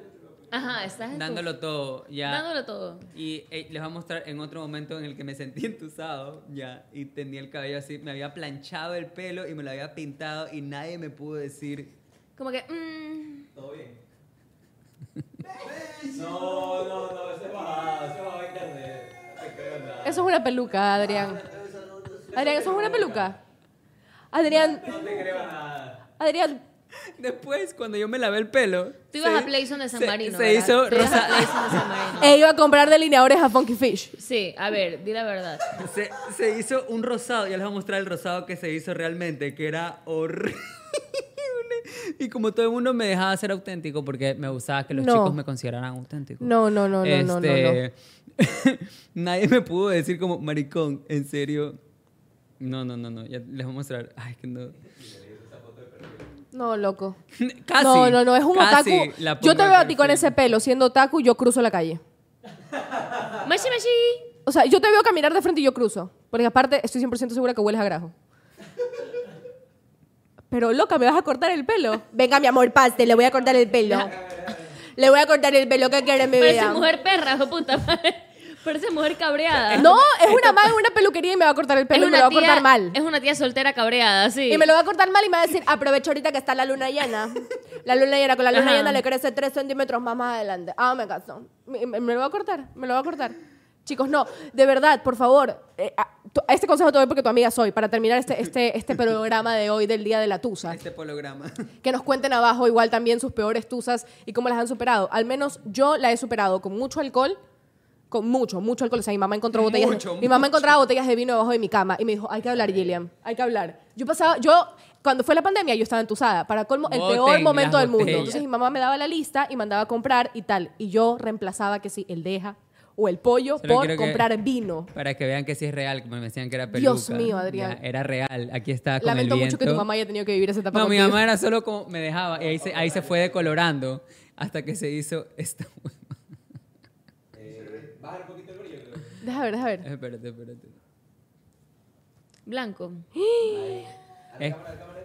S2: Ajá, estás entu-
S4: pues,
S1: dándolo todo, ya.
S2: Dándolo todo.
S1: Y eh, les voy a mostrar en otro momento en el que me sentí (laughs) entusado, ya, y tenía el cabello así, me había planchado el pelo y me lo había pintado y nadie me pudo decir, (laughs)
S2: Como que, mm,
S4: Eso es una peluca, Adrián. Adrián, eso es una peluca. Adrián. Adrián.
S1: Después, cuando yo me lavé el pelo.
S2: Tú ibas
S1: se-
S2: a Playson de San
S1: se-
S2: Marino.
S1: Se,
S2: ¿verdad?
S1: hizo
S2: Tú ibas a
S1: rosa-
S2: Playson de
S1: (laughs)
S2: San Marino.
S4: E iba a comprar delineadores a Funky Fish.
S2: Sí, a ver, di
S1: (laughs)
S2: la verdad.
S1: se, se hizo un rosado. Ya les voy a mostrar el rosado que se hizo realmente, que era horrible. Y como todo el mundo me dejaba ser auténtico porque me gustaba que los
S4: No.
S1: chicos me consideraran auténtico. Este,
S4: No, no, no, no, no, no,
S1: (laughs) nadie me pudo decir como, maricón, en serio. No, no, no, no. Ya les voy a mostrar. Ay, que no. (laughs)
S4: No, loco.
S1: Casi.
S4: no, no, no, es un
S1: casi
S4: otaku.
S1: la
S4: Yo
S1: pongo
S4: te
S1: de
S4: veo a ti con
S1: perfil.
S4: ese pelo, siendo otaku, yo cruzo la calle.
S2: Mashi, mashi.
S4: O sea, yo te veo caminar de frente y yo cruzo. Porque aparte, estoy 100% segura que hueles a grajo. Pero loca, ¿me vas a cortar el pelo? Venga, mi amor, paste, le voy a cortar el pelo. Le voy a cortar el pelo, ¿qué quieres, mi
S2: Parece
S4: vida?
S2: mujer perra, hijo de puta madre. (laughs) Parece mujer cabreada.
S4: No, es una madre en una peluquería y me va a cortar el pelo y me lo va a
S2: tía-
S4: cortar mal.
S2: Es una tía soltera cabreada, sí.
S4: Y me lo va a cortar mal y me va a decir, aprovecho ahorita que está la luna llena.
S2: (laughs)
S4: La luna llena, con la luna
S2: Ajá.
S4: llena le crece 3 centímetros más más adelante. Ah, me caso. Me, me- me lo va a cortar, me lo va a cortar. Chicos, no, de verdad, por favor, eh, a- tu- este consejo te doy porque tu amiga soy, para terminar este, este, este programa de hoy del Día de la Tusa.
S11: Este holograma.
S4: Que nos cuenten abajo igual también sus peores tusas y cómo las han superado. Al menos yo la he superado con mucho alcohol, con mucho, mucho alcohol. O sea, mi mamá encontró botellas. de-
S11: Mucho,
S4: mi mamá encontraba botellas de vino debajo de mi cama y me dijo, hay que hablar, Gillian, hay que hablar. Yo pasaba, yo, cuando fue la pandemia, yo estaba entusada. Para colmo, el
S1: Boten
S4: peor momento
S1: las
S4: del mundo.
S1: botellas.
S4: Entonces mi mamá me daba la lista y mandaba a comprar y tal. Y yo reemplazaba que sí, el deja o el pollo
S1: Solo
S4: por
S1: quiero que-
S4: comprar vino.
S1: Para que vean que sí es real, como me decían que era peluca.
S4: Dios mío, Adrián.
S1: Ya, era real, aquí está Ah, con
S4: Lamento
S1: el
S4: mucho
S1: viento.
S4: que tu mamá haya tenido que vivir esa etapa
S1: No, mi
S4: contigo.
S1: mamá era solo como me dejaba y ahí se, ahí se fue decolorando hasta que se hizo esta hueva.
S4: Deja ver, deja ver.
S1: (laughs) Espérate, espérate.
S2: Blanco.
S1: Es,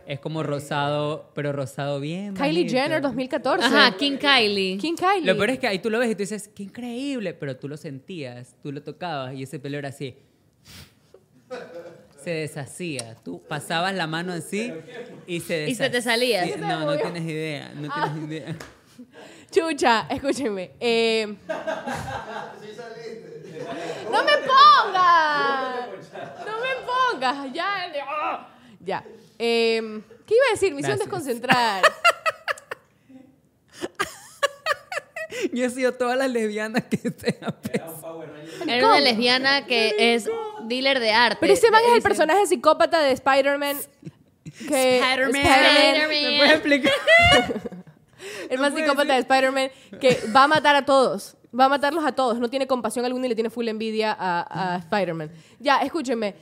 S1: es como rosado, pero rosado bien.
S4: Kylie
S1: bajito.
S4: Jenner 2014.
S2: Ajá, King Kylie.
S4: King Kylie.
S1: Lo peor es que ahí tú lo ves y tú dices, qué increíble, pero tú lo sentías, tú lo tocabas y ese pelo era así. Se deshacía. Tú pasabas la mano así y se deshacía.
S2: Y se te salía.
S1: Sí, No, no tienes idea, no tienes idea.
S4: Chucha, escúcheme. eh, ¡No me pongas! ¡No me pongas! Ya. ah, Ya. Eh, ¿Qué iba a decir? Misión
S1: Gracias.
S4: desconcentrar.
S1: Yo he sido todas las lesbianas que sean. (laughs)
S2: Era una lesbiana que es dealer de arte.
S4: Pero ese man es el
S2: Dice-
S4: personaje psicópata de Spider-Man. que-
S2: Spider-Man.
S1: ¿Me puedes explicar?
S4: El más psicópata de Spider-Man que va a matar a todos. Va a matarlos a todos. No tiene compasión alguna y le tiene full envidia a, a Spider-Man. Ya, escúchenme.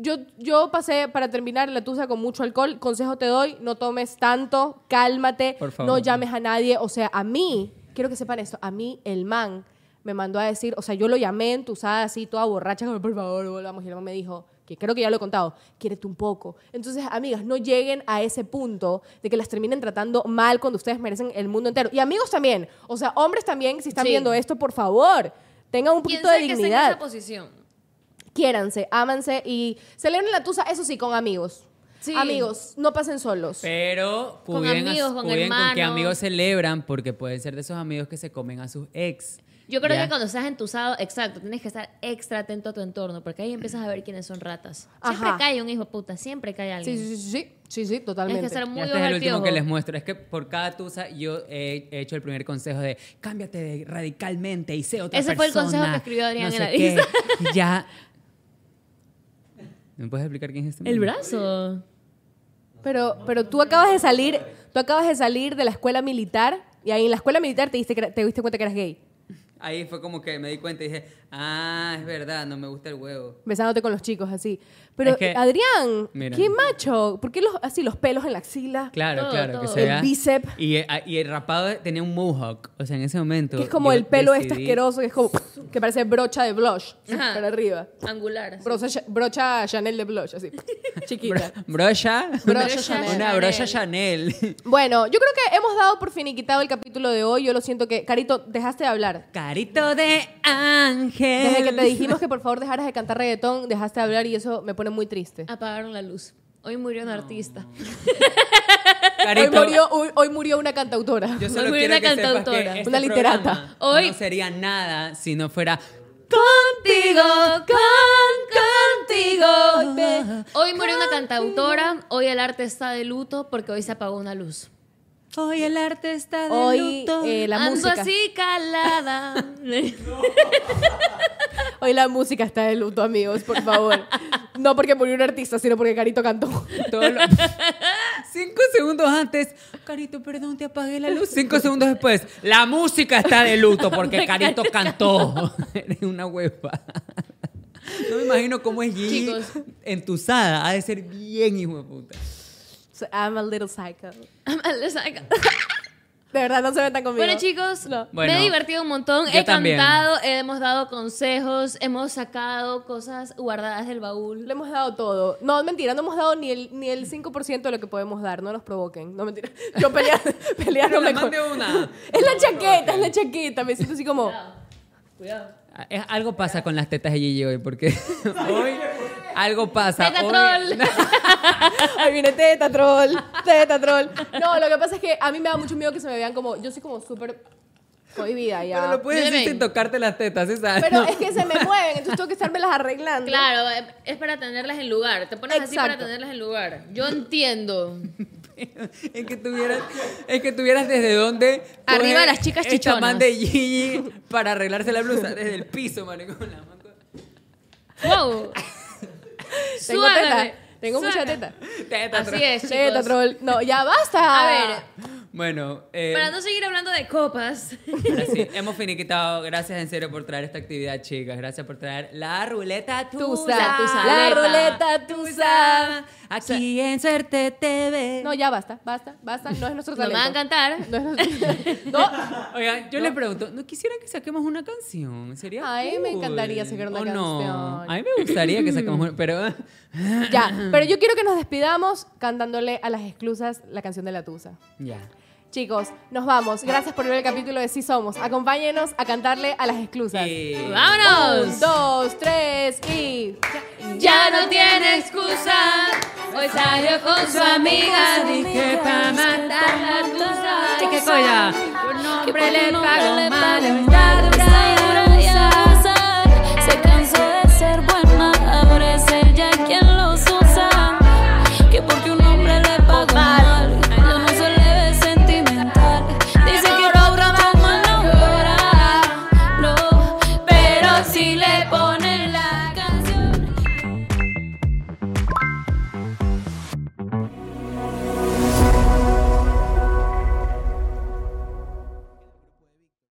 S4: Yo, yo pasé para terminar la tusa con mucho alcohol. Consejo te doy: no tomes tanto, cálmate,
S1: Por favor.
S4: no llames a nadie. O sea, a mí, quiero que sepan esto: a mí el man me mandó a decir, o sea, yo lo llamé entusada así, toda borracha, como por favor, volvamos. Y el man me dijo, que creo que ya lo he contado, quiérete un poco. Entonces, amigas, no lleguen a ese punto de que las terminen tratando mal cuando ustedes merecen el mundo entero. Y amigos también, o sea, hombres también, si están
S2: Sí.
S4: viendo esto, por favor, tengan un
S2: ¿Quién
S4: poquito de
S2: sabe que está en
S4: dignidad
S2: esa posición?
S4: quiéranse, ámanse y celebren la tusa, eso sí, con amigos.
S2: Sí.
S4: Amigos, no pasen solos.
S1: Pero
S2: Con
S1: cuiden, a-
S2: amigos, con
S1: cuiden con qué
S2: hermanos.
S1: amigos celebran, porque pueden ser de esos amigos que se comen a sus ex.
S2: Yo creo
S1: ¿ya?
S2: que cuando estás entusado, exacto, tienes que estar extra atento a tu entorno, porque ahí empiezas a ver quiénes son ratas. Siempre
S4: Ajá.
S2: cae un hijo de puta, siempre cae alguien.
S4: Sí, sí, sí, sí, sí, sí, sí,
S2: Tienes que
S4: totalmente.
S2: estar
S1: Ya
S2: muy
S1: este es
S2: ojo
S1: el
S2: al
S1: último
S2: piojo.
S1: que les muestro. Es que por cada tusa yo he he hecho el primer consejo de cámbiate de- radicalmente y sé otra
S2: Ese fue
S1: persona.
S2: el consejo que escribió Adrián
S1: no
S2: en
S1: sé
S2: la
S1: qué.
S2: lista.
S1: Y (laughs) Ya. ¿Me puedes explicar quién es este?
S2: El
S1: man?
S2: brazo.
S4: Pero, pero tú acabas de salir, tú acabas de salir de la escuela militar y ahí en la escuela militar te diste, que era- te diste cuenta que eras gay,
S1: Ahí fue como que me di cuenta y dije, ah, es verdad, no me gusta el huevo.
S4: besándote con los chicos así. Pero
S1: Es que-
S4: Adrián,
S1: Mira.
S4: qué macho, ¿por qué los, así los pelos en la axila?
S1: Claro,
S2: Todo,
S1: claro, que
S2: todo.
S1: se
S4: El
S1: vea.
S4: bíceps.
S1: Y, eh, ah, y el rapado tenía un mohawk. O sea, en ese momento.
S4: Que es como
S1: yo
S4: el pelo este
S1: decidí-
S4: asqueroso, que es como que parece brocha de blush así,
S2: Ajá.
S4: para arriba.
S2: Angular.
S4: Brocha, brocha Chanel de
S1: (laughs)
S4: blush, así,
S2: (laughs)
S4: chiquita.
S1: Bro- Brocha.
S4: Brocha
S2: Chanel.
S1: Una brocha Chanel. (laughs)
S4: Bueno, yo creo que hemos dado por finiquitado el capítulo de hoy. Yo lo siento que, Carito, dejaste de hablar.
S1: Carito de ángel.
S4: Desde que te dijimos que por favor dejaras de cantar reggaetón, dejaste de hablar y eso me pone muy triste.
S2: Apagaron la luz. Hoy murió un artista.
S4: Hoy
S1: (laughs) Carito,
S4: murió, hoy, hoy murió una cantautora.
S1: Yo
S2: Muy
S1: solo
S2: buena
S1: quiero que sepas que
S2: cantautora.
S1: este
S4: Una literata.
S1: programa
S2: Hoy-
S1: no sería nada si no fuera
S2: Contigo, con, contigo. Hoy murió una cantautora, hoy el arte está de luto porque hoy se apagó una luz.
S6: Hoy el arte está de
S4: (laughs) Hoy
S6: luto.
S4: eh, la
S2: Ando
S4: música.
S2: así calada. (laughs)
S4: Hoy la música está de luto, amigos, por favor. No porque murió un artista, sino porque Carito cantó.
S1: todo
S4: (laughs)
S1: lo- cinco segundos antes. Carito, perdón, te apagué la luz. Cinco segundos después, la música está de luto porque Carito cantó. (laughs) Eres una hueva. No me imagino cómo es Gigi
S2: Chicos.
S1: entusada. Ha de ser bien hijo de puta.
S4: So, I'm a little psycho.
S2: Les saca.
S4: De verdad, no se metan conmigo.
S2: Bueno, chicos,
S1: Bueno,
S2: me he divertido un montón.
S1: yo
S2: He
S1: también.
S2: cantado, hemos dado consejos, hemos sacado cosas guardadas del
S4: Le
S2: baúl.
S4: hemos dado todo. No, mentira, no hemos dado ni el, ni el 5% de lo que podemos dar. No nos provoquen. No, mentira. Yo pelea, (laughs)
S1: Pero
S4: peleándome
S1: la mande una.
S4: Es la chaqueta, es la chaqueta. Me siento así como...
S2: Cuidado.
S1: Es- Algo pasa con las tetas de Gigi hoy, porque hoy algo pasa.
S2: Mega
S1: Hoy- (laughs)
S2: troll.
S4: Ahí viene teta troll, teta troll. No, lo que pasa es que a mí me da mucho miedo que se me vean como. Yo soy como súper cohibida ya.
S1: Pero lo puedes
S2: Miren.
S1: decir sin tocarte las tetas, ¿sabes?
S4: Pero
S1: No.
S4: es que se me mueven, entonces tengo que estármelas arreglando.
S2: Claro, eh, es para tenerlas en lugar. Te pones así para
S4: Exacto.
S2: tenerlas en lugar. Yo entiendo.
S1: Es que tuvieras, es que tuvieras desde dónde.
S2: Arriba
S1: coger
S2: las chicas
S1: esta
S2: chichonas.
S1: man de Gigi para arreglarse la blusa desde el piso, maricón. La man-
S2: ¡Wow!
S4: (laughs) Tengo
S2: Suágame,
S4: teta. Tengo mucha
S2: suágame.
S4: teta.
S1: Teta,
S2: Así
S1: tro-
S2: es, chicos.
S4: Teta troll. No, ya basta.
S2: A ver,
S1: Bueno, eh,
S2: para no seguir hablando de copas.
S1: ahora sí, (laughs) hemos finiquitado. Gracias en serio por traer esta actividad, chicas. Gracias por traer la ruleta tusa.
S4: Tusa,
S2: tusa,
S4: La
S2: leta.
S4: ruleta tusa.
S1: Aquí en Suerte TV.
S4: No, ya basta, basta, basta. No es nuestro
S2: Nos
S4: talento.
S2: va a encantar.
S4: No es nuestro- No.
S1: Oigan, yo le pregunto, ¿no quisieran que saquemos una canción? Sería
S4: Ay, me
S1: cool.
S4: encantaría sacar una
S1: ¿O no?
S4: canción.
S1: A mí me gustaría que saquemos una, pero (laughs)
S4: Ya, pero yo quiero que nos despidamos cantándole a las exclusas la canción de la tusa.
S1: ya.
S4: Chicos, nos vamos. Gracias por ver el capítulo de Sí Somos. Acompáñenos a cantarle a las exclusas.
S1: Eh,
S4: Un,
S2: ¡Vámonos!
S4: dos, tres y.
S2: Ya no tiene excusa. Hoy salió con su amiga. Dije para matar la tusa.
S1: Ay, qué cola.
S2: Un hombre le pagó mal. Está dura